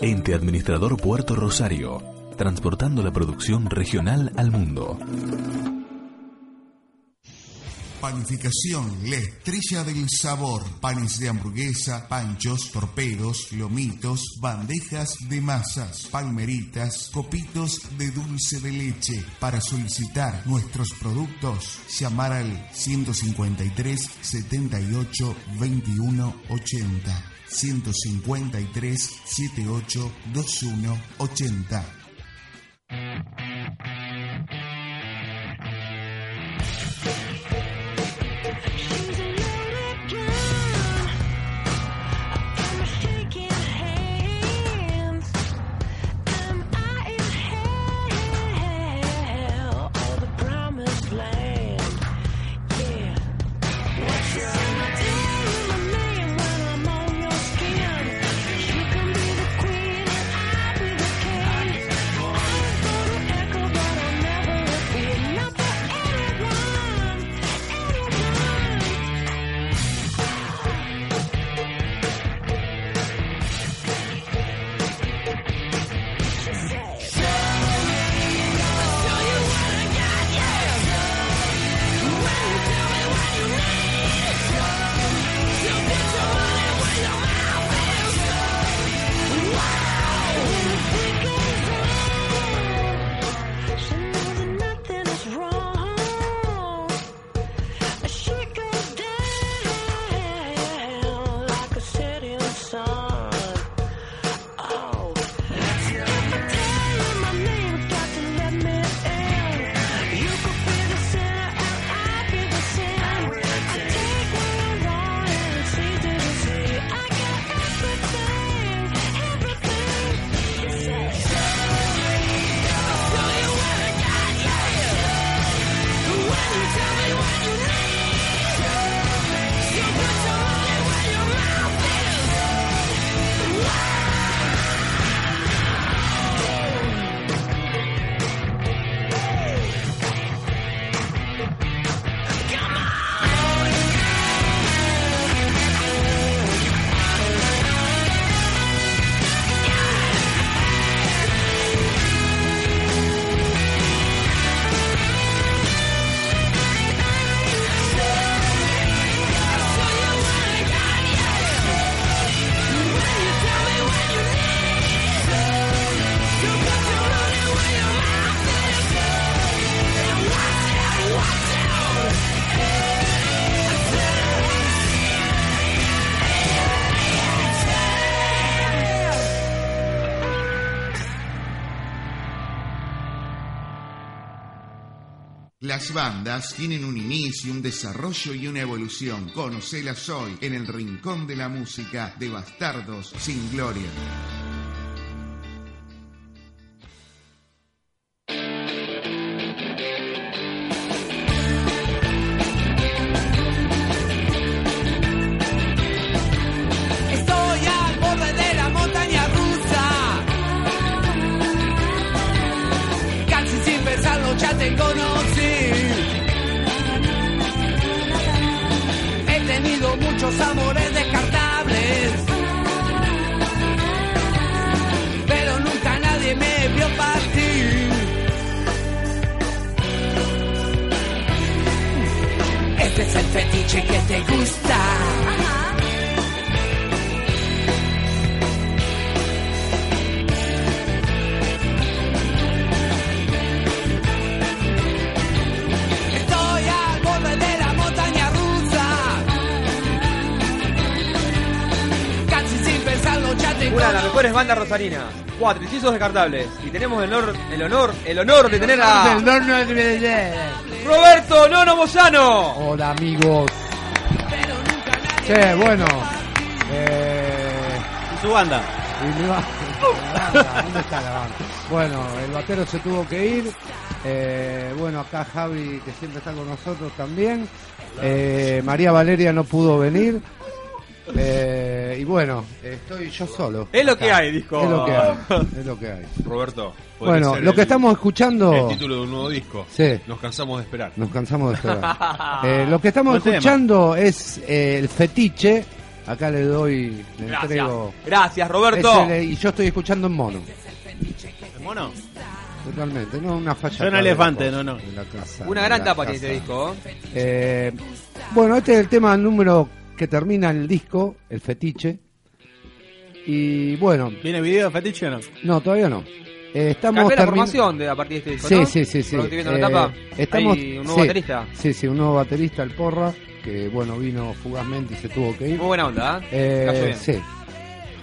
[SPEAKER 8] Ente Administrador Puerto Rosario, transportando la producción regional al mundo.
[SPEAKER 1] Panificación, la estrella del sabor. Panes de hamburguesa, panchos, torpedos, lomitos, bandejas de masas, palmeritas, copitos de dulce de leche. Para solicitar nuestros productos, llamar al 153 78 21 80. 153 78 21 80. Las bandas tienen un inicio, un desarrollo y una evolución. Conocelas hoy en el Rincón de la Música de Bastardos sin Gloria.
[SPEAKER 7] Estoy al borde de la montaña rusa. Casi sin pensarlo ya te conocí. He tenido muchos amores descartables. Pero nunca nadie me vio partir. Este es el fetiche que te gusta. Estoy al borde
[SPEAKER 3] Una de las mejores bandas rosarinas. Cuatro incisos descartables. Y tenemos el honor, el honor, el honor de tener a Roberto Nono Moyano.
[SPEAKER 6] Hola amigos. Che, bueno. Eh,
[SPEAKER 2] Y su banda.
[SPEAKER 6] y mi ba- la banda, ¿Dónde está la banda? Bueno, el batero se tuvo que ir. Eh, bueno, acá Javi, que siempre está con nosotros también. Eh, María Valeria no pudo venir. Eh, y bueno, estoy yo solo.
[SPEAKER 3] Es lo que
[SPEAKER 6] Acá.
[SPEAKER 3] hay, dijo.
[SPEAKER 6] Es lo que hay. Es lo que hay.
[SPEAKER 5] Roberto. podría
[SPEAKER 6] Bueno,
[SPEAKER 5] ser
[SPEAKER 6] lo
[SPEAKER 5] el-
[SPEAKER 6] que estamos escuchando.
[SPEAKER 5] El título de un nuevo disco.
[SPEAKER 6] Sí.
[SPEAKER 5] Nos cansamos de esperar.
[SPEAKER 6] Nos cansamos de esperar. Eh, lo que estamos
[SPEAKER 2] Buen tema.
[SPEAKER 6] escuchando es eh, el fetiche. Acá le doy, le
[SPEAKER 3] Gracias.
[SPEAKER 6] entrego.
[SPEAKER 3] Gracias, Roberto.
[SPEAKER 6] Es el- y yo estoy escuchando en mono,
[SPEAKER 2] ¿El mono?
[SPEAKER 6] totalmente. No una falla.
[SPEAKER 2] Suena
[SPEAKER 6] acá de
[SPEAKER 2] elefante,
[SPEAKER 6] la
[SPEAKER 2] no,
[SPEAKER 6] cosa,
[SPEAKER 2] no.
[SPEAKER 6] de la casa,
[SPEAKER 3] Una
[SPEAKER 6] de
[SPEAKER 3] gran
[SPEAKER 6] la
[SPEAKER 3] tapa tiene este
[SPEAKER 6] casa.
[SPEAKER 3] disco.
[SPEAKER 6] Eh, bueno, este es el tema número que termina el disco, el fetiche. Y bueno,
[SPEAKER 2] ¿Viene video de fetiche o no?
[SPEAKER 6] no, todavía no. Eh, estamos
[SPEAKER 3] Cambió la
[SPEAKER 6] termin-
[SPEAKER 3] formación de, a partir de este disco,
[SPEAKER 6] Sí,
[SPEAKER 3] ¿no?
[SPEAKER 6] sí, sí, sí.
[SPEAKER 3] Por lo que estoy viendo en
[SPEAKER 6] Eh,
[SPEAKER 3] la tapa.
[SPEAKER 6] estamos-
[SPEAKER 3] Hay un nuevo
[SPEAKER 6] sí.
[SPEAKER 3] baterista.
[SPEAKER 6] Sí, sí, un nuevo baterista, el Porra, que bueno, vino fugazmente y se tuvo que ir.
[SPEAKER 3] Muy buena onda, ¿eh?
[SPEAKER 6] Eh,
[SPEAKER 3] Cayó bien.
[SPEAKER 6] sí.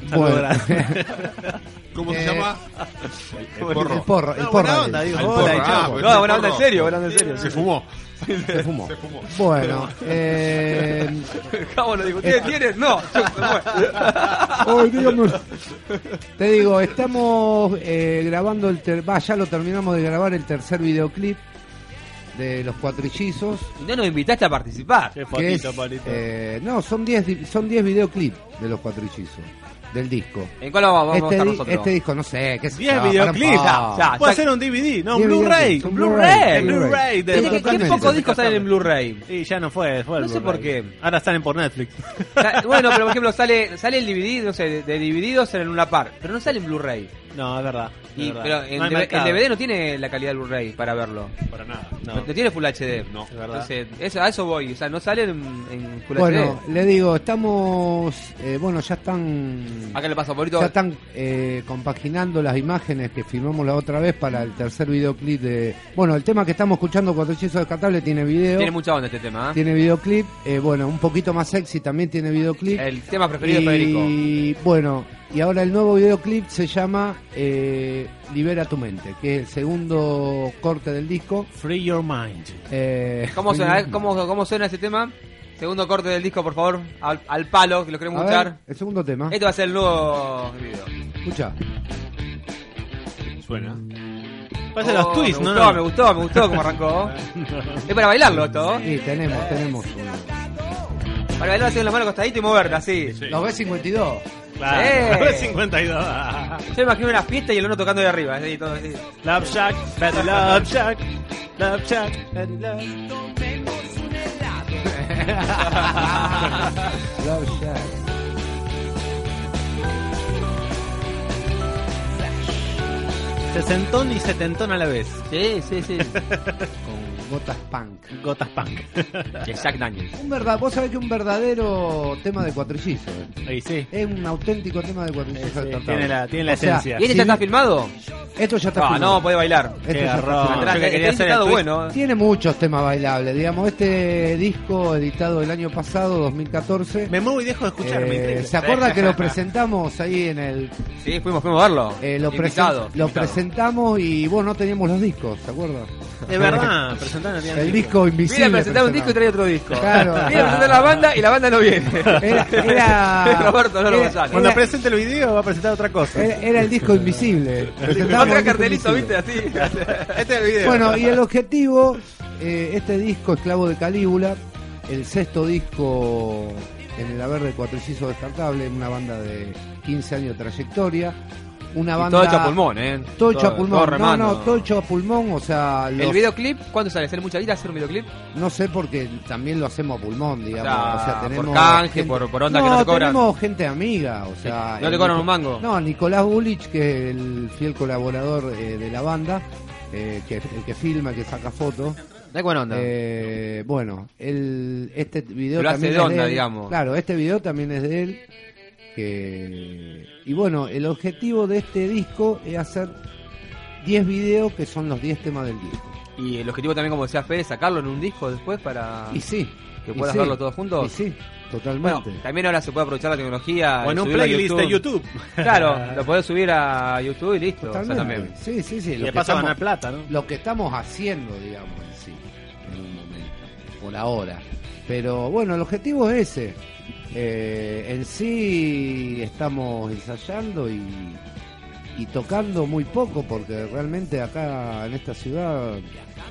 [SPEAKER 2] Saludos, gracias.
[SPEAKER 5] ¿Cómo
[SPEAKER 6] Eh,
[SPEAKER 5] se llama? El, el porro.
[SPEAKER 6] El porra, el
[SPEAKER 2] No,
[SPEAKER 6] porra.
[SPEAKER 2] buena onda,
[SPEAKER 6] digo.
[SPEAKER 2] digo.
[SPEAKER 5] Al
[SPEAKER 2] Hola,
[SPEAKER 5] porro.
[SPEAKER 2] y chao.
[SPEAKER 5] Ah, bueno.
[SPEAKER 3] No, buena onda en serio, buena onda en serio.
[SPEAKER 5] Se fumó.
[SPEAKER 6] Se fumó.
[SPEAKER 5] Se fumó.
[SPEAKER 6] Bueno, eh,
[SPEAKER 3] Cabo lo dijo, ¿ustedes tienen? No. Yo,
[SPEAKER 6] ay, dígame. te digo, estamos eh, grabando el ter- va, ya lo terminamos de grabar el tercer videoclip de los cuatrillizos.
[SPEAKER 3] Y no nos invitaste a participar.
[SPEAKER 2] Qué
[SPEAKER 6] que es,
[SPEAKER 2] fotito, Pablito.
[SPEAKER 6] eh, no, son 10 di- son 10 videoclips de los cuatrillizos del disco.
[SPEAKER 3] ¿En cuál vamos, vamos a
[SPEAKER 6] Este,
[SPEAKER 3] estar
[SPEAKER 6] di-
[SPEAKER 3] nosotros?
[SPEAKER 6] este disco, no sé, qué sé
[SPEAKER 2] 10
[SPEAKER 6] yo,
[SPEAKER 2] videoclips.
[SPEAKER 6] para
[SPEAKER 3] Ya,
[SPEAKER 6] un
[SPEAKER 3] ya.
[SPEAKER 6] poco.
[SPEAKER 2] Puede ser un DVD, no, un
[SPEAKER 6] Diez
[SPEAKER 2] Blu-ray.
[SPEAKER 6] videoclips, un
[SPEAKER 3] Blu-ray,
[SPEAKER 2] Un Bluray de-
[SPEAKER 3] ¿Qué- qué- ¿Qué
[SPEAKER 6] Totalmente.
[SPEAKER 3] pocos discos salen en Blu-ray?
[SPEAKER 2] Y ya no fue, fue el
[SPEAKER 3] No sé
[SPEAKER 2] Blu-ray.
[SPEAKER 3] por qué.
[SPEAKER 2] Ahora están por Netflix.
[SPEAKER 3] Sa- Bueno, pero por ejemplo, sale, sale el DVD, no sé, de, de divididos en una par, pero no sale en Blu-ray.
[SPEAKER 2] No, es verdad. es
[SPEAKER 3] Y-
[SPEAKER 2] verdad.
[SPEAKER 3] pero en
[SPEAKER 2] No hay
[SPEAKER 3] D- el
[SPEAKER 2] mercado.
[SPEAKER 3] DVD no tiene la calidad del Blu-ray para verlo.
[SPEAKER 5] Para nada.
[SPEAKER 2] No.
[SPEAKER 3] No, tiene Full HD.
[SPEAKER 5] No.
[SPEAKER 2] Es verdad.
[SPEAKER 3] Entonces, eso- a eso voy. O sea, no sale en, en Full
[SPEAKER 6] Bueno,
[SPEAKER 3] HD.
[SPEAKER 6] le digo, estamos, eh, bueno, ya están
[SPEAKER 3] Acá le pasa, Pablito.
[SPEAKER 6] Ya están eh, compaginando las imágenes que filmamos la otra vez para el tercer videoclip de... Bueno, el tema que estamos escuchando, Cuatro Hechizos Descartables, tiene video.
[SPEAKER 3] Tiene mucha onda este tema. ¿eh?
[SPEAKER 6] Tiene videoclip. Eh, bueno, un poquito más sexy también tiene videoclip.
[SPEAKER 3] El tema preferido
[SPEAKER 6] y,
[SPEAKER 3] de Federico.
[SPEAKER 6] bueno, y ahora el nuevo videoclip se llama eh, Libera tu mente, que es el segundo corte del disco.
[SPEAKER 2] Free Your Mind.
[SPEAKER 6] Eh,
[SPEAKER 3] ¿Cómo suena, cómo, cómo suena este tema? Segundo corte del disco, por favor. Al, al palo, que lo queremos
[SPEAKER 6] A ver,
[SPEAKER 3] escuchar.
[SPEAKER 6] el segundo tema.
[SPEAKER 3] Este va a ser el nuevo video.
[SPEAKER 6] Escucha.
[SPEAKER 5] Suena.
[SPEAKER 2] Parece
[SPEAKER 3] Oh,
[SPEAKER 2] los twists,
[SPEAKER 3] me
[SPEAKER 2] ¿no?
[SPEAKER 3] Gustó, Me gustó, me gustó cómo arrancó. es para bailarlo esto. ¿no?
[SPEAKER 6] Sí, tenemos, tenemos. uno.
[SPEAKER 3] Para bailar así con la mano costadito y moverla así.
[SPEAKER 5] Sí.
[SPEAKER 6] Los B52.
[SPEAKER 2] Claro.
[SPEAKER 3] Eh.
[SPEAKER 2] 52.
[SPEAKER 3] Yo imagino una fiesta y el uno tocando de arriba. así, todo así.
[SPEAKER 2] Love Shack, Betty Love Shack. Love Shack, Betty Love.
[SPEAKER 6] Love Shack.
[SPEAKER 2] Sesentón y setentón a la vez.
[SPEAKER 3] Sí, sí, sí.
[SPEAKER 6] con gotas punk.
[SPEAKER 2] Gotas punk.
[SPEAKER 3] Que Jack Daniels.
[SPEAKER 6] Un verdad, vos sabés que un verdadero tema de cuatrillizos. eh.
[SPEAKER 2] Ahí sí.
[SPEAKER 6] Es un auténtico tema de cuatrillizos.
[SPEAKER 2] Sí,
[SPEAKER 6] de Tartaglia.
[SPEAKER 2] tiene la- tiene la
[SPEAKER 6] O sea,
[SPEAKER 2] esencia.
[SPEAKER 3] ¿Y este ya está filmado?
[SPEAKER 6] esto ya está
[SPEAKER 3] Ah,
[SPEAKER 6] filmado.
[SPEAKER 3] no, puede bailar.
[SPEAKER 6] Esto
[SPEAKER 2] Qué
[SPEAKER 6] ya está
[SPEAKER 2] garrón.
[SPEAKER 6] filmado.
[SPEAKER 3] Atrás,
[SPEAKER 2] yo que quería
[SPEAKER 3] está
[SPEAKER 2] hacer el
[SPEAKER 3] editado
[SPEAKER 2] twist.
[SPEAKER 3] bueno. ¿eh?
[SPEAKER 6] Tiene muchos temas bailables. Digamos, este disco editado el año pasado, 2014.
[SPEAKER 2] Me muevo y dejo de escuchar. me
[SPEAKER 6] eh,
[SPEAKER 2] intriga.
[SPEAKER 6] ¿Se acuerda que lo presentamos ahí en el...
[SPEAKER 3] Sí, fuimos, fuimos a verlo.
[SPEAKER 6] eh, lo, presen-
[SPEAKER 3] Invitado,
[SPEAKER 6] lo
[SPEAKER 3] invitado.
[SPEAKER 6] presentamos y vos no teníamos los discos, ¿se acuerda?
[SPEAKER 2] Es verdad, presentaron el día
[SPEAKER 6] El
[SPEAKER 2] anterior.
[SPEAKER 6] disco invisible.
[SPEAKER 3] Viene a presentar un disco y trae otro disco.
[SPEAKER 6] Claro.
[SPEAKER 3] Viene a presentar la banda y la banda no viene.
[SPEAKER 6] Era- era-
[SPEAKER 3] Roberto, no lo
[SPEAKER 6] era-
[SPEAKER 3] sale.
[SPEAKER 2] Cuando
[SPEAKER 6] Era-
[SPEAKER 2] presente el video va a presentar otra cosa.
[SPEAKER 6] Era, era el disco invisible. Presentábamos el
[SPEAKER 3] Otra
[SPEAKER 6] disco
[SPEAKER 3] cartelito,
[SPEAKER 6] invisible.
[SPEAKER 3] viste, así. este es el video.
[SPEAKER 6] Bueno, y el objetivo, eh, este disco Esclavo de Calígula, el sexto disco en el haber de Cuatriciso Descartable, una banda de 15 años de trayectoria, una
[SPEAKER 3] Y
[SPEAKER 6] banda...
[SPEAKER 3] todo hecho a pulmón, ¿eh?
[SPEAKER 6] Todo hecho a pulmón.
[SPEAKER 3] todo
[SPEAKER 6] no,
[SPEAKER 3] remando.
[SPEAKER 6] no, todo hecho a pulmón, o sea,
[SPEAKER 3] ¿El
[SPEAKER 6] los-
[SPEAKER 3] videoclip? ¿Cuánto sale? ¿Sale mucha guita hacer un videoclip?
[SPEAKER 6] no sé porque también lo hacemos a pulmón, digamos.
[SPEAKER 3] sea,
[SPEAKER 6] o sea, tenemos
[SPEAKER 3] por canje, por- por onda que no te cobran.
[SPEAKER 6] tenemos gente amiga, o sea...
[SPEAKER 3] ¿No te
[SPEAKER 6] el
[SPEAKER 3] cobran
[SPEAKER 6] Nico-
[SPEAKER 3] un mango?
[SPEAKER 6] No, Nicolás Bulich, que es el fiel colaborador eh, de la banda, eh, que, el que filma, que saca fotos.
[SPEAKER 3] Da buena onda.
[SPEAKER 6] Eh, bueno, el, este video
[SPEAKER 3] Lo hace
[SPEAKER 6] también
[SPEAKER 3] de
[SPEAKER 6] es
[SPEAKER 3] onda,
[SPEAKER 6] él.
[SPEAKER 3] digamos.
[SPEAKER 6] Claro, este video también es de él. que- y bueno, el objetivo de este disco es hacer 10 videos que son los 10 temas del disco.
[SPEAKER 3] Y el objetivo también, como decía Fede, es sacarlo en un disco después para...
[SPEAKER 6] Y sí,
[SPEAKER 3] Ah. que
[SPEAKER 6] Y
[SPEAKER 3] puedas
[SPEAKER 6] sí,
[SPEAKER 3] verlo todos juntos.
[SPEAKER 6] y sí,
[SPEAKER 3] Bueno,
[SPEAKER 6] totalmente.
[SPEAKER 3] también ahora se puede aprovechar la tecnología.
[SPEAKER 2] O en
[SPEAKER 3] y
[SPEAKER 2] un
[SPEAKER 3] subirlo a
[SPEAKER 2] playlist de YouTube.
[SPEAKER 3] Claro, lo podés subir a YouTube y listo. o sea,
[SPEAKER 6] Totalmente.
[SPEAKER 3] también.
[SPEAKER 6] Sí, sí, sí.
[SPEAKER 2] Y le
[SPEAKER 6] lo que
[SPEAKER 2] pasa a
[SPEAKER 6] estamos-
[SPEAKER 2] ganar plata, ¿no?
[SPEAKER 6] lo que estamos haciendo, digamos, en sí, en un momento, por ahora. Pero bueno, el objetivo es ese. Eh, en sí estamos ensayando y, y tocando muy poco, porque realmente acá en esta ciudad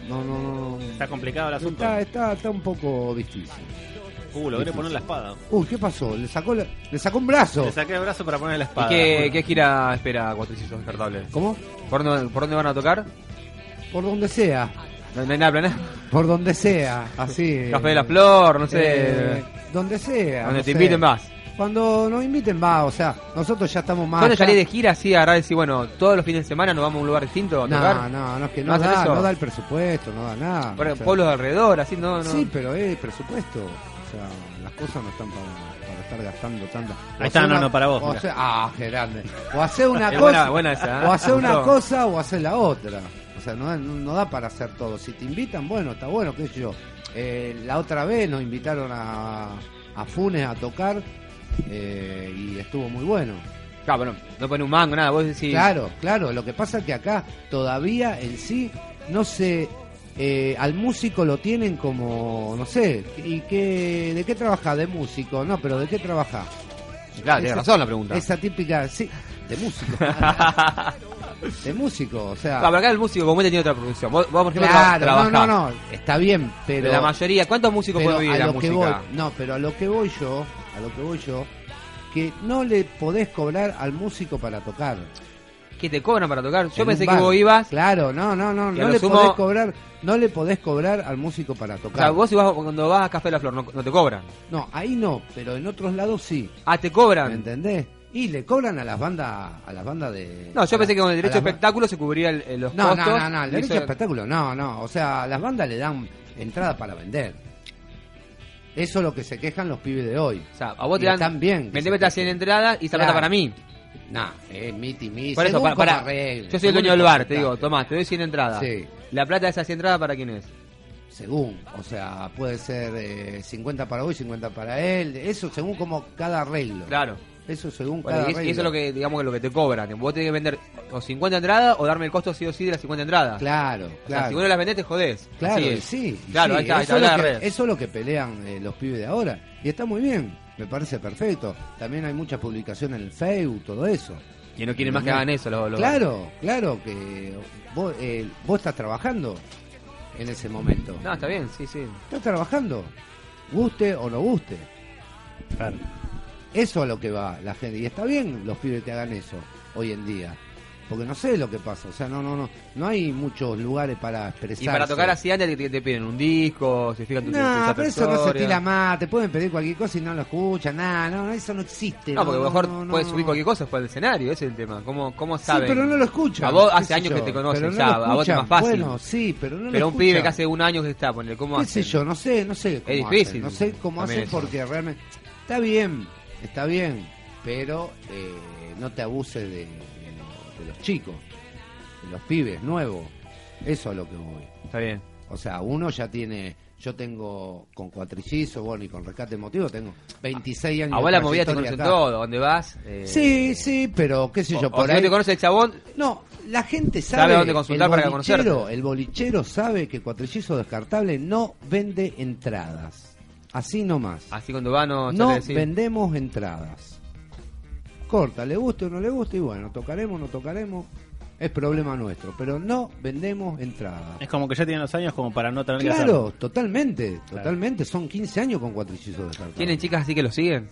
[SPEAKER 6] no, no, no.
[SPEAKER 2] Está complicado el asunto.
[SPEAKER 6] Está, está, está un poco difícil.
[SPEAKER 2] Uh, logré poner la espada.
[SPEAKER 6] Uy, ¿qué pasó? Le sacó, la- le sacó un brazo.
[SPEAKER 2] Le saqué el brazo para poner la
[SPEAKER 3] ¿Y
[SPEAKER 2] espada.
[SPEAKER 3] qué,
[SPEAKER 2] Bueno.
[SPEAKER 3] qué gira espera Cuatricillos Descartables?
[SPEAKER 6] ¿Cómo?
[SPEAKER 3] ¿Por dónde, ¿Por dónde van a tocar?
[SPEAKER 6] Por donde sea,
[SPEAKER 3] No, no hay nada planeado.
[SPEAKER 6] por donde sea, así.
[SPEAKER 3] Café de la Flor, no sé.
[SPEAKER 6] Eh, donde sea.
[SPEAKER 3] donde
[SPEAKER 6] no
[SPEAKER 3] te
[SPEAKER 6] sé. Ah,
[SPEAKER 3] inviten más.
[SPEAKER 6] Cuando nos inviten más, o sea, nosotros ya estamos más.
[SPEAKER 3] ¿Cuándo
[SPEAKER 6] allá.
[SPEAKER 3] salís de gira así, agarrar y decir, bueno, todos los fines de semana nos vamos a un lugar distinto a
[SPEAKER 6] No,
[SPEAKER 3] tocar?
[SPEAKER 6] no, no, es que
[SPEAKER 3] ¿No
[SPEAKER 6] no,
[SPEAKER 3] hacen
[SPEAKER 6] da,
[SPEAKER 3] eso?
[SPEAKER 6] no da el presupuesto, no da nada.
[SPEAKER 3] Por
[SPEAKER 6] o sea,
[SPEAKER 3] pueblos de alrededor, así, no, no.
[SPEAKER 6] Sí, pero es presupuesto. O sea, las cosas no están para, para estar gastando tanta.
[SPEAKER 2] Ahí está, no, no, para vos,
[SPEAKER 6] o
[SPEAKER 2] mirá.
[SPEAKER 6] hacer- ah, qué grande. O hacer una
[SPEAKER 3] Es
[SPEAKER 6] cosa.
[SPEAKER 3] buena, buena esa. ¿eh?
[SPEAKER 6] o hacer
[SPEAKER 3] Me
[SPEAKER 6] una
[SPEAKER 3] gustó.
[SPEAKER 6] cosa o hacer la otra. O sea, no, no da para hacer todo. Si te invitan, bueno, está bueno, qué sé yo. Eh, la otra vez nos invitaron a, a Funes a tocar eh, y estuvo muy bueno.
[SPEAKER 3] Claro, bueno, no pone un mango, nada, vos decís.
[SPEAKER 6] Claro, claro. Lo que pasa es que acá todavía en sí no se... eh, al músico lo tienen como, no sé, ¿y qué, de qué trabaja? De músico, no, pero ¿de qué trabaja?
[SPEAKER 3] Claro, tenés
[SPEAKER 6] Esa-
[SPEAKER 3] razón la pregunta.
[SPEAKER 6] Esa típica, sí, de músico. de músico, o sea...
[SPEAKER 3] Ah, pero acá el músico comúnmente tiene otra producción. Vos, vos, por ejemplo,
[SPEAKER 6] Claro,
[SPEAKER 3] trabajás.
[SPEAKER 6] no, no, no, está bien, pero,
[SPEAKER 3] la mayoría, ¿cuántos músicos pueden
[SPEAKER 6] pero a
[SPEAKER 3] vivir de la
[SPEAKER 6] lo que
[SPEAKER 3] música?
[SPEAKER 6] voy, no, pero a lo que voy yo, a lo que voy yo, que no le podés cobrar al músico para tocar.
[SPEAKER 3] que te cobran para tocar. Yo
[SPEAKER 6] En
[SPEAKER 3] pensé
[SPEAKER 6] un
[SPEAKER 3] que
[SPEAKER 6] bar.
[SPEAKER 3] vos ibas.
[SPEAKER 6] Claro, no, no, no,
[SPEAKER 3] Que a
[SPEAKER 6] no
[SPEAKER 3] lo
[SPEAKER 6] le
[SPEAKER 3] sumo-
[SPEAKER 6] podés cobrar, no le podés cobrar al músico para
[SPEAKER 3] O sea,
[SPEAKER 6] tocar.
[SPEAKER 3] vos si vas- cuando vas a Café de la Flor no, no te cobran.
[SPEAKER 6] No, ahí no, pero en otros lados sí,
[SPEAKER 3] Ah, te
[SPEAKER 6] ¿me
[SPEAKER 3] cobran.
[SPEAKER 6] entendés? Y le cobran a las bandas, a las bandas de
[SPEAKER 3] No, yo
[SPEAKER 6] a
[SPEAKER 3] pensé
[SPEAKER 6] la-
[SPEAKER 3] que con el
[SPEAKER 6] a
[SPEAKER 3] derecho
[SPEAKER 6] las
[SPEAKER 3] de espectáculo se cubría el- el- los
[SPEAKER 6] No,
[SPEAKER 3] costos.
[SPEAKER 6] no, no, no, el
[SPEAKER 3] y
[SPEAKER 6] derecho
[SPEAKER 3] eso-
[SPEAKER 6] de espectáculo, no, no. O sea, las bandas le dan entrada para vender. Eso es lo que se quejan los pibes de hoy.
[SPEAKER 3] O sea, a vos te
[SPEAKER 6] Y
[SPEAKER 3] dan.
[SPEAKER 6] están bien.
[SPEAKER 3] Vendeme estas 100 entradas y esa plata
[SPEAKER 6] Claro.
[SPEAKER 3] para mí.
[SPEAKER 6] Nah, es miti, miti.
[SPEAKER 3] Por eso,
[SPEAKER 6] según
[SPEAKER 3] para, para-
[SPEAKER 6] cómo arregles,
[SPEAKER 3] Yo soy el
[SPEAKER 6] según
[SPEAKER 3] dueño del
[SPEAKER 6] cómo
[SPEAKER 3] bar, te digo,
[SPEAKER 6] contrates.
[SPEAKER 3] tomás, te doy 100 entradas.
[SPEAKER 6] Sí.
[SPEAKER 3] La plata de esas 100 entradas para quién es.
[SPEAKER 6] Según, o sea, puede ser eh, 50 para hoy, 50 para él. Eso según como cada arreglo.
[SPEAKER 3] Claro.
[SPEAKER 6] Eso según
[SPEAKER 3] Bueno, y,
[SPEAKER 6] cada
[SPEAKER 3] es- y
[SPEAKER 6] arreglo.
[SPEAKER 3] eso es lo que, digamos, que lo que te cobran. Vos tenés que vender o 50 entradas o darme el costo sí o sí de las 50 entradas.
[SPEAKER 6] Claro,
[SPEAKER 3] O sea,
[SPEAKER 6] claro.
[SPEAKER 3] si vos no las vendés, te jodés.
[SPEAKER 6] Claro,
[SPEAKER 3] Así
[SPEAKER 6] y
[SPEAKER 3] es.
[SPEAKER 6] sí. y
[SPEAKER 3] Claro,
[SPEAKER 6] sí,
[SPEAKER 3] ahí está, ahí está,
[SPEAKER 6] eso, es
[SPEAKER 3] la
[SPEAKER 6] lo
[SPEAKER 3] red.
[SPEAKER 6] que, eso es lo que pelean eh, los pibes de ahora. Y está muy bien, me parece perfecto. También hay muchas publicaciones en el Facebook, todo eso.
[SPEAKER 3] Que no quieren más que hagan eso. Los, los-
[SPEAKER 6] Claro, claro, que vos, eh, vos estás trabajando en ese momento.
[SPEAKER 3] No, está bien, sí, sí.
[SPEAKER 6] Estás trabajando, guste o no guste.
[SPEAKER 2] Claro.
[SPEAKER 6] Eso a lo que va la gente. Y está bien los pibes que hagan eso hoy en día. Porque no sé lo que pasa. O sea, no, no, no. No hay muchos lugares para expresar.
[SPEAKER 3] Y para tocar así antes te, te piden un disco, se fijan tu
[SPEAKER 6] No,
[SPEAKER 3] tu- tu
[SPEAKER 6] pero eso no se
[SPEAKER 3] historia.
[SPEAKER 6] tira más. Te pueden pedir cualquier cosa y no lo escuchan, nada. No, eso no existe.
[SPEAKER 3] No, porque a lo mejor
[SPEAKER 6] no, no,
[SPEAKER 3] puedes
[SPEAKER 6] no.
[SPEAKER 3] subir cualquier cosa después del escenario, ese es el tema. ¿Cómo, cómo
[SPEAKER 6] Sí,
[SPEAKER 3] saben?
[SPEAKER 6] pero no lo escuchan.
[SPEAKER 3] A vos
[SPEAKER 6] qué sé
[SPEAKER 3] hace años
[SPEAKER 6] yo,
[SPEAKER 3] que te conocen
[SPEAKER 6] pero no
[SPEAKER 3] ya,
[SPEAKER 6] lo
[SPEAKER 3] a vos te es más
[SPEAKER 6] escuchan.
[SPEAKER 3] fácil.
[SPEAKER 6] Bueno, sí, pero no lo
[SPEAKER 3] pero un pibe que
[SPEAKER 6] escuchan.
[SPEAKER 3] hace un año que está, ponele, ¿cómo
[SPEAKER 6] ¿Qué sé
[SPEAKER 3] hace?
[SPEAKER 6] yo? No sé, no sé. Cómo
[SPEAKER 3] difícil.
[SPEAKER 6] hacen, No sé cómo
[SPEAKER 3] También
[SPEAKER 6] hacen
[SPEAKER 3] eso.
[SPEAKER 6] porque realmente. Está bien, está bien. Pero eh, no te abuses de, de los- de los chicos, de los pibes nuevos. Eso es lo que voy.
[SPEAKER 3] Está bien.
[SPEAKER 6] O sea, uno ya tiene. Yo tengo con cuatricizo, bueno, y con rescate emotivo, tengo 26 años.
[SPEAKER 3] A vos la
[SPEAKER 6] de
[SPEAKER 3] movida te
[SPEAKER 6] trayectoria
[SPEAKER 3] conocen
[SPEAKER 6] acá.
[SPEAKER 3] todo, ¿dónde vas? Eh,
[SPEAKER 6] Sí, sí, pero qué sé
[SPEAKER 3] o-
[SPEAKER 6] yo,
[SPEAKER 3] o
[SPEAKER 6] por
[SPEAKER 3] si
[SPEAKER 6] ahí.
[SPEAKER 3] no te conoce el chabón,
[SPEAKER 6] No, la gente sabe.
[SPEAKER 3] Sabe dónde consultar
[SPEAKER 6] el
[SPEAKER 3] para
[SPEAKER 6] bolichero-
[SPEAKER 3] conocerte.
[SPEAKER 6] El bolichero sabe que Cuatricizo Descartable no vende entradas. Así nomás.
[SPEAKER 3] así cuando va Ah, no...
[SPEAKER 6] no
[SPEAKER 3] sale a decir.
[SPEAKER 6] vendemos entradas. Corta, le guste o no le guste, y bueno, tocaremos, no tocaremos. Es problema nuestro, pero no vendemos entradas.
[SPEAKER 2] Es como que ya tienen los años como para no tener que hacerlo.
[SPEAKER 6] Claro, totalmente, totalmente. Son 15 años con Cuatricizo Descartable.
[SPEAKER 3] ¿Tienen chicas así que lo siguen?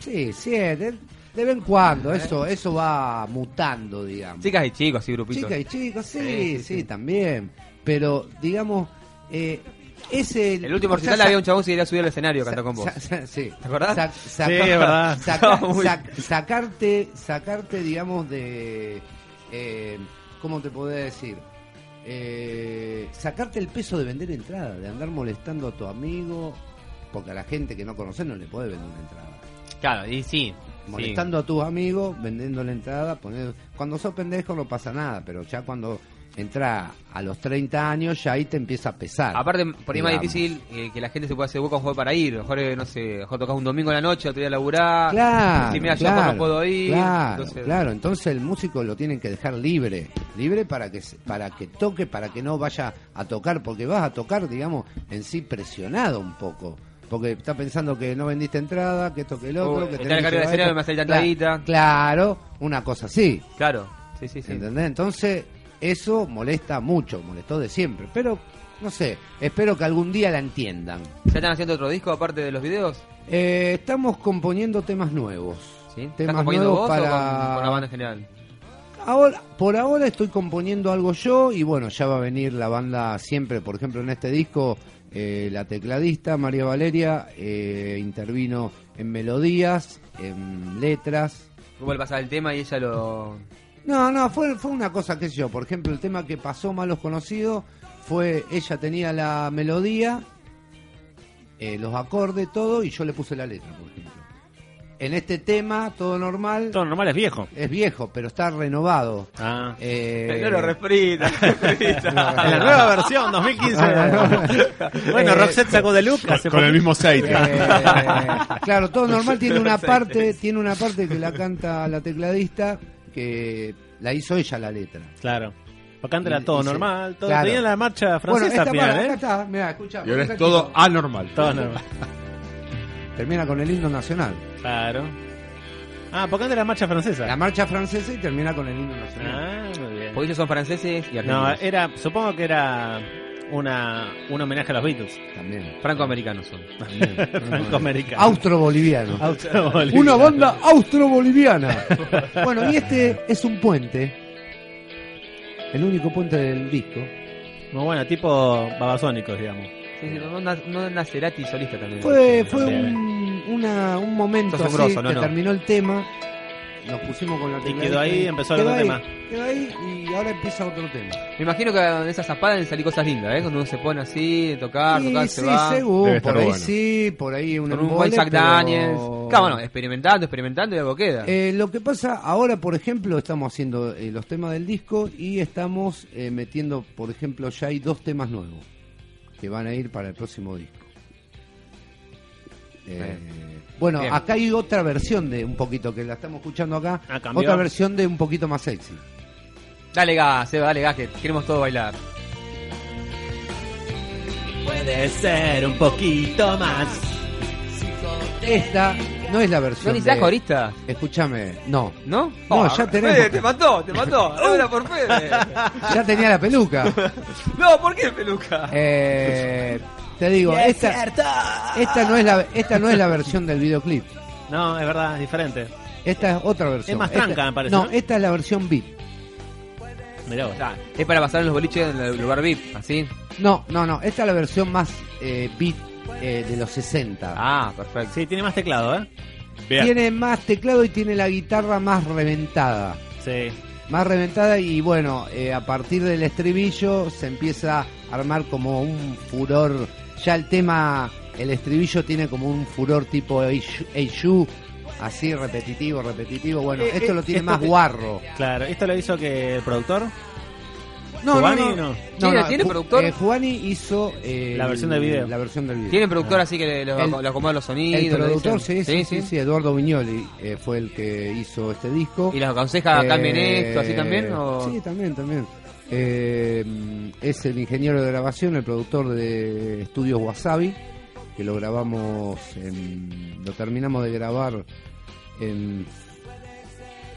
[SPEAKER 6] Sí, sí, de, de vez en
[SPEAKER 3] Eh.
[SPEAKER 6] cuando. Eso, eso va mutando, digamos.
[SPEAKER 3] Chicas y chicos, así grupitos.
[SPEAKER 6] Chicas y chicos, sí,
[SPEAKER 3] Sí,
[SPEAKER 6] sí,
[SPEAKER 3] sí, sí.
[SPEAKER 6] también. Pero, digamos, eh, ese...
[SPEAKER 3] El último
[SPEAKER 6] o sea,
[SPEAKER 3] recital
[SPEAKER 6] sa-
[SPEAKER 3] había un chabón que quería subir al escenario a
[SPEAKER 6] sa-
[SPEAKER 3] cantar con vos.
[SPEAKER 6] sa- sa- sí.
[SPEAKER 3] ¿Te acordás?
[SPEAKER 6] Sac- saca-
[SPEAKER 2] Sí, es verdad.
[SPEAKER 6] saca-
[SPEAKER 3] No, muy-
[SPEAKER 6] sac- sacarte, sacarte, digamos, de... eh, ¿Cómo te podría decir? Eh, sacarte el peso de vender entrada, de andar molestando a tu amigo, porque a la gente que no conoces no le puede vender una entrada
[SPEAKER 3] Claro, y sí.
[SPEAKER 6] molestando a tus amigos, vendiendo la entrada, poner... cuando sos pendejo no pasa nada, pero ya cuando entra a los 30 años, ya ahí te empieza a pesar.
[SPEAKER 3] Aparte, por ahí más
[SPEAKER 6] digamos.
[SPEAKER 3] difícil eh, que la gente se pueda hacer hueco a jugar para ir. Mejor, eh, no sé, mejor tocas un domingo a la noche, otro día laburar.
[SPEAKER 6] Claro,
[SPEAKER 3] Si mira, yo
[SPEAKER 6] claro,
[SPEAKER 3] no puedo ir.
[SPEAKER 6] Claro,
[SPEAKER 3] entonces,
[SPEAKER 6] claro. Entonces el músico lo tienen que dejar libre, libre para que se- para que toque, para que no vaya a tocar, porque vas a tocar, digamos, en sí presionado un poco. Porque está pensando que no vendiste entrada, que esto que el otro,
[SPEAKER 3] Oh,
[SPEAKER 6] que
[SPEAKER 3] está la
[SPEAKER 6] tenés
[SPEAKER 3] carga
[SPEAKER 6] que
[SPEAKER 3] de
[SPEAKER 6] llevar
[SPEAKER 3] cerebro,
[SPEAKER 6] esto.
[SPEAKER 3] me hace tanta
[SPEAKER 6] Cla-
[SPEAKER 3] guita.
[SPEAKER 6] Claro, una cosa así.
[SPEAKER 3] Claro. Sí, sí, sí.
[SPEAKER 6] ¿Entendés? Entonces, eso molesta mucho, molestó de siempre. Pero, no sé, espero que algún día la entiendan.
[SPEAKER 3] ¿Ya están haciendo otro disco aparte de los videos?
[SPEAKER 6] Eh, estamos componiendo temas nuevos.
[SPEAKER 3] ¿Sí? ¿Estás
[SPEAKER 6] Temas
[SPEAKER 3] componiendo
[SPEAKER 6] nuevos
[SPEAKER 3] vos o
[SPEAKER 6] para.
[SPEAKER 3] con, con la banda en general?
[SPEAKER 6] Ahora, por ahora estoy componiendo algo yo y bueno, ya va a venir la banda siempre. Por ejemplo, en este disco, eh, la tecladista María Valeria eh, intervino en melodías, en letras,
[SPEAKER 3] ¿Cómo le pasaba el tema y ella lo.
[SPEAKER 6] no, no, fue, fue una cosa, qué sé yo. Por ejemplo, el tema que pasó Malos Conocidos fue, ella tenía la melodía, eh, los acordes, todo, y yo le puse la letra, por ejemplo. En este tema, todo normal,
[SPEAKER 2] Todo normal es viejo.
[SPEAKER 6] es viejo, pero está renovado.
[SPEAKER 2] Ah.
[SPEAKER 6] Eh,
[SPEAKER 3] No lo refrita, refrita.
[SPEAKER 2] En la nueva versión, 2015. bueno,
[SPEAKER 6] Eh,
[SPEAKER 2] Roxette sacó de look. hace
[SPEAKER 5] Con el
[SPEAKER 2] poquito.
[SPEAKER 5] mismo aceite.
[SPEAKER 6] Eh, claro, todo normal tiene una parte, tiene una parte que la canta la tecladista que la hizo ella la letra.
[SPEAKER 2] Claro. Acá era
[SPEAKER 6] Y-
[SPEAKER 2] todo
[SPEAKER 6] y se-
[SPEAKER 2] normal. Todo,
[SPEAKER 6] claro.
[SPEAKER 2] Tenía la marcha francesa
[SPEAKER 6] bueno, esta
[SPEAKER 2] al final,
[SPEAKER 6] para, acá
[SPEAKER 2] ¿eh?
[SPEAKER 6] está, mirá, escuchá,
[SPEAKER 5] Y ahora es
[SPEAKER 6] tranquilo.
[SPEAKER 5] todo anormal.
[SPEAKER 2] Todo normal.
[SPEAKER 6] termina con el himno nacional.
[SPEAKER 2] Claro. Ah, porque antes era la marcha francesa.
[SPEAKER 6] La marcha francesa y termina con el himno nacional.
[SPEAKER 2] Ah, muy bien.
[SPEAKER 3] Porque ellos son franceses y
[SPEAKER 2] No, eh.
[SPEAKER 3] argentinos.
[SPEAKER 2] era, supongo que era una, un homenaje a los Beatles.
[SPEAKER 3] Ah.
[SPEAKER 6] También.
[SPEAKER 3] Francoamericanos son.
[SPEAKER 2] Franco-americano.
[SPEAKER 6] Austro-boliviano.
[SPEAKER 2] Austroboliviano.
[SPEAKER 6] Una banda austro-boliviana. bueno, y este es un puente. El único puente del disco.
[SPEAKER 2] Muy bueno, tipo babasónicos, digamos.
[SPEAKER 3] Sí, sí, no, no, no Cerati solista también.
[SPEAKER 6] Fue, fue
[SPEAKER 2] Bien.
[SPEAKER 6] un, una- un momento
[SPEAKER 3] Sos un
[SPEAKER 6] así
[SPEAKER 3] grosso, no,
[SPEAKER 6] que
[SPEAKER 3] no.
[SPEAKER 6] terminó el tema. Nos pusimos con la
[SPEAKER 2] Y
[SPEAKER 6] tecla
[SPEAKER 2] quedó ahí, empezó el
[SPEAKER 6] quedó
[SPEAKER 2] otro
[SPEAKER 6] ahí, Quedó ahí y ahora empieza otro tema.
[SPEAKER 3] Me imagino que en esa zapada deben salir cosas lindas, ¿eh? Cuando uno se pone así, tocar, tocar,
[SPEAKER 6] Y
[SPEAKER 3] Ah, se
[SPEAKER 6] sí,
[SPEAKER 3] va.
[SPEAKER 5] Debe
[SPEAKER 6] según,
[SPEAKER 5] estar
[SPEAKER 6] por ahí
[SPEAKER 5] bueno.
[SPEAKER 6] sí, por ahí un
[SPEAKER 3] Con un
[SPEAKER 6] embole,
[SPEAKER 3] buen Jack
[SPEAKER 6] pero-
[SPEAKER 3] Daniels. Claro, bueno, experimentando, experimentando y algo queda.
[SPEAKER 6] Eh, lo que pasa, ahora por ejemplo estamos haciendo eh, los temas del disco y estamos eh, metiendo, por ejemplo, ya hay dos temas nuevos que van a ir para el próximo disco. Eh, bueno,
[SPEAKER 3] Bien.
[SPEAKER 6] acá hay otra versión de un poquito que la estamos escuchando acá,
[SPEAKER 2] Ah, cambió.
[SPEAKER 6] otra versión de un poquito más sexy.
[SPEAKER 3] Dale gas, Seba, dale gas, que queremos todo bailar.
[SPEAKER 2] Puede ser un poquito más.
[SPEAKER 6] Esta no es la
[SPEAKER 3] ¿No
[SPEAKER 6] versión.
[SPEAKER 3] necesitas
[SPEAKER 6] de-
[SPEAKER 3] corista?
[SPEAKER 6] Escúchame, no,
[SPEAKER 3] ¿No? Oh,
[SPEAKER 6] No, ya tenemos.
[SPEAKER 3] Fede, te mató, te mató. Ahora por Fede.
[SPEAKER 6] ya tenía la peluca. Uh.
[SPEAKER 3] No, ¿por qué peluca?
[SPEAKER 6] Eh, te digo, esta, esta no es la esta no es la versión del videoclip.
[SPEAKER 2] No, es verdad, es diferente.
[SPEAKER 6] Esta es otra versión.
[SPEAKER 2] Es más
[SPEAKER 6] Esta-
[SPEAKER 2] tranca, me parece,
[SPEAKER 6] No,
[SPEAKER 2] ¿no?
[SPEAKER 6] esta es la versión beat.
[SPEAKER 2] Mirá vos.
[SPEAKER 3] Ya, es para pasar en los boliches en el lugar VIP, así.
[SPEAKER 6] No, no, no. Esta es la versión más eh, beat eh, de los 60.
[SPEAKER 3] Ah, perfecto.
[SPEAKER 2] Sí, tiene más teclado, ¿eh?
[SPEAKER 5] Bien.
[SPEAKER 6] Tiene más teclado y tiene la guitarra más reventada.
[SPEAKER 2] Sí.
[SPEAKER 6] Más reventada y bueno, eh, a partir del estribillo se empieza a armar como un furor. Ya el tema, el estribillo tiene como un furor tipo Eishu, así repetitivo, repetitivo. Bueno,
[SPEAKER 2] Eh,
[SPEAKER 6] esto
[SPEAKER 2] eh,
[SPEAKER 6] lo tiene
[SPEAKER 2] esto
[SPEAKER 6] más
[SPEAKER 2] te-
[SPEAKER 6] guarro.
[SPEAKER 2] Claro, ¿esto lo hizo que el productor?
[SPEAKER 6] No, no,
[SPEAKER 2] Giovanni,
[SPEAKER 6] no.
[SPEAKER 2] no.
[SPEAKER 3] ¿Tiene- tiene
[SPEAKER 6] Ju-
[SPEAKER 3] productor?
[SPEAKER 6] eh, Giovanni hizo eh,
[SPEAKER 2] La versión del video.
[SPEAKER 6] La versión del video.
[SPEAKER 3] Tienen productor así que lo,
[SPEAKER 6] El-
[SPEAKER 3] lo acomodan los sonidos.
[SPEAKER 6] El
[SPEAKER 3] le
[SPEAKER 6] productor, sí
[SPEAKER 3] dicen.
[SPEAKER 6] sí sí, sí, Eduardo Viñoli eh, fue el que hizo este disco.
[SPEAKER 3] ¿Y los aconseja
[SPEAKER 6] Eh,
[SPEAKER 3] cambien esto, así también? O...
[SPEAKER 6] Sí, también, también. Eh, es el ingeniero de grabación, el productor de Estudios Wasabi, que lo grabamos, en- lo terminamos de grabar en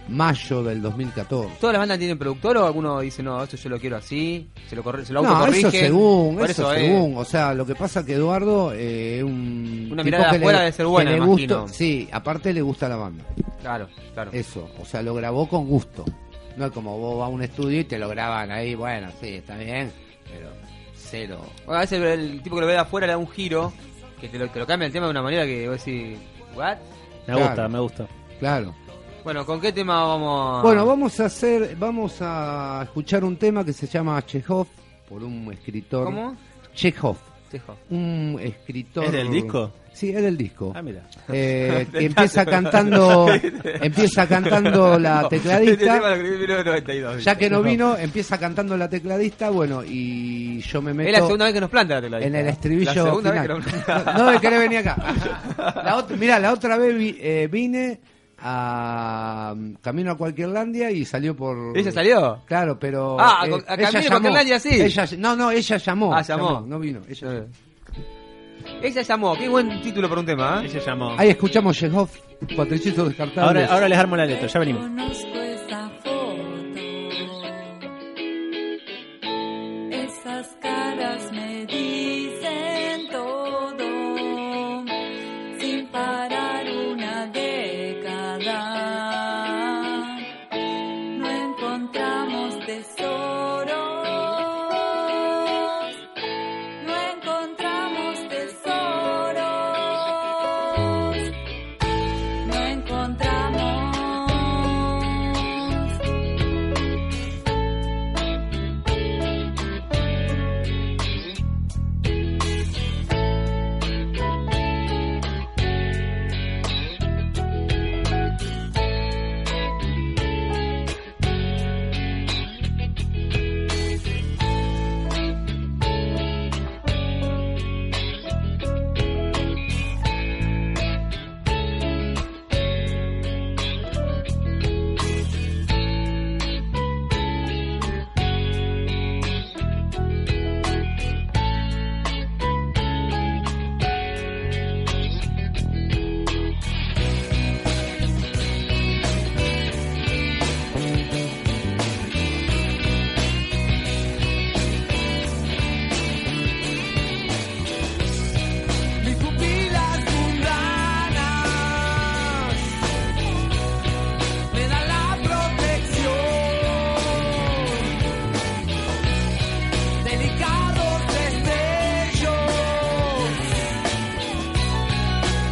[SPEAKER 6] mayo del 2014.
[SPEAKER 3] ¿Todas las bandas tienen productor o alguno dice, no, esto yo lo quiero así? ¿Se lo, corre, se lo
[SPEAKER 6] No,
[SPEAKER 3] autocorrige?
[SPEAKER 6] eso según,
[SPEAKER 3] Por
[SPEAKER 6] eso,
[SPEAKER 3] eh,
[SPEAKER 6] según. O sea, lo que pasa que Eduardo eh, es un
[SPEAKER 3] Una
[SPEAKER 6] tipo
[SPEAKER 3] mirada
[SPEAKER 6] que le-
[SPEAKER 3] afuera debe ser buena,
[SPEAKER 6] que le
[SPEAKER 3] me
[SPEAKER 6] gusta-
[SPEAKER 3] imagino.
[SPEAKER 6] sí, aparte le gusta la banda.
[SPEAKER 3] Claro, claro.
[SPEAKER 6] Eso, o sea, lo grabó con gusto. No es como vos vas a un estudio y te lo graban ahí, bueno, sí, está bien, pero cero.
[SPEAKER 3] Bueno, a veces el, el tipo que lo ve de afuera le da un giro, que te lo, te lo cambia el tema de una manera que vos decís, ¿what?
[SPEAKER 2] Me
[SPEAKER 6] Claro.
[SPEAKER 2] gusta, me gusta.
[SPEAKER 6] Claro.
[SPEAKER 3] Bueno, ¿con qué tema vamos? a-
[SPEAKER 6] Bueno, vamos a hacer, vamos a escuchar un tema que se llama Chekhov, por un escritor.
[SPEAKER 3] ¿Cómo?
[SPEAKER 6] Chekhov.
[SPEAKER 3] festejo.
[SPEAKER 6] un escritor.
[SPEAKER 2] ¿Es del disco?
[SPEAKER 6] Sí, es del disco.
[SPEAKER 2] Ah, mira.
[SPEAKER 6] Eh, que empieza cantando empieza cantando la
[SPEAKER 3] Este tema lo
[SPEAKER 6] tecladista
[SPEAKER 3] escribí en 1992,
[SPEAKER 6] ya
[SPEAKER 3] dice.
[SPEAKER 6] que no vino empieza cantando la tecladista bueno y yo me meto
[SPEAKER 3] Es la segunda vez que nos planta la tecladista.
[SPEAKER 6] en el estribillo
[SPEAKER 3] La segunda
[SPEAKER 6] final.
[SPEAKER 3] vez que nos planta.
[SPEAKER 6] no me querés venir acá la otra, mira la otra vez vi- eh, vine a mm, camino a cualquier landia y salió por
[SPEAKER 3] ¿Ella salió?
[SPEAKER 6] claro pero
[SPEAKER 3] Ah, a-
[SPEAKER 6] eh,
[SPEAKER 3] a Camino a
[SPEAKER 6] ella
[SPEAKER 3] Cualquier
[SPEAKER 6] llamó.
[SPEAKER 3] Landia, sí.
[SPEAKER 6] Ella- no no ella llamó
[SPEAKER 3] Ah, llamó.
[SPEAKER 6] no vino ella llamó.
[SPEAKER 3] Ella llamó. Qué buen título para un tema, ¿eh?
[SPEAKER 2] Ella llamó.
[SPEAKER 6] ahí escuchamos Chekhov Patricito descartado
[SPEAKER 2] Ahora, ahora les armo la letra, ya venimos.
[SPEAKER 10] Conozco esa foto. Esas caras me dicen todo. Sin parar una década. No encontramos tesoros. No encontramos tesoros no encontramos.
[SPEAKER 7] Mis pupilas mundanas me dan la protección, delicados destellos,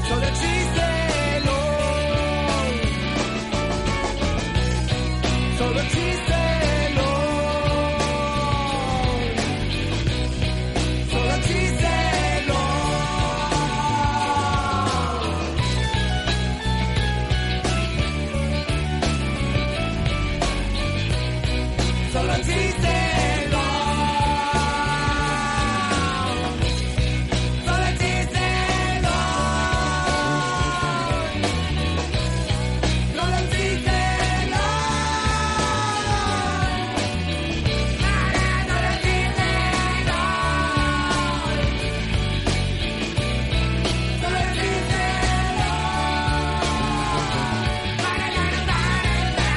[SPEAKER 7] solo existe el hoy, solo existe el hoy, solo existe el hoy. solo existe el gol. Solo existe el gol. Solo existe el gol. Nada, solo existe el gol. Solo existe el gol. Para, para, para, para, para.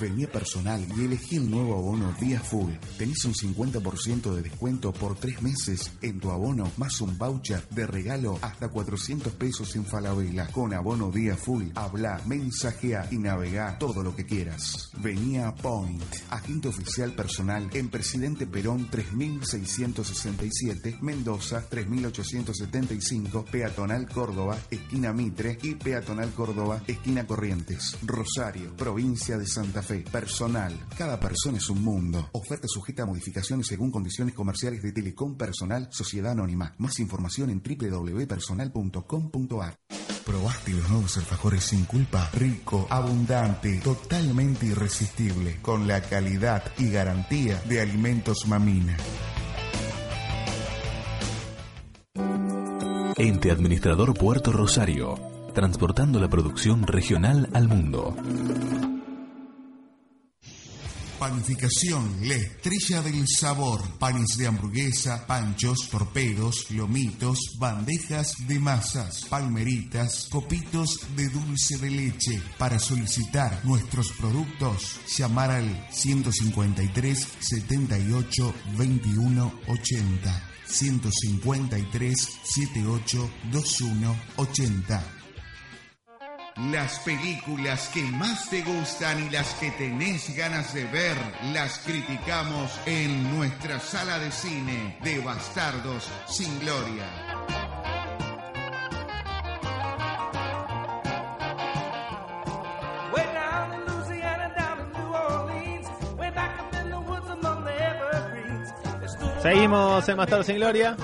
[SPEAKER 1] Vení a personal y elegí el nuevo abono Día Full. Tenés un 50% de descuento por tres meses en tu abono, más un voucher de regalo hasta 400 pesos en Falabella. Con abono Día Full, habla, mensajea y navega todo lo que quieras. Vení a Point, agente oficial personal en Presidente Perón 3667, Mendoza 3875, Peatonal Córdoba, esquina Mitre y Peatonal Córdoba, esquina Corrientes, Rosario, provincia de Santa Fe. Personal, cada persona es un mundo. Oferta sujeta a modificaciones según condiciones comerciales de Telecom Personal, Sociedad Anónima. Más información en www.personal.com.ar. ¿Probaste los nuevos alfajores sin culpa? Rico, abundante, totalmente irresistible, con la calidad y garantía de Alimentos Mamina.
[SPEAKER 8] Ente Administrador Puerto Rosario, transportando la producción regional al mundo.
[SPEAKER 1] Panificación, la estrella del sabor. Panes de hamburguesa, panchos, torpedos, lomitos, bandejas de masas, palmeritas, copitos de dulce de leche. Para solicitar nuestros productos, llamar al 153 78 21 80. 153 78 21 80. Las películas que más te gustan y las que tenés ganas de ver, las criticamos en nuestra sala de cine de Bastardos sin Gloria.
[SPEAKER 9] Way down in Louisiana, down in New Orleans, way back up in the woods among the evergreens. They stood
[SPEAKER 2] Seguimos en Bastardo sin Gloria.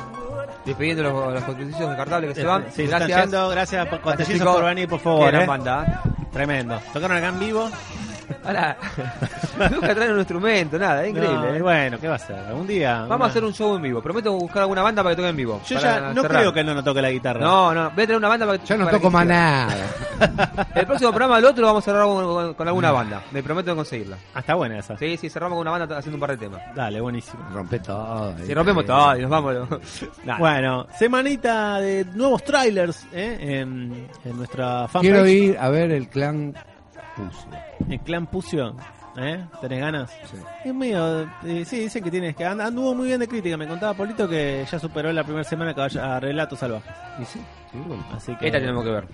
[SPEAKER 3] Despidiendo los, los contribuciones descartables que se
[SPEAKER 2] Eh,
[SPEAKER 3] van.
[SPEAKER 2] sí, se están
[SPEAKER 3] Este. gracias.
[SPEAKER 2] yendo. Gracias por
[SPEAKER 3] Gracias,
[SPEAKER 2] contestizos
[SPEAKER 3] chicos.
[SPEAKER 2] por venir, por favor.
[SPEAKER 3] Qué gran
[SPEAKER 2] eh.
[SPEAKER 3] banda.
[SPEAKER 2] Tremendo. Tocaron acá en vivo.
[SPEAKER 3] Hola. Nunca traen un instrumento, nada, es increíble.
[SPEAKER 2] No,
[SPEAKER 3] eh.
[SPEAKER 2] y bueno, ¿qué va a ser? Algún día.
[SPEAKER 3] Vamos
[SPEAKER 2] una-
[SPEAKER 3] a hacer un show en vivo. Prometo buscar alguna banda para que toque en vivo.
[SPEAKER 2] Yo
[SPEAKER 3] para
[SPEAKER 2] ya no
[SPEAKER 3] cerrar.
[SPEAKER 2] creo que él no toque la guitarra.
[SPEAKER 3] No, no, voy a traer una banda para que
[SPEAKER 6] Yo no
[SPEAKER 3] para
[SPEAKER 6] toco
[SPEAKER 3] que-
[SPEAKER 6] más nada. Mm.
[SPEAKER 3] El próximo programa del otro vamos a cerrar con, con alguna banda. Me prometo de conseguirla.
[SPEAKER 2] Ah, está buena esa.
[SPEAKER 3] Sí, sí, cerramos con una banda haciendo un par de temas. Eh,
[SPEAKER 2] Dale, buenísimo.
[SPEAKER 6] Rompe todo. eh.
[SPEAKER 3] Si rompemos todo y nos vamos. Nah.
[SPEAKER 2] Bueno, semanita de nuevos trailers ¿eh? en, en nuestra fanpage.
[SPEAKER 6] Quiero ir a ver el clan Pucio.
[SPEAKER 2] El clan Pucio. ¿Eh? ¿Tenés ganas?
[SPEAKER 6] Sí.
[SPEAKER 2] Es mío. eh, sí, dicen que tienes que. and- Anduvo muy bien de crítica. Me contaba Polito que ya superó la primera semana que vaya a Relatos Salvajes.
[SPEAKER 6] Y sí, sí, bueno.
[SPEAKER 2] Así que.
[SPEAKER 3] Esta tenemos que ver.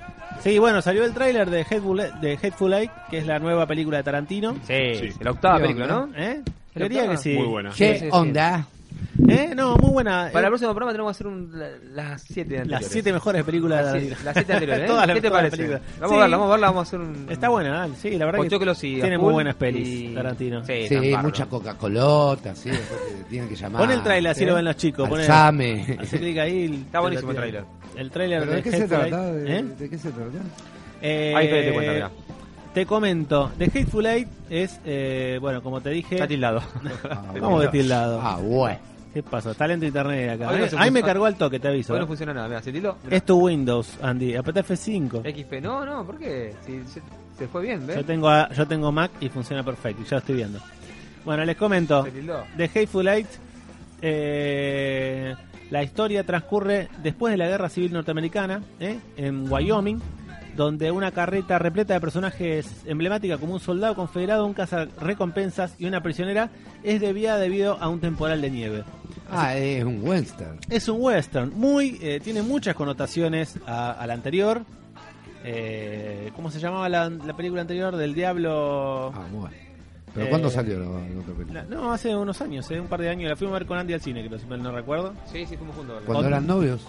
[SPEAKER 2] Sí, bueno, salió el tráiler de Hateful, de Hateful Eight, que es la nueva película de Tarantino.
[SPEAKER 3] Sí,
[SPEAKER 5] Sí.
[SPEAKER 3] la octava
[SPEAKER 6] Bien,
[SPEAKER 3] película, ¿no?
[SPEAKER 2] ¿Eh?
[SPEAKER 3] ¿Pero
[SPEAKER 2] Creería
[SPEAKER 3] está?
[SPEAKER 2] que sí.
[SPEAKER 5] Muy buena.
[SPEAKER 6] ¿Qué
[SPEAKER 3] sí, sí.
[SPEAKER 6] onda?
[SPEAKER 2] ¿Eh? No, muy buena. Eh,
[SPEAKER 3] Para el próximo programa tenemos que hacer un- la- las siete anteriores.
[SPEAKER 2] las siete mejores películas
[SPEAKER 3] Las
[SPEAKER 2] de
[SPEAKER 3] siete-
[SPEAKER 2] Tarantino.
[SPEAKER 3] las siete anteriores. ¿eh?
[SPEAKER 2] todas las,
[SPEAKER 3] ¿Qué te
[SPEAKER 2] todas
[SPEAKER 3] parece?
[SPEAKER 2] las
[SPEAKER 3] Vamos
[SPEAKER 2] películas.
[SPEAKER 3] a verla,
[SPEAKER 2] Sí,
[SPEAKER 3] vamos a verla, vamos a hacer un.
[SPEAKER 2] Está buena, dale, sí, la verdad que
[SPEAKER 3] Pochoclos y
[SPEAKER 2] tiene
[SPEAKER 3] a
[SPEAKER 2] muy
[SPEAKER 3] full
[SPEAKER 2] buenas pelis
[SPEAKER 3] y-
[SPEAKER 2] Tarantino.
[SPEAKER 3] Sí,
[SPEAKER 6] Sí,
[SPEAKER 3] tan bárbaro.
[SPEAKER 6] mucha Coca-Cola, sí, después te tienen que llamar. ¿Eh?
[SPEAKER 2] Pon el tráiler, así lo ven los chicos, pon el-
[SPEAKER 6] Alzame.
[SPEAKER 2] Hace clic ahí.
[SPEAKER 3] Está buenísimo el tráiler.
[SPEAKER 2] El tráiler
[SPEAKER 6] ¿Pero
[SPEAKER 2] de
[SPEAKER 6] de qué se
[SPEAKER 2] Hateful Eight,
[SPEAKER 6] trata? ¿De,
[SPEAKER 2] ¿eh?
[SPEAKER 6] de qué se trata?
[SPEAKER 2] Eh,
[SPEAKER 3] Ahí te- te cuento, mirá.
[SPEAKER 2] Te comento, The Hateful Eight es, eh, bueno, como te dije...
[SPEAKER 3] Está tildado.
[SPEAKER 6] Ah,
[SPEAKER 2] ¿Cómo de
[SPEAKER 6] bueno.
[SPEAKER 2] tildado?
[SPEAKER 6] Ah, bueno.
[SPEAKER 2] ¿Qué pasa? Talento internet acá. Eh,
[SPEAKER 3] Hoy no se
[SPEAKER 2] Ahí me
[SPEAKER 3] puso-
[SPEAKER 2] cargó al toque, te aviso.
[SPEAKER 3] Hoy no
[SPEAKER 2] eh.
[SPEAKER 3] funciona nada, mira, se tildó. Mirá.
[SPEAKER 2] Es tu Windows, Andy. Apretá F5.
[SPEAKER 3] XP, no, no, ¿por qué? Si se, se fue bien, ¿ves?
[SPEAKER 2] Yo tengo, a- yo tengo Mac y funciona perfecto. Ya lo estoy viendo. Bueno, les comento.
[SPEAKER 3] Se tildó.
[SPEAKER 2] The Hateful Eight. eh, la historia transcurre después de la Guerra Civil Norteamericana, ¿eh? en Wyoming, donde una carreta repleta de personajes emblemáticos como un soldado confederado, un cazarrecompensas y una prisionera es desviada debido a un temporal de nieve.
[SPEAKER 6] Ah, es un western.
[SPEAKER 2] Es un western, muy eh, tiene muchas connotaciones a, a la anterior. Eh, ¿Cómo se llamaba la, la película anterior del Diablo?
[SPEAKER 6] Ah, bueno. ¿Pero
[SPEAKER 2] Eh,
[SPEAKER 6] cuándo salió la, la otra película?
[SPEAKER 2] La- no, hace unos años, eh, un par de años. La fuimos a ver con Andy al cine, que no, no recuerdo.
[SPEAKER 3] Sí, sí, fuimos juntos. ¿verdad?
[SPEAKER 6] ¿Cuando eran novios?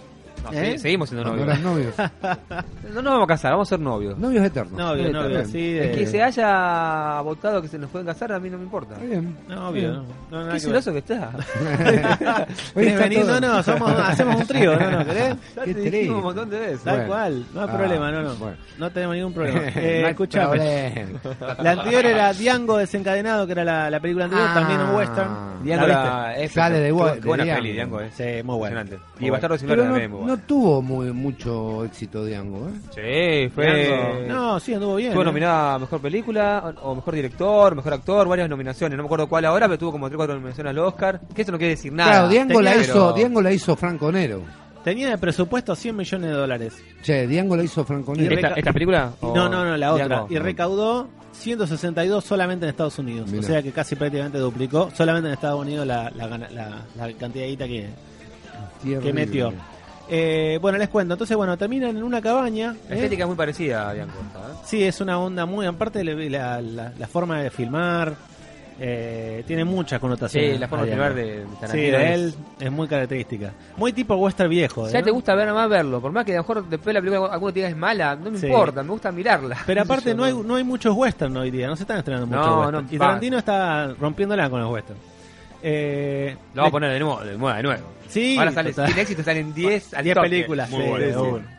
[SPEAKER 3] No,
[SPEAKER 2] ¿Eh?
[SPEAKER 3] sí, seguimos siendo
[SPEAKER 6] Cuando
[SPEAKER 3] novios.
[SPEAKER 6] eran novios.
[SPEAKER 3] No nos vamos a casar, vamos a ser novios.
[SPEAKER 6] Novios eternos.
[SPEAKER 2] Novio,
[SPEAKER 6] Está
[SPEAKER 2] novio,
[SPEAKER 6] bien.
[SPEAKER 2] sí.
[SPEAKER 3] El
[SPEAKER 2] de-
[SPEAKER 3] que se haya votado que se nos pueden casar, a mí no me importa.
[SPEAKER 6] Está bien.
[SPEAKER 2] Novio, no. no, nada
[SPEAKER 3] Qué
[SPEAKER 2] que ver.
[SPEAKER 3] celoso que está.
[SPEAKER 6] Hoy
[SPEAKER 2] ¿Querés
[SPEAKER 6] está
[SPEAKER 2] venir?
[SPEAKER 6] todo.
[SPEAKER 2] No, no, somos- hacemos un trío, no, no, ¿querés?
[SPEAKER 3] Ya
[SPEAKER 6] Qué
[SPEAKER 3] te dijimos
[SPEAKER 6] triste.
[SPEAKER 3] un montón de veces.
[SPEAKER 2] Tal
[SPEAKER 6] Bueno.
[SPEAKER 2] cual, no hay
[SPEAKER 6] Ah,
[SPEAKER 2] problema, no, no.
[SPEAKER 6] bueno.
[SPEAKER 2] No tenemos ningún problema. Eh,
[SPEAKER 6] No hay
[SPEAKER 2] escuchame.
[SPEAKER 6] problema.
[SPEAKER 2] La anterior era Diango Desencadenado, que era la, la película anterior,
[SPEAKER 6] Ah.
[SPEAKER 2] también un western.
[SPEAKER 3] Diango
[SPEAKER 2] ¿La
[SPEAKER 3] era- es-
[SPEAKER 6] Sale de Wa-
[SPEAKER 3] Qué buena
[SPEAKER 6] de Diango.
[SPEAKER 3] peli, Diango, eh.
[SPEAKER 2] viste? Sí, muy bueno.
[SPEAKER 3] Impresionante. Y Bastardo sin Gloria
[SPEAKER 6] Pero
[SPEAKER 3] también, muy
[SPEAKER 6] no,
[SPEAKER 3] bueno.
[SPEAKER 6] no tuvo muy, mucho éxito Diango, ¿eh?
[SPEAKER 3] Sí,
[SPEAKER 2] Diango.
[SPEAKER 3] fue.
[SPEAKER 2] No, sí, anduvo bien.
[SPEAKER 3] Estuvo
[SPEAKER 2] ¿eh?
[SPEAKER 3] nominada a mejor película, o o mejor director, mejor actor, varias nominaciones. No me acuerdo cuál ahora, pero tuvo como 3 4 nominaciones al Oscar. Que eso no quiere decir nada.
[SPEAKER 6] claro, Diango, la
[SPEAKER 3] Pero-
[SPEAKER 6] hizo, Diango la hizo Franco Nero.
[SPEAKER 2] Tenía de presupuesto 100 millones de dólares.
[SPEAKER 6] Che, Diango la hizo Franco Nero.
[SPEAKER 3] ¿Esta, esta película? ¿O
[SPEAKER 2] No, no, no, la otra.
[SPEAKER 3] Diango?
[SPEAKER 2] Y recaudó 162 solamente en Estados Unidos.
[SPEAKER 6] Mirá.
[SPEAKER 2] O sea que casi prácticamente duplicó solamente en Estados Unidos la, la gana- la- la cantidad de guita que,
[SPEAKER 6] Terrible.
[SPEAKER 2] que metió. Eh, bueno, les cuento. Entonces, bueno, terminan en una cabaña.
[SPEAKER 3] La
[SPEAKER 2] ¿eh?
[SPEAKER 3] estética es muy parecida a ¿eh? Diango. ¿sabes?
[SPEAKER 2] Sí, es una onda muy. Aparte, le- la, la- la forma de filmar eh, tiene muchas connotaciones.
[SPEAKER 3] Sí, la forma de
[SPEAKER 2] Ariana.
[SPEAKER 3] filmar de, de Tarantino.
[SPEAKER 2] Sí, de
[SPEAKER 3] es-
[SPEAKER 2] él es muy característica. Muy tipo western viejo. ¿eh?
[SPEAKER 3] Ya
[SPEAKER 2] ¿no?
[SPEAKER 3] te gusta ver más verlo, por más que a lo mejor después la película alguno te diga es mala, no me
[SPEAKER 2] Sí.
[SPEAKER 3] importa, me gusta mirarla.
[SPEAKER 2] Pero
[SPEAKER 3] Qué sé
[SPEAKER 2] aparte
[SPEAKER 3] yo,
[SPEAKER 2] no hay, no hay muchos western hoy día, no se están estrenando
[SPEAKER 3] No,
[SPEAKER 2] muchos western.
[SPEAKER 3] no,
[SPEAKER 2] y
[SPEAKER 3] va.
[SPEAKER 2] Tarantino está rompiéndola con los western. Eh,
[SPEAKER 3] Lo vamos a poner de nuevo, de nuevo, de nuevo.
[SPEAKER 2] Sí,
[SPEAKER 3] Ahora sale,
[SPEAKER 2] total.
[SPEAKER 3] sin éxito salen 10 al
[SPEAKER 2] 10
[SPEAKER 3] toque.
[SPEAKER 2] películas.
[SPEAKER 5] Muy
[SPEAKER 2] sí,
[SPEAKER 5] bueno,
[SPEAKER 2] de
[SPEAKER 5] muy
[SPEAKER 2] una.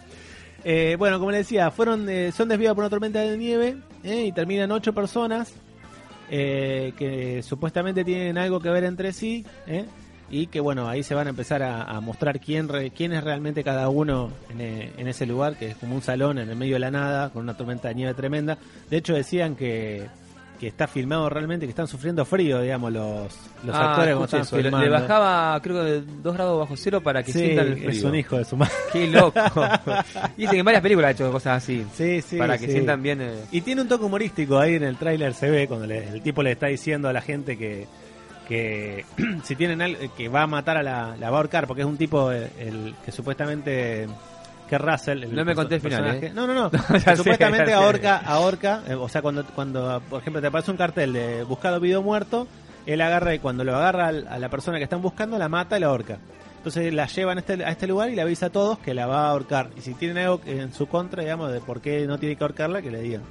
[SPEAKER 2] Eh, bueno, como les decía, fueron eh, son desviados por una tormenta de nieve eh, y terminan ocho personas eh, que supuestamente tienen algo que ver entre sí eh, y que bueno, ahí se van a empezar a, a mostrar quién, re- quién es realmente cada uno en, eh, en ese lugar, que es como un salón en el medio de la nada, con una tormenta de nieve tremenda. De hecho decían que, que está filmado realmente, que están sufriendo frío, digamos, los, los
[SPEAKER 3] Ah,
[SPEAKER 2] actores como están
[SPEAKER 3] escuché eso, le-
[SPEAKER 2] filmando.
[SPEAKER 3] Le bajaba, creo que de 2 grados bajo cero para que
[SPEAKER 2] Sí,
[SPEAKER 3] sientan el frío.
[SPEAKER 2] es un hijo de su madre.
[SPEAKER 3] Qué loco. Dice que en varias películas ha hecho cosas así.
[SPEAKER 2] Sí, sí,
[SPEAKER 3] para que
[SPEAKER 2] sí.
[SPEAKER 3] sientan bien. eh,
[SPEAKER 2] Y tiene un toque humorístico ahí en el tráiler se ve cuando le- el tipo le está diciendo a la gente que que si tienen al- que va a matar a la, la va a ahorcar porque es un tipo eh, el que supuestamente que Russell el
[SPEAKER 3] No me
[SPEAKER 2] perso-
[SPEAKER 3] conté el final,
[SPEAKER 2] personaje-
[SPEAKER 3] ¿eh?
[SPEAKER 2] no no no,
[SPEAKER 3] Ya sé,
[SPEAKER 2] supuestamente
[SPEAKER 3] ya sé.
[SPEAKER 2] ahorca ahorca eh, o sea cuando cuando por ejemplo te aparece un cartel de buscado vivo muerto él agarra y cuando lo agarra al- a la persona que están buscando la mata y la ahorca entonces la llevan a este, a este lugar y le avisa a todos que la va a ahorcar. Y si tienen algo en su contra, digamos, de por qué no tiene que ahorcarla, que le digan.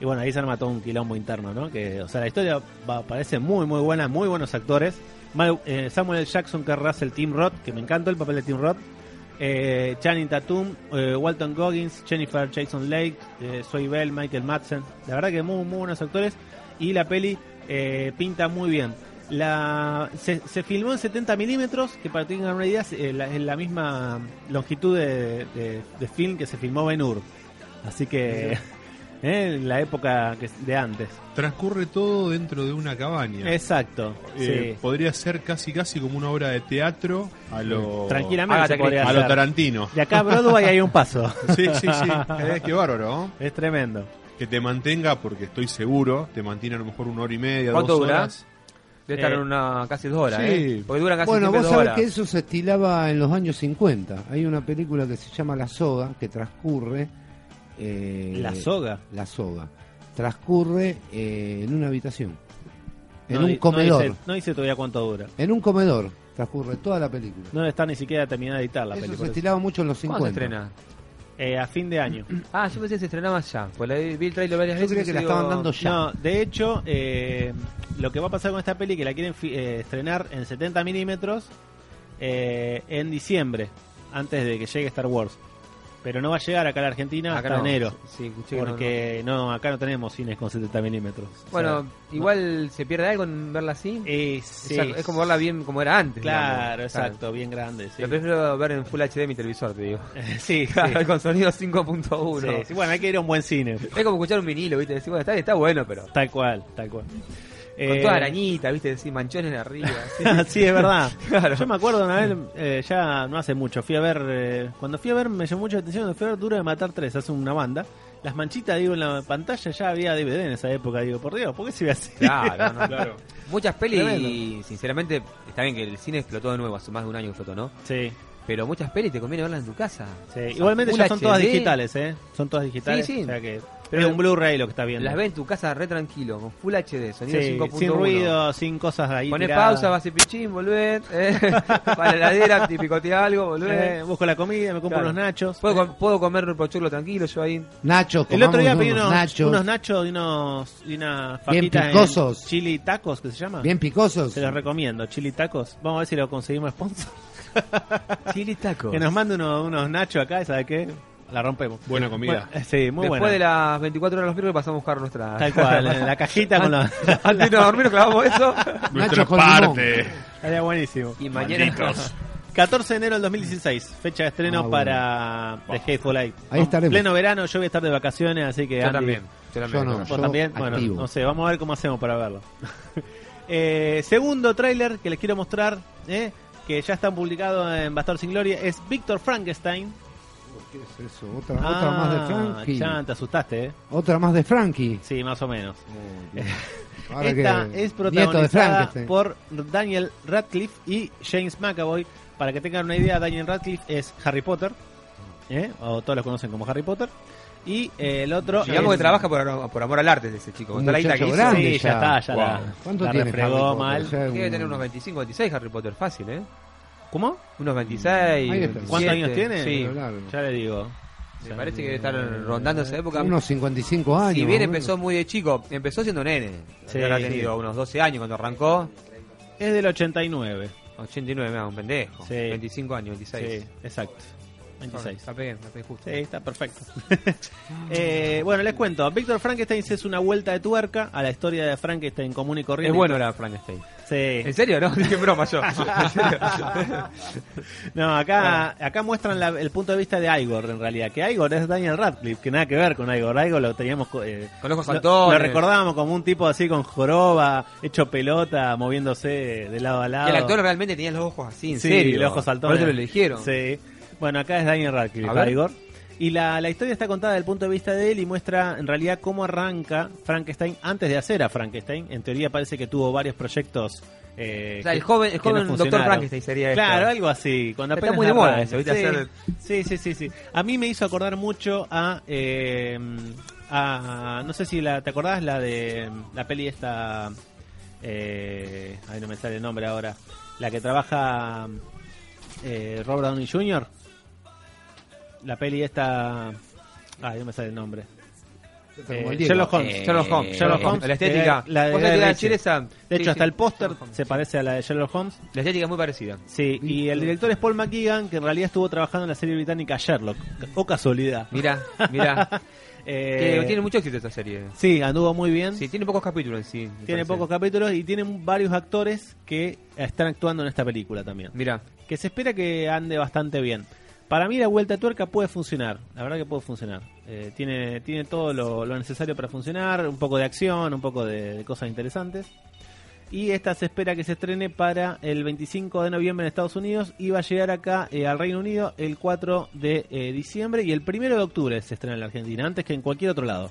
[SPEAKER 2] Y bueno, ahí se arma todo un quilombo interno, ¿no? Que, o sea, la historia va- parece muy, muy buena, muy buenos actores. Mal- eh, Samuel L. Jackson, Kurt Russell, Tim Roth, que me encantó el papel de Tim Roth. Eh, Channing Tatum, eh, Walton Goggins, Jennifer Jason Lake, eh, Soy Bell, Michael Madsen. La verdad que muy, muy buenos actores. Y la peli eh, pinta muy bien. La, se, se filmó en 70 milímetros, que para que tengan una idea es eh, la, es la misma longitud de, de- de film que se filmó Ben Hur. Así que eh, en la época que, de antes.
[SPEAKER 5] Transcurre todo dentro de una cabaña.
[SPEAKER 2] Exacto.
[SPEAKER 5] Eh,
[SPEAKER 2] sí.
[SPEAKER 5] Podría ser casi casi como una obra de teatro a lo,
[SPEAKER 2] Tranquilamente
[SPEAKER 3] Agatha
[SPEAKER 2] se podría
[SPEAKER 5] a lo
[SPEAKER 2] hacer.
[SPEAKER 5] Tarantino.
[SPEAKER 2] De acá a Broadway hay un paso.
[SPEAKER 5] Sí, sí, sí. Es que bárbaro, ¿no?
[SPEAKER 2] Es tremendo.
[SPEAKER 5] Que te mantenga, porque estoy seguro, te mantiene a lo mejor una hora y media,
[SPEAKER 3] ¿Cuánto
[SPEAKER 5] dos
[SPEAKER 3] dura?
[SPEAKER 5] horas.
[SPEAKER 3] Debe estar
[SPEAKER 2] Eh,
[SPEAKER 3] en una, casi 2 horas.
[SPEAKER 5] sí.
[SPEAKER 3] eh, Porque duran casi
[SPEAKER 6] Bueno,
[SPEAKER 3] siempre
[SPEAKER 6] vos
[SPEAKER 3] dos
[SPEAKER 6] sabés
[SPEAKER 3] horas.
[SPEAKER 6] que eso se estilaba en los años 50. Hay una película que se llama La Soga, que transcurre... eh,
[SPEAKER 2] La soga.
[SPEAKER 6] La Soga. Transcurre eh, en una habitación. En
[SPEAKER 2] No di-
[SPEAKER 6] un comedor.
[SPEAKER 2] No dice, no dice todavía cuánto dura.
[SPEAKER 6] En un comedor transcurre toda la película.
[SPEAKER 2] No está ni siquiera terminada de editar la
[SPEAKER 6] Eso se
[SPEAKER 2] película.
[SPEAKER 6] estilaba mucho en los 50.
[SPEAKER 3] ¿Cuándo se estrena?
[SPEAKER 2] Eh, a fin de año.
[SPEAKER 3] Ah, yo pensé que se estrenaba ya. Pues la vi el trailer varias
[SPEAKER 6] Yo
[SPEAKER 3] veces.
[SPEAKER 6] creía que la
[SPEAKER 3] digo,
[SPEAKER 6] estaban dando ya.
[SPEAKER 2] No, de hecho, eh, lo que va a pasar con esta peli que la quieren fi- eh, estrenar en 70 milímetros eh, en diciembre, antes de que llegue Star Wars. Pero no va a llegar acá a la Argentina
[SPEAKER 3] Acá
[SPEAKER 2] hasta
[SPEAKER 3] no.
[SPEAKER 2] enero.
[SPEAKER 3] "Ah, Sí, escuché que no,
[SPEAKER 2] Porque no, acá no tenemos cines con 70 milímetros.
[SPEAKER 3] no. Bueno, igual se pierde algo en verla así.
[SPEAKER 2] es,
[SPEAKER 3] O sea, es como verla bien como era antes.
[SPEAKER 2] Eh, Claro,
[SPEAKER 3] digamos.
[SPEAKER 2] exacto, bien grande. Sí,
[SPEAKER 3] Lo prefiero ver en Full HD de mi televisor, te digo.
[SPEAKER 2] sí, sí,
[SPEAKER 3] Con sonido
[SPEAKER 2] sí,
[SPEAKER 3] 5.1.
[SPEAKER 2] sí. Bueno, hay que ir a un buen cine.
[SPEAKER 3] Es como escuchar un vinilo, ¿viste? Decís, bueno, está, está bueno, pero.
[SPEAKER 2] Tal cual, tal cual.
[SPEAKER 3] Con
[SPEAKER 2] Eh,
[SPEAKER 3] toda arañita, ¿viste? Decís, manchones arriba. sí.
[SPEAKER 2] sí, es verdad.
[SPEAKER 3] Claro.
[SPEAKER 2] Yo me acuerdo una vez, eh, ya no hace mucho, fui a ver. eh, cuando fui a ver, me llamó mucho la atención. Cuando fui a ver Duro de Matar 3, hace una banda. Las manchitas, digo, en la pantalla ya había DVD en esa época. Digo, por Dios, ¿por qué se ve así?
[SPEAKER 3] Claro, no, claro. Muchas pelis,
[SPEAKER 2] Tremendo.
[SPEAKER 3] y sinceramente, está bien que el cine explotó de nuevo, hace más de un año que explotó, ¿no?
[SPEAKER 2] Sí,
[SPEAKER 3] Pero muchas pelis te conviene verlas en tu casa.
[SPEAKER 2] sí.
[SPEAKER 3] O sea,
[SPEAKER 2] Igualmente
[SPEAKER 3] Full
[SPEAKER 2] ya son todas
[SPEAKER 3] HD,
[SPEAKER 2] digitales, ¿eh? Son todas digitales.
[SPEAKER 3] Sí, sí.
[SPEAKER 2] O sea que.
[SPEAKER 3] Pero-
[SPEAKER 2] Pero es un Blu-ray lo que está viendo.
[SPEAKER 3] Las ves en tu casa re tranquilo, con Full HD, sonido
[SPEAKER 2] Sí,
[SPEAKER 3] 5.1.
[SPEAKER 2] sin ruido, sin cosas ahí.
[SPEAKER 3] Poné
[SPEAKER 2] tiradas.
[SPEAKER 3] pausa, vas y pichín, volvés. eh, para la heladera, te picotea algo, volvés.
[SPEAKER 2] Eh, busco la comida, me compro
[SPEAKER 3] Claro.
[SPEAKER 2] unos nachos.
[SPEAKER 3] Puedo, com- puedo comer pochoclo tranquilo yo ahí.
[SPEAKER 6] Nachos,
[SPEAKER 2] El otro día
[SPEAKER 6] comamos
[SPEAKER 2] pedí unos unos nachos,
[SPEAKER 6] nachos,
[SPEAKER 2] y unos y una
[SPEAKER 6] Bien
[SPEAKER 2] fajita
[SPEAKER 6] picosos.
[SPEAKER 2] en chili tacos que se llama.
[SPEAKER 6] bien picosos.
[SPEAKER 2] Se los recomiendo, chili tacos. Vamos a ver si lo conseguimos sponsor.
[SPEAKER 3] Chili taco.
[SPEAKER 2] Que nos mande uno- unos nachos acá, ¿sabes qué? La rompemos.
[SPEAKER 5] Buena comida.
[SPEAKER 2] Bueno, sí, muy
[SPEAKER 3] Después
[SPEAKER 2] buena.
[SPEAKER 3] de las 24 horas de los miércoles pasamos a buscar nuestra...
[SPEAKER 2] Tal cual, en la cajita con la...
[SPEAKER 3] Antes de irnos a dormir nos clavamos eso.
[SPEAKER 5] Nuestra
[SPEAKER 6] Nachos con
[SPEAKER 5] parte.
[SPEAKER 2] Estaría buenísimo.
[SPEAKER 3] Y mañana...
[SPEAKER 2] 14 de enero del 2016, fecha de estreno
[SPEAKER 6] Ah, bueno.
[SPEAKER 2] para The Hateful Eight.
[SPEAKER 6] Ahí estaremos.
[SPEAKER 2] Pleno verano, yo voy a estar de vacaciones, así que...
[SPEAKER 3] Yo
[SPEAKER 2] Andy,
[SPEAKER 3] también. Yo también.
[SPEAKER 6] Yo no.
[SPEAKER 2] ¿Vos también?
[SPEAKER 6] activo.
[SPEAKER 2] Bueno, no sé, vamos a ver cómo hacemos para verlo. Eh, segundo tráiler que les quiero mostrar, eh, que ya está publicado en Bastardo sin Gloria, es Víctor Frankenstein.
[SPEAKER 6] ¿Qué es eso? ¿Otra, otra Ah, más de Frankie.
[SPEAKER 2] Ah. Ya, te asustaste, ¿eh?
[SPEAKER 6] Otra más de Frankie.
[SPEAKER 2] Sí, más o menos.
[SPEAKER 6] Ahora
[SPEAKER 2] Esta
[SPEAKER 6] que-
[SPEAKER 2] es
[SPEAKER 6] nieto de
[SPEAKER 2] protagonizada
[SPEAKER 6] Frankenstein.
[SPEAKER 2] por Daniel Radcliffe y James McAvoy. Para que tengan una idea, Daniel Radcliffe es Harry Potter, eh, o todos lo conocen como Harry Potter. Y eh, el otro...
[SPEAKER 3] Digamos
[SPEAKER 2] es-
[SPEAKER 3] que trabaja por, por amor al arte ese chico. Con
[SPEAKER 6] Un
[SPEAKER 3] toda la guita
[SPEAKER 6] muchacho
[SPEAKER 3] que hizo.
[SPEAKER 6] grande.
[SPEAKER 2] Sí, ya,
[SPEAKER 6] ya.
[SPEAKER 2] está, ya
[SPEAKER 5] Wow.
[SPEAKER 2] la-
[SPEAKER 6] ¿Cuánto
[SPEAKER 2] la
[SPEAKER 6] tiene
[SPEAKER 2] refregó
[SPEAKER 6] Harry Potter?
[SPEAKER 2] mal.
[SPEAKER 6] Ya es
[SPEAKER 3] Debe
[SPEAKER 6] un-
[SPEAKER 3] tener unos 25, 26 Harry Potter, fácil, ¿eh?
[SPEAKER 2] ¿Cómo?
[SPEAKER 3] Unos 26.
[SPEAKER 6] Ahí está.
[SPEAKER 3] 27.
[SPEAKER 2] ¿Cuántos años tiene?
[SPEAKER 3] Sí.
[SPEAKER 6] Claro.
[SPEAKER 2] Ya le digo.
[SPEAKER 3] Me parece que debe estar rondando esa época.
[SPEAKER 6] unos 55 años.
[SPEAKER 3] si bien
[SPEAKER 6] más o menos.
[SPEAKER 3] empezó muy de chico, empezó siendo nene.
[SPEAKER 2] Sí.
[SPEAKER 3] Habrá tenido unos 12 años cuando arrancó.
[SPEAKER 2] Es del 89.
[SPEAKER 3] 89, ah, un pendejo.
[SPEAKER 2] Sí.
[SPEAKER 3] 25 años, 26.
[SPEAKER 2] Sí, exacto. 26.
[SPEAKER 3] La pegué, la pegué justo.
[SPEAKER 2] Sí, está perfecto. Eh, bueno, les cuento. Víctor Frankenstein se hace una vuelta de tuerca a la historia de Frankenstein común y corriente.
[SPEAKER 3] Es bueno la Frankenstein.
[SPEAKER 2] Sí.
[SPEAKER 3] ¿En serio? No, dije broma yo. ¿En serio?
[SPEAKER 2] No, acá, acá muestran la- el punto de vista de Igor, en realidad. Que Igor es Daniel Radcliffe, que nada que ver con Igor. Igor lo teníamos... co- eh,
[SPEAKER 3] Con ojos
[SPEAKER 2] lo-
[SPEAKER 3] saltones.
[SPEAKER 2] Lo recordábamos como un tipo así con joroba, hecho pelota, moviéndose de lado a
[SPEAKER 3] Que
[SPEAKER 2] lado.
[SPEAKER 3] el actor realmente tenía los ojos así, en
[SPEAKER 2] sí,
[SPEAKER 3] serio.
[SPEAKER 2] los ojos saltones.
[SPEAKER 3] Por eso lo eligieron.
[SPEAKER 2] eh. Sí. Bueno, acá es Daniel Radcliffe,
[SPEAKER 3] A ver.
[SPEAKER 2] Igor. Y la, la historia está contada desde el punto de vista de él y muestra en realidad cómo arranca Frankenstein antes de hacer a Frankenstein. En teoría parece que tuvo varios proyectos. eh,
[SPEAKER 3] O sea,
[SPEAKER 2] que-
[SPEAKER 3] el joven- el
[SPEAKER 2] que no
[SPEAKER 3] joven Dr.
[SPEAKER 2] funcionaron.
[SPEAKER 3] Frankenstein sería este, esto.
[SPEAKER 2] Claro, algo así. Cuando
[SPEAKER 3] Está
[SPEAKER 2] apenas
[SPEAKER 3] muy de moda
[SPEAKER 2] arranca.
[SPEAKER 3] eso, ¿viste?
[SPEAKER 2] Sí.
[SPEAKER 3] Hacer-
[SPEAKER 2] Sí, sí, sí, sí. A mí me hizo acordar mucho a, eh, a no sé si la, te acordás la de em, la peli esta, eh, ay no me sale el nombre ahora, la que trabaja eh, Robert Downey Jr. La peli esta, ay no me sale el nombre. Eh, Sherlock Holmes.
[SPEAKER 3] Eh, Sherlock Holmes. Sherlock Holmes. La estética.
[SPEAKER 2] La de, Guy
[SPEAKER 3] Vos sabés que iba a
[SPEAKER 2] Ritchie.
[SPEAKER 3] decir esa.
[SPEAKER 2] De hecho,
[SPEAKER 3] Sí,
[SPEAKER 2] hasta
[SPEAKER 3] sí.
[SPEAKER 2] el póster
[SPEAKER 3] Sherlock Holmes.
[SPEAKER 2] se parece a la de Sherlock Holmes.
[SPEAKER 3] La estética es muy parecida.
[SPEAKER 2] Sí, y el director es Paul McGuigan, que en realidad estuvo trabajando en la serie británica Sherlock. O casualidad.
[SPEAKER 3] Mirá, mirá.
[SPEAKER 2] Eh,
[SPEAKER 3] que tiene mucho éxito esta serie.
[SPEAKER 2] Sí, anduvo muy bien.
[SPEAKER 3] Sí, tiene pocos capítulos en sí. me
[SPEAKER 2] tiene
[SPEAKER 3] parece.
[SPEAKER 2] pocos capítulos y tiene varios actores que están actuando en esta película también.
[SPEAKER 3] Mirá.
[SPEAKER 2] Que se espera que ande bastante bien. Para mí la vuelta a tuerca puede funcionar, la verdad que puede funcionar. Eh, tiene, tiene todo lo, lo necesario para funcionar, un poco de acción, un poco de, de cosas interesantes. Y esta se espera que se estrene para el 25 de noviembre en Estados Unidos y va a llegar acá eh, al Reino Unido el 4 de eh, diciembre y el 1 de octubre se estrena en la Argentina, antes que en cualquier otro lado.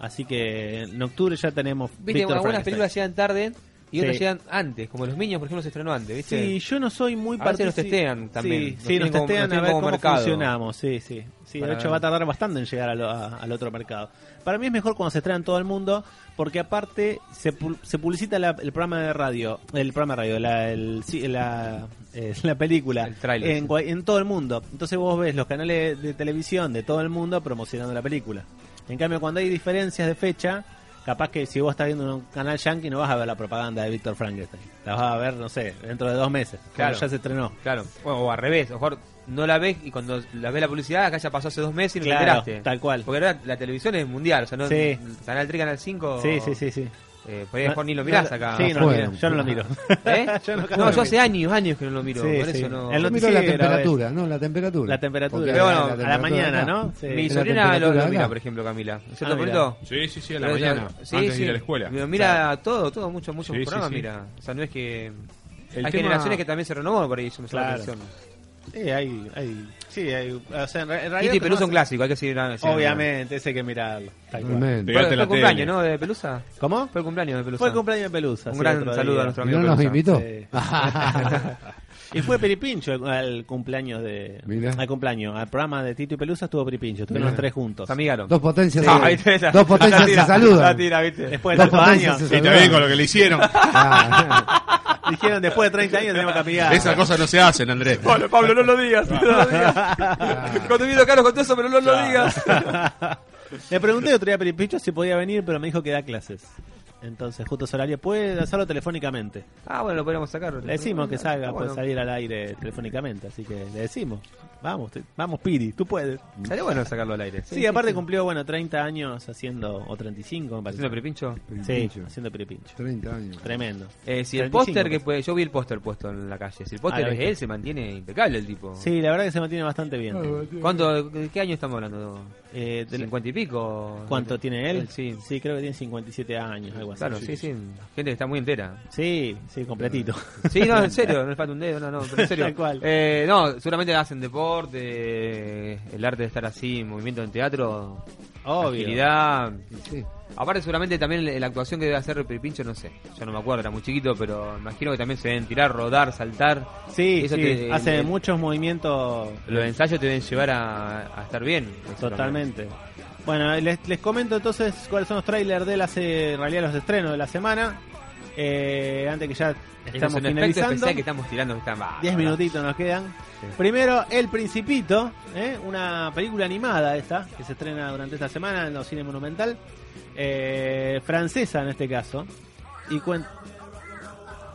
[SPEAKER 2] Así que en octubre ya tenemos...
[SPEAKER 3] Viste,
[SPEAKER 2] Víctor
[SPEAKER 3] algunas
[SPEAKER 2] Frankenstein.
[SPEAKER 3] películas llegan tarde y otras
[SPEAKER 2] Sí.
[SPEAKER 3] llegan antes. Como Los Minions, por ejemplo, se estrenó antes, ¿viste?
[SPEAKER 2] Sí, yo no soy muy
[SPEAKER 3] A veces los
[SPEAKER 2] partici-
[SPEAKER 3] testean también,
[SPEAKER 2] Sí,
[SPEAKER 3] los
[SPEAKER 2] sí, nos
[SPEAKER 3] tienen como-
[SPEAKER 2] testean
[SPEAKER 3] los tienen
[SPEAKER 2] a ver
[SPEAKER 3] como
[SPEAKER 2] cómo
[SPEAKER 3] mercado.
[SPEAKER 2] funcionamos. Sí, sí. sí de
[SPEAKER 3] Para
[SPEAKER 2] hecho,
[SPEAKER 3] ver.
[SPEAKER 2] va a tardar bastante en llegar a lo- a- al otro mercado. Para mí es mejor cuando se estrena en todo el mundo, porque aparte se, pu- se publicita la- el programa de radio, el programa de radio, la, el, sí, la, eh, la película
[SPEAKER 3] El tráiler,
[SPEAKER 2] en,
[SPEAKER 3] sí.
[SPEAKER 2] cua- Pues, en todo el mundo. Entonces vos ves los canales de televisión de todo el mundo promocionando la película. En cambio, cuando hay diferencias de fecha, capaz que si vos estás viendo un canal yankee no vas a ver la propaganda de Víctor Frankenstein. La vas a ver, no sé, dentro de dos meses.
[SPEAKER 3] Claro.
[SPEAKER 2] Claro. Ya se estrenó.
[SPEAKER 3] Claro. Bueno, o al revés. A lo mejor no la ves y cuando la ves la publicidad, acá ya pasó hace dos meses y no te
[SPEAKER 2] Claro,
[SPEAKER 3] enteraste.
[SPEAKER 2] tal cual.
[SPEAKER 3] Porque ahora la televisión es mundial. O sea, no,
[SPEAKER 2] Sí.
[SPEAKER 3] Canal 3, Canal 5.
[SPEAKER 2] Sí, sí, sí, sí.
[SPEAKER 3] Oh. Eh, por ahí mejor ni lo mirás
[SPEAKER 2] No,
[SPEAKER 3] acá.
[SPEAKER 2] Sí, no lo
[SPEAKER 6] Bueno.
[SPEAKER 2] miro. Yo no lo miro.
[SPEAKER 3] ¿Eh?
[SPEAKER 2] Yo no-
[SPEAKER 3] no, yo hace años, años que no lo miro.
[SPEAKER 2] Sí,
[SPEAKER 3] por
[SPEAKER 2] sí.
[SPEAKER 3] eso no.
[SPEAKER 2] El
[SPEAKER 6] Yo miro la
[SPEAKER 2] noticiero,
[SPEAKER 6] temperatura, no, la temperatura.
[SPEAKER 2] La temperatura.
[SPEAKER 6] Porque
[SPEAKER 3] Pero bueno,
[SPEAKER 2] a la mañana, ¿no? Sí.
[SPEAKER 3] Mi
[SPEAKER 6] eh, La
[SPEAKER 3] sobrina lo,
[SPEAKER 6] temperatura
[SPEAKER 3] lo mira,
[SPEAKER 6] acá.
[SPEAKER 3] por ejemplo, Camila. ¿Cierto,
[SPEAKER 2] Ah,
[SPEAKER 3] Polito?
[SPEAKER 5] Sí, sí, sí, a la
[SPEAKER 3] Pero ella-
[SPEAKER 5] mañana.
[SPEAKER 3] sí,
[SPEAKER 5] antes
[SPEAKER 3] sí.
[SPEAKER 5] de ir a la escuela.
[SPEAKER 3] Mira todo, todo, muchos, muchos
[SPEAKER 5] Sí, sí,
[SPEAKER 3] programas
[SPEAKER 5] sí.
[SPEAKER 3] mira. O sea, no es que.
[SPEAKER 5] El
[SPEAKER 3] hay
[SPEAKER 5] tema-
[SPEAKER 3] generaciones que también se renovó por ahí, eso me llama la
[SPEAKER 2] Claro.
[SPEAKER 3] atención.
[SPEAKER 2] Sí, hay, hay, sí, hay, o sea, en re- en realidad
[SPEAKER 3] Kitty Pelusa
[SPEAKER 2] conoce-
[SPEAKER 3] un clásico, hay que seguir ah, una- seguir
[SPEAKER 2] Obviamente, ese hay que mirarlo. Tal cual.
[SPEAKER 6] Totalmente.
[SPEAKER 5] Pegate
[SPEAKER 3] Fue
[SPEAKER 5] la
[SPEAKER 3] el cumpleaños,
[SPEAKER 5] tele.
[SPEAKER 3] ¿no? De Pelusa.
[SPEAKER 2] ¿Cómo?
[SPEAKER 3] Fue el cumpleaños de Pelusa.
[SPEAKER 2] Fue el cumpleaños de Pelusa.
[SPEAKER 3] Un
[SPEAKER 2] sí,
[SPEAKER 3] gran
[SPEAKER 2] otro
[SPEAKER 3] saludo
[SPEAKER 2] día.
[SPEAKER 3] a nuestro
[SPEAKER 6] ¿Y
[SPEAKER 3] amigo
[SPEAKER 6] no nos
[SPEAKER 3] Pelusa.
[SPEAKER 6] invitó?
[SPEAKER 2] Sí. Y fue Peripincho al- al cumpleaños de.
[SPEAKER 6] Mirá.
[SPEAKER 2] Al cumpleaños. Al programa de Tito y Pelusa estuvo Peripincho. Estuvieron
[SPEAKER 6] Mirá.
[SPEAKER 2] los tres juntos.
[SPEAKER 3] Se amigaron.
[SPEAKER 6] Dos potencias,
[SPEAKER 3] Ah,
[SPEAKER 6] se-
[SPEAKER 3] ¿viste? Esa-
[SPEAKER 6] dos potencias
[SPEAKER 3] la tira,
[SPEAKER 6] se saludan.
[SPEAKER 3] la tira, ¿viste?
[SPEAKER 2] Después de
[SPEAKER 6] Dos
[SPEAKER 2] tantos
[SPEAKER 6] potencias
[SPEAKER 2] años.
[SPEAKER 6] se
[SPEAKER 5] Y está bien con lo que le hicieron.
[SPEAKER 6] Ah,
[SPEAKER 2] Dijeron después de 30 años tenemos que amigar.
[SPEAKER 5] Esas cosas no se hacen, Andrés.
[SPEAKER 3] Pablo, Pablo, no lo digas. No lo digas. Cuando vino Carlos con todo eso, pero no lo digas.
[SPEAKER 2] Le pregunté otro día a Peripincho si podía venir, pero me dijo que da clases. Entonces, justo ese horario, puede hacerlo telefónicamente.
[SPEAKER 3] Ah, bueno, lo podríamos sacar.
[SPEAKER 2] Le decimos que salga,
[SPEAKER 3] Bueno,
[SPEAKER 2] puede salir al aire telefónicamente. Así que le decimos: Vamos, te- vamos, Piri, tú puedes.
[SPEAKER 3] Estaría bueno sacarlo al aire.
[SPEAKER 2] Sí, aparte cumplió, bueno, 30 años haciendo, o 35, me parece.
[SPEAKER 3] ¿Haciendo prepincho?
[SPEAKER 2] Sí,
[SPEAKER 6] Peripincho.
[SPEAKER 2] haciendo Peripincho.
[SPEAKER 6] 30 años.
[SPEAKER 2] Tremendo.
[SPEAKER 3] Eh, si
[SPEAKER 2] 35
[SPEAKER 3] el póster que puede, yo vi el póster puesto en la calle. Si el póster
[SPEAKER 2] Ah,
[SPEAKER 3] es
[SPEAKER 2] ¿viste?
[SPEAKER 3] él, se mantiene impecable el tipo.
[SPEAKER 2] Sí, la verdad que se mantiene bastante bien.
[SPEAKER 3] ¿Cuánto, de qué año estamos hablando?
[SPEAKER 2] Eh, del-
[SPEAKER 3] ¿Cincuenta y pico?
[SPEAKER 2] ¿Cuánto tiene él?
[SPEAKER 3] Sí.
[SPEAKER 2] creo que tiene 57 años, algo así.
[SPEAKER 3] Claro, sí, sí. Gente que está muy entera.
[SPEAKER 2] Sí, sí, completito.
[SPEAKER 3] Sí, no, en serio, no le falta un dedo, no, no, pero en serio.
[SPEAKER 2] Tal cual.
[SPEAKER 3] Eh, no, seguramente hacen deporte, el arte de estar así, movimiento en teatro,
[SPEAKER 2] Obvio.
[SPEAKER 3] agilidad.
[SPEAKER 6] Sí.
[SPEAKER 3] Aparte, seguramente también la- la actuación que debe hacer Peripincho, no sé, yo no me acuerdo, era muy chiquito, pero imagino que también se deben tirar, rodar, saltar.
[SPEAKER 2] Sí,
[SPEAKER 3] Eso
[SPEAKER 2] sí,
[SPEAKER 3] te- eh,
[SPEAKER 2] hace
[SPEAKER 3] el-
[SPEAKER 2] muchos movimientos
[SPEAKER 3] Los ensayos te deben llevar a, a estar bien. seguramente.
[SPEAKER 2] totalmente. Bueno, les, les comento entonces cuáles son los trailers de la se- en realidad los estrenos de la semana. Eh, antes que ya
[SPEAKER 3] Este es
[SPEAKER 2] estamos
[SPEAKER 3] un aspecto
[SPEAKER 2] finalizando.
[SPEAKER 3] especial que estamos tirando. Que está mal.
[SPEAKER 2] 10 minutitos nos quedan.
[SPEAKER 3] Sí.
[SPEAKER 2] Primero, El Principito, ¿eh? una película animada esta, que se estrena durante esta semana en los cines Monumental, eh, francesa en este caso, y cuenta...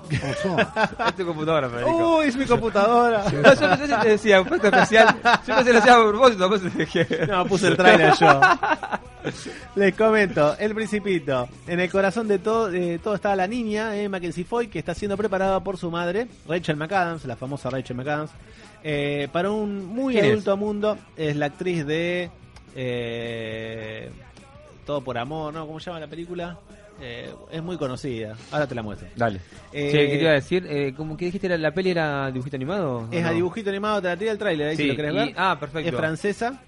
[SPEAKER 6] ¿Cómo sos?
[SPEAKER 3] Es tu computadora, Federico.
[SPEAKER 2] Uy, es mi computadora.
[SPEAKER 3] No, yo pensé que te decía, un efecto especial. Yo pensé que lo hacía a propósito, por eso dije.
[SPEAKER 2] No, puse el trailer yo. Les comento, El Principito. En el corazón de todo, de todo está la niña, eh, Mackenzie Foy, que está siendo preparada por su madre, Rachel McAdams, la famosa Rachel McAdams, eh, para un muy
[SPEAKER 3] ¿Quién es?
[SPEAKER 2] adulto mundo. Es la actriz de eh, Todo por Amor, ¿no? ¿Cómo se llama la película? Eh, es muy conocida. Ahora te la muestro.
[SPEAKER 3] Dale.
[SPEAKER 2] Eh,
[SPEAKER 3] che, ¿qué te iba a decir? Eh, ¿Cómo que dijiste? ¿La, la peli era dibujito animado? o
[SPEAKER 2] Es
[SPEAKER 3] no?
[SPEAKER 2] a dibujito animado, te la tira el tráiler ahí
[SPEAKER 3] Sí,
[SPEAKER 2] si lo querés
[SPEAKER 3] y-
[SPEAKER 2] ver.
[SPEAKER 3] ah, perfecto.
[SPEAKER 2] Es francesa.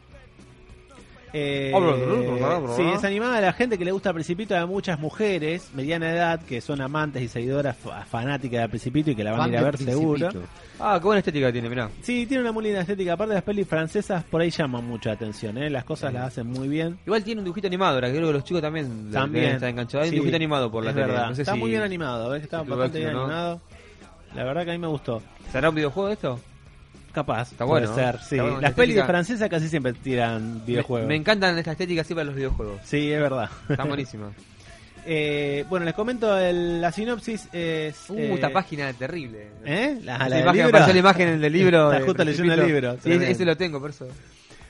[SPEAKER 2] Eh,
[SPEAKER 3] Ah, bla, bla, bla, bla, bla.
[SPEAKER 2] sí, es animada a la gente que le gusta el Principito, a muchas mujeres mediana edad que son amantes y seguidoras fa- fanáticas del Principito y que la van a ir a ver seguro.
[SPEAKER 3] Ah, qué buena estética tiene, mirá.
[SPEAKER 2] Sí, tiene una muy linda estética. Aparte, las pelis francesas por ahí llaman mucha atención, ¿eh? las cosas las hacen muy bien.
[SPEAKER 3] Igual tiene un dibujito animado, ahora creo que los chicos también,
[SPEAKER 2] También
[SPEAKER 3] están enganchados. Hay
[SPEAKER 2] Sí,
[SPEAKER 3] un dibujito animado por la
[SPEAKER 2] es
[SPEAKER 3] tele.
[SPEAKER 2] verdad.
[SPEAKER 3] No sé
[SPEAKER 2] está
[SPEAKER 3] si-
[SPEAKER 2] muy bien animado, ¿ves? está
[SPEAKER 3] si
[SPEAKER 2] bastante bien
[SPEAKER 3] Tubac, ¿no?
[SPEAKER 2] animado. La verdad que a mí me gustó.
[SPEAKER 3] ¿Será un videojuego esto?
[SPEAKER 2] Capaz,
[SPEAKER 3] Está
[SPEAKER 2] puede
[SPEAKER 3] bueno, ¿no?
[SPEAKER 2] ser,
[SPEAKER 3] Está
[SPEAKER 2] sí.
[SPEAKER 3] bueno, la
[SPEAKER 2] Las pelis
[SPEAKER 3] estética-
[SPEAKER 2] francesas casi siempre tiran videojuegos.
[SPEAKER 3] Me, me encantan estas estéticas así para los videojuegos.
[SPEAKER 2] Sí, es verdad.
[SPEAKER 3] Están buenísimas.
[SPEAKER 2] Eh, bueno, les comento el- la sinopsis. Es,
[SPEAKER 3] Uh,
[SPEAKER 2] eh,
[SPEAKER 3] esta página es terrible.
[SPEAKER 2] ¿Eh? La, la
[SPEAKER 3] Esa
[SPEAKER 2] del
[SPEAKER 3] imagen,
[SPEAKER 2] libro.
[SPEAKER 3] apareció la imagen del libro.
[SPEAKER 2] Está
[SPEAKER 3] de
[SPEAKER 2] justo leyendo el
[SPEAKER 3] Principito.
[SPEAKER 2] libro.
[SPEAKER 3] Sí, ese,
[SPEAKER 2] Tremendo.
[SPEAKER 3] ese lo tengo, por eso.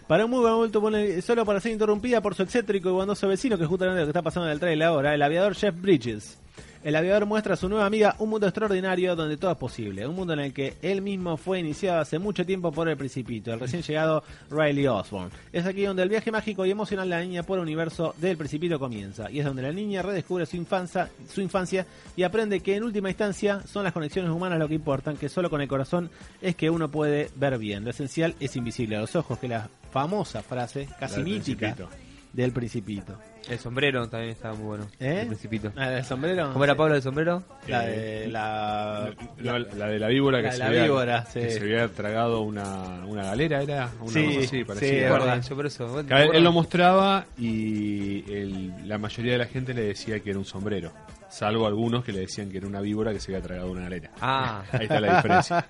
[SPEAKER 2] Para un muy buen momento, pone- solo para ser interrumpida por su excéntrico y bondoso vecino, que es justamente lo que está pasando en el trailer ahora, el aviador Jeff Bridges. El aviador muestra a su nueva amiga un mundo extraordinario donde todo es posible. Un mundo en el que él mismo fue iniciado hace mucho tiempo por el Principito, el recién llegado Riley Osborne. Es aquí donde el viaje mágico y emocional de la niña por el universo del Principito comienza. Y es donde la niña redescubre su infancia, su infancia y aprende que en última instancia son las conexiones humanas lo que importan, que solo con el corazón es que uno puede ver bien. Lo esencial es invisible a los ojos, que la famosa frase casi
[SPEAKER 5] del
[SPEAKER 2] mítica
[SPEAKER 5] Principito.
[SPEAKER 2] del Principito.
[SPEAKER 3] El sombrero también estaba muy bueno.
[SPEAKER 2] ¿Eh?
[SPEAKER 3] El principito.
[SPEAKER 2] ¿La del sombrero?
[SPEAKER 3] ¿Cómo era Pablo del sombrero?
[SPEAKER 2] La de la...
[SPEAKER 5] No, la, de la víbora
[SPEAKER 2] La
[SPEAKER 5] que,
[SPEAKER 2] de
[SPEAKER 5] se,
[SPEAKER 2] la
[SPEAKER 5] había,
[SPEAKER 2] víbora,
[SPEAKER 5] que
[SPEAKER 2] sí.
[SPEAKER 5] se había tragado una, una galera, era una
[SPEAKER 2] Sí,
[SPEAKER 5] cosa así,
[SPEAKER 2] sí,
[SPEAKER 5] parecía.
[SPEAKER 2] es verdad.
[SPEAKER 3] Eh, Yo por eso. bueno,
[SPEAKER 5] Cada vez
[SPEAKER 3] bueno.
[SPEAKER 5] él lo mostraba y el- la mayoría de la gente le decía que era un sombrero, salvo algunos que le decían que era una víbora que se había tragado una galera.
[SPEAKER 3] Ah,
[SPEAKER 5] Ahí está la diferencia.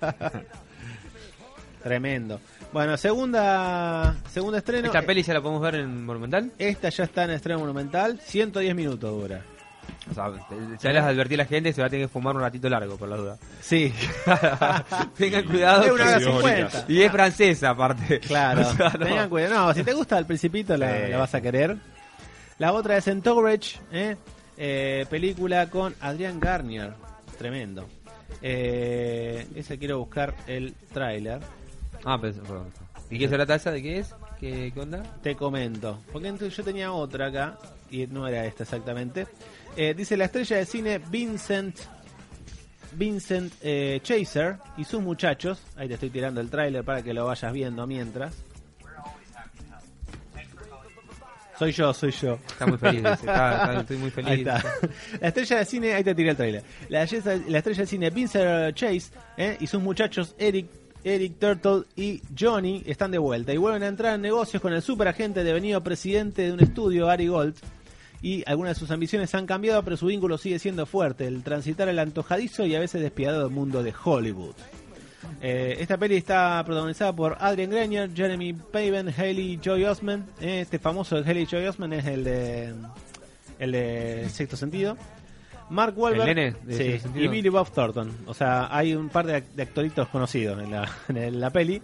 [SPEAKER 2] Tremendo. Bueno, segunda, segunda estreno.
[SPEAKER 3] esta peli ya la podemos ver en Monumental.
[SPEAKER 2] Esta ya está en estreno monumental, 110 minutos dura.
[SPEAKER 3] O sea, te- ya les advertí a la gente, se va a tener que fumar un ratito largo, por la duda.
[SPEAKER 2] Sí,
[SPEAKER 3] Tengan
[SPEAKER 2] es
[SPEAKER 3] cuidado.
[SPEAKER 2] una hora
[SPEAKER 5] Sí, bonitas.
[SPEAKER 2] cincuenta.
[SPEAKER 3] Y es francesa, aparte.
[SPEAKER 2] Claro,
[SPEAKER 3] O sea, no.
[SPEAKER 2] tengan cuidado. No, si te gusta el principito la,
[SPEAKER 3] Sí.
[SPEAKER 2] la vas a querer. La otra es Entourage, ¿eh? Eh, película con Adrián Garnier, tremendo. Eh, ese quiero buscar el tráiler.
[SPEAKER 3] Ah, pero- perdón. ¿Y qué será taza? ¿De qué es? ¿Qué, qué onda?
[SPEAKER 2] Te comento. Porque entonces yo tenía otra acá. Y no era esta exactamente. Eh, dice la estrella de cine Vincent. Vincent eh, Chaser y sus muchachos. Ahí te estoy tirando el tráiler para que lo vayas viendo mientras. Soy yo, soy yo.
[SPEAKER 3] Está muy feliz. dice, está- está- estoy muy feliz.
[SPEAKER 2] Ahí está. La estrella de cine, ahí te tiré el trailer. La, belleza- la estrella de cine Vincent Chase ¿eh? y sus muchachos Eric, Eric Turtle y Johnny están de vuelta y vuelven a entrar en negocios con el superagente devenido presidente de un estudio, Ari Gold. Y algunas de sus ambiciones han cambiado, pero su vínculo sigue siendo fuerte. El transitar el antojadizo y a veces despiadado mundo de Hollywood. Eh, esta peli está protagonizada por Adrian Grenier, Jeremy Paven, Haley Joy Osman. Eh, este famoso de Haley Joy Osman es el de el de Sexto Sentido. Mark Wahlberg
[SPEAKER 3] El nene de
[SPEAKER 2] sí,
[SPEAKER 3] Sexto Sentido.
[SPEAKER 2] y Billy Bob Thornton. O sea, hay un par de, de actoritos conocidos en la, en la peli.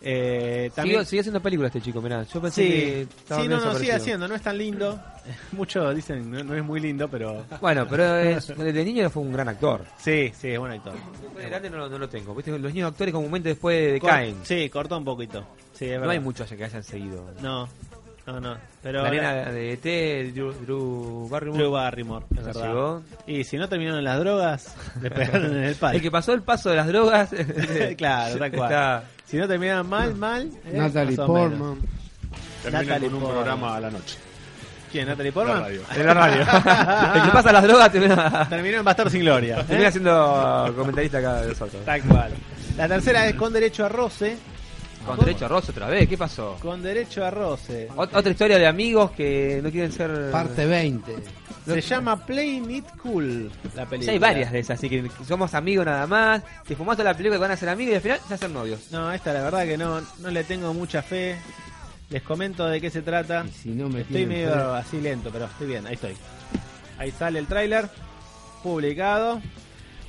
[SPEAKER 2] Eh,
[SPEAKER 3] Sigue,
[SPEAKER 2] también
[SPEAKER 3] sigue haciendo películas este chico, mirá. Yo pensé que
[SPEAKER 2] sí,
[SPEAKER 3] estaba
[SPEAKER 2] sí,
[SPEAKER 3] medio
[SPEAKER 2] no, no, sigue
[SPEAKER 3] desaparecido.
[SPEAKER 2] haciendo, no es tan lindo. Muchos dicen no, no es muy lindo, pero
[SPEAKER 3] Bueno, pero es, de niño fue un gran actor.
[SPEAKER 2] sí, sí, es buen actor.
[SPEAKER 3] Después de grande no, lo- no lo tengo. ¿viste? Los niños actores comúnmente después decaen.
[SPEAKER 2] Cor- sí, cortó un poquito. Sí, es
[SPEAKER 3] No hay
[SPEAKER 2] verdad.
[SPEAKER 3] muchos que hayan seguido.
[SPEAKER 2] No, no, no. Pero
[SPEAKER 3] la
[SPEAKER 2] ahora-
[SPEAKER 3] nena de ET, Drew, Drew Barrymore.
[SPEAKER 2] Drew Barrymore, es
[SPEAKER 3] ¿No
[SPEAKER 2] verdad.
[SPEAKER 3] llegó?
[SPEAKER 2] Y si no terminaron las drogas, le pegaron en el
[SPEAKER 3] El
[SPEAKER 2] palo.
[SPEAKER 3] que pasó el paso de las drogas.
[SPEAKER 2] claro, tal cual.
[SPEAKER 3] Está-
[SPEAKER 2] Si no terminaron mal, mal. eh,
[SPEAKER 6] Natalie
[SPEAKER 2] más o menos.
[SPEAKER 6] Portman.
[SPEAKER 5] Termina
[SPEAKER 2] Natalie
[SPEAKER 5] con un
[SPEAKER 2] Portman.
[SPEAKER 5] programa a la noche.
[SPEAKER 2] ¿Quién? ¿Natalie
[SPEAKER 5] en La
[SPEAKER 2] Portman?
[SPEAKER 5] radio.
[SPEAKER 3] En la radio. el que pasa las drogas termina,
[SPEAKER 2] Terminó en Bastardo sin Gloria. ¿eh?
[SPEAKER 3] termina siendo comentarista acá de nosotros.
[SPEAKER 2] Tal cual. La tercera es con derecho a roce.
[SPEAKER 3] Con derecho a Ross otra vez, ¿qué pasó?
[SPEAKER 2] Con derecho a roce.
[SPEAKER 3] Ot- otra historia de amigos que no quieren ser.
[SPEAKER 6] Parte 20.
[SPEAKER 2] Se llama Play It Cool la película.
[SPEAKER 3] Ya hay varias de esas, así que somos amigos nada más. Te fumás toda la película que van a ser amigos y al final se hacen novios.
[SPEAKER 2] No, esta la verdad que no, no le tengo mucha fe. Les comento de qué se trata.
[SPEAKER 6] Y si no me
[SPEAKER 2] Estoy
[SPEAKER 6] tienen
[SPEAKER 2] medio
[SPEAKER 6] fe-
[SPEAKER 2] así lento, pero estoy bien, ahí estoy. Ahí sale el tráiler, publicado.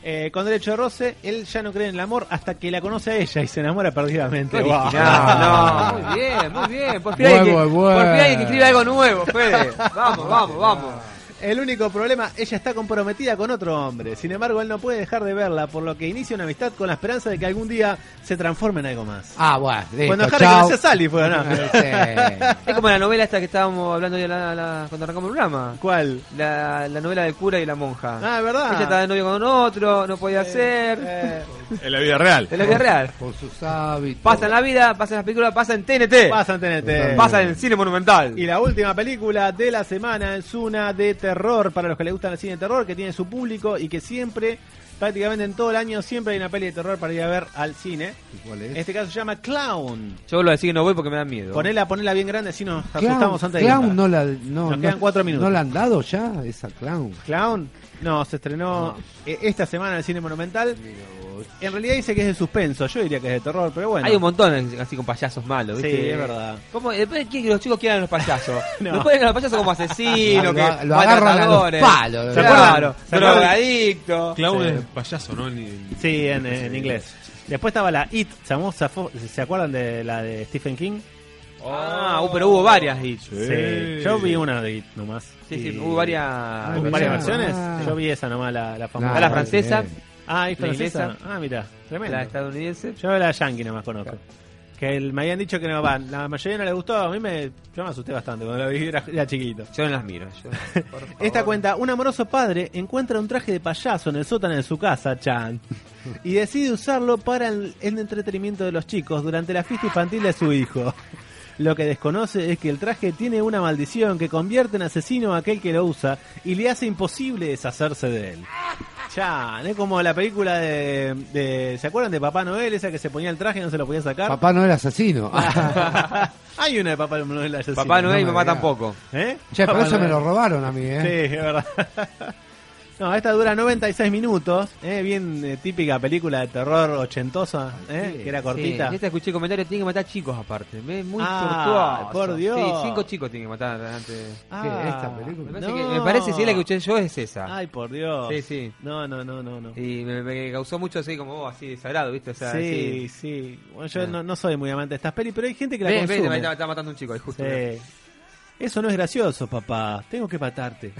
[SPEAKER 2] Eh, con derecho de roce, él ya no cree en el amor hasta que la conoce a ella y se enamora perdidamente. Guau.
[SPEAKER 3] No, no, muy bien, muy bien. Por fin,
[SPEAKER 6] Muy,
[SPEAKER 3] hay que,
[SPEAKER 6] muy bueno.
[SPEAKER 3] por fin alguien que escribe algo nuevo, Fede. Vamos, vamos, vamos.
[SPEAKER 2] El único problema, ella está comprometida con otro hombre. Sin embargo, él no puede dejar de verla, por lo que inicia una amistad con la esperanza de que algún día se transforme en algo más.
[SPEAKER 6] Ah, bueno, listo,
[SPEAKER 2] Cuando Harry
[SPEAKER 6] chao.
[SPEAKER 2] conoció a Sally, fue ¿no?
[SPEAKER 6] Sí.
[SPEAKER 3] Es como la novela esta que estábamos hablando hoy a la- a la- cuando arrancamos el programa.
[SPEAKER 2] ¿Cuál?
[SPEAKER 3] La, la novela del cura y la monja.
[SPEAKER 2] Ah, ¿verdad?
[SPEAKER 3] Ella estaba de novio con otro, no podía hacer.
[SPEAKER 2] Eh,
[SPEAKER 5] En la vida real.
[SPEAKER 3] De la vida real.
[SPEAKER 6] Con sus hábitos.
[SPEAKER 3] Pasa en la vida, pasa en las películas, pasa en TNT.
[SPEAKER 2] pasa en TNT.
[SPEAKER 3] Pasa en el cine monumental.
[SPEAKER 2] Y la última película de la semana es una de terror, para los que les gusta el cine de terror, que tiene su público y que siempre, prácticamente en todo el año, siempre hay una peli de terror para ir a ver al cine.
[SPEAKER 6] ¿Y cuál es?
[SPEAKER 2] En este caso se llama Clown.
[SPEAKER 3] Yo vuelvo a decir que no voy porque me da miedo.
[SPEAKER 2] Ponela, ponela bien grande, así nos
[SPEAKER 6] Clown,
[SPEAKER 2] asustamos antes de
[SPEAKER 6] Clown
[SPEAKER 2] irnos.
[SPEAKER 6] no la, no,
[SPEAKER 2] Nos
[SPEAKER 6] no-
[SPEAKER 2] quedan cuatro minutos.
[SPEAKER 6] ¿No la han dado ya, esa clown?
[SPEAKER 2] Clown. No, se estrenó eh, esta semana en el cine monumental. En realidad dice que es de suspenso, yo diría que es de terror, pero bueno.
[SPEAKER 3] Hay un montón así con payasos malos,
[SPEAKER 2] Sí,
[SPEAKER 3] ¿viste?
[SPEAKER 2] es verdad.
[SPEAKER 3] ¿Cómo? Eh, Después quieren que los chicos quieran a los payasos.
[SPEAKER 2] No.
[SPEAKER 3] no. ponen a los payasos como asesinos,
[SPEAKER 6] Lo-
[SPEAKER 3] que
[SPEAKER 6] lo agarran a los
[SPEAKER 3] maltratadores.
[SPEAKER 6] palos.
[SPEAKER 2] ¿Se acuerdan?
[SPEAKER 3] Claro,
[SPEAKER 2] ¿Se acuerdan?
[SPEAKER 3] drogadicto.
[SPEAKER 5] Clau
[SPEAKER 2] Sí.
[SPEAKER 5] es payaso, ¿no? Ni-
[SPEAKER 2] Sí, en, en inglés. Después estaba la It, ¿se llamó? ¿Zafó? ¿se acuerdan de la de Stephen King?
[SPEAKER 3] Ah, uh, pero hubo varias hits. Sí,
[SPEAKER 5] Sí.
[SPEAKER 2] Yo vi una de It nomás.
[SPEAKER 3] sí,
[SPEAKER 2] Y-
[SPEAKER 3] hubo varias.
[SPEAKER 6] Hubo
[SPEAKER 2] ¿Varias
[SPEAKER 6] Ah.
[SPEAKER 2] versiones? Yo vi esa nomás, la, la famosa.
[SPEAKER 3] Está
[SPEAKER 6] Ah,
[SPEAKER 3] la
[SPEAKER 6] muy
[SPEAKER 3] francesa,
[SPEAKER 6] bien.
[SPEAKER 2] Ah, ¿es
[SPEAKER 3] la
[SPEAKER 2] francesa?
[SPEAKER 3] inglesa.
[SPEAKER 2] Ah, mira, tremendo.
[SPEAKER 3] la estadounidense.
[SPEAKER 2] Yo la Yankee nomás conozco. Que el- me habían dicho que no van. La mayoría no le gustó. A mí me, yo me asusté bastante cuando la vi, era, era chiquito.
[SPEAKER 3] Yo no las miro. yo- por favor.
[SPEAKER 2] Esta cuenta, un amoroso padre encuentra un traje de payaso en el sótano de su casa, Chan, y decide usarlo para el, el entretenimiento de los chicos durante la fiesta infantil de su hijo. Lo que desconoce es que el traje tiene una maldición que convierte en asesino a aquel que lo usa y le hace imposible deshacerse de él. Chan, es como la película de, de- ¿Se acuerdan de Papá Noel? Esa que se ponía el traje y no se lo podía sacar.
[SPEAKER 6] Papá no era asesino.
[SPEAKER 2] Hay una de Papá Noel asesino.
[SPEAKER 3] Papá Noel y
[SPEAKER 6] no me
[SPEAKER 3] mamá
[SPEAKER 6] digas.
[SPEAKER 3] tampoco.
[SPEAKER 2] ¿Eh?
[SPEAKER 6] che, pero
[SPEAKER 2] Papá
[SPEAKER 6] eso me
[SPEAKER 2] Noel.
[SPEAKER 6] lo robaron a mí,
[SPEAKER 2] Sí,
[SPEAKER 6] ¿eh?
[SPEAKER 2] es verdad. No, esta dura 96 minutos, ¿eh? bien eh, típica película de terror ochentosa, ¿eh? que era cortita.
[SPEAKER 3] Sí, este- esta escuché comentarios, tiene que matar chicos aparte. Es muy
[SPEAKER 2] Ah,
[SPEAKER 3] tortuoso.
[SPEAKER 2] por Dios.
[SPEAKER 3] Sí, cinco chicos tienen que matar antes.
[SPEAKER 2] Ah,
[SPEAKER 6] ¿Qué, esta película?
[SPEAKER 3] Me parece,
[SPEAKER 2] no.
[SPEAKER 3] que, me parece si es la que escuché yo es esa.
[SPEAKER 2] Ay, por Dios.
[SPEAKER 3] Sí, sí.
[SPEAKER 2] No, no, no, no. no. Sí,
[SPEAKER 3] Y me, me causó mucho así como vos, así desagrado, ¿viste? O sea,
[SPEAKER 2] sí.
[SPEAKER 3] así-
[SPEAKER 2] Bueno, yo
[SPEAKER 3] Ah.
[SPEAKER 2] no, no soy muy amante de estas pelis, pero hay gente que la
[SPEAKER 3] Ve, ve,
[SPEAKER 2] consume.
[SPEAKER 3] me está, está matando un chico ahí justo.
[SPEAKER 2] Sí. Eso no es gracioso, papá. Tengo que matarte.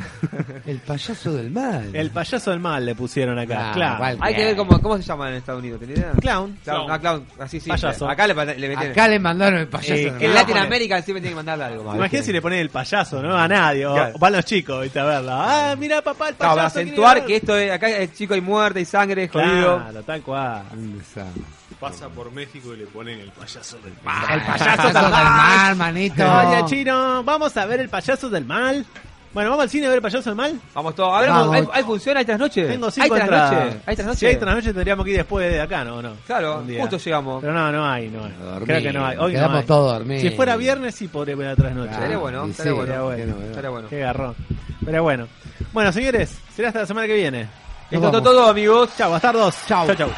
[SPEAKER 6] El payaso del mal.
[SPEAKER 2] El payaso del mal le pusieron acá.
[SPEAKER 6] Ah,
[SPEAKER 2] claro.
[SPEAKER 6] cual-
[SPEAKER 3] Hay que ver cómo, cómo se llama en Estados Unidos, ¿tenés idea?
[SPEAKER 2] Clown.
[SPEAKER 3] Clown, ah, clown, así sí.
[SPEAKER 2] Payaso.
[SPEAKER 3] Acá le, le meten.
[SPEAKER 6] Acá le mandaron el payaso
[SPEAKER 2] Eh,
[SPEAKER 6] del
[SPEAKER 2] que
[SPEAKER 3] En
[SPEAKER 6] mal.
[SPEAKER 3] Latinoamérica siempre tienen que mandarle algo. más,
[SPEAKER 2] Imagínate
[SPEAKER 3] ¿viste?
[SPEAKER 2] si le ponen el payaso, ¿no? A nadie. o-
[SPEAKER 3] Claro.
[SPEAKER 2] Van los chicos, ¿viste? A verla. Ah, mira, papá, el payaso.
[SPEAKER 3] Claro, para
[SPEAKER 2] quiere
[SPEAKER 3] acentuar
[SPEAKER 2] ver.
[SPEAKER 3] que esto es, acá el chico hay muerte, hay sangre, es jodido.
[SPEAKER 2] Claro, tal cual.
[SPEAKER 6] Un desastre.
[SPEAKER 5] Pasa por México y le ponen el payaso del
[SPEAKER 6] El payaso del mal, manito.
[SPEAKER 2] Oye, chino, vamos a ver el payaso del mal. Bueno, vamos al cine a ver el payaso del mal.
[SPEAKER 3] Vamos todos. Hablamos,
[SPEAKER 6] Vamos.
[SPEAKER 3] ¿Hay, hay función? ¿Hay trasnoche?
[SPEAKER 2] Tengo
[SPEAKER 3] ¿Hay
[SPEAKER 2] cinco entradas.
[SPEAKER 3] trasnoche? ¿Hay trasnoche?
[SPEAKER 2] Si hay trasnoche tendríamos que ir después de acá, ¿no? no
[SPEAKER 3] Claro,
[SPEAKER 2] Un día.
[SPEAKER 3] justo llegamos.
[SPEAKER 2] Pero no, no hay, no hay.
[SPEAKER 6] Dormí.
[SPEAKER 2] Creo que no hay. Hoy
[SPEAKER 6] Quedamos
[SPEAKER 2] no hay.
[SPEAKER 6] todos dormidos.
[SPEAKER 2] Si fuera viernes sí podría ver trasnoche.
[SPEAKER 6] Claro.
[SPEAKER 3] Estaría
[SPEAKER 2] Pero
[SPEAKER 3] bueno,
[SPEAKER 6] Y
[SPEAKER 3] estaría
[SPEAKER 6] sí,
[SPEAKER 2] estaría
[SPEAKER 3] bueno.
[SPEAKER 2] bueno.
[SPEAKER 3] Estaría bueno.
[SPEAKER 2] Qué garrón. Pero bueno. Bueno, señores, será hasta la semana que viene.
[SPEAKER 3] Esto es
[SPEAKER 6] vamos.
[SPEAKER 3] todo, amigos.
[SPEAKER 2] Chao, bastardos.
[SPEAKER 6] Chau.
[SPEAKER 2] Chao, chao.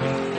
[SPEAKER 10] Thank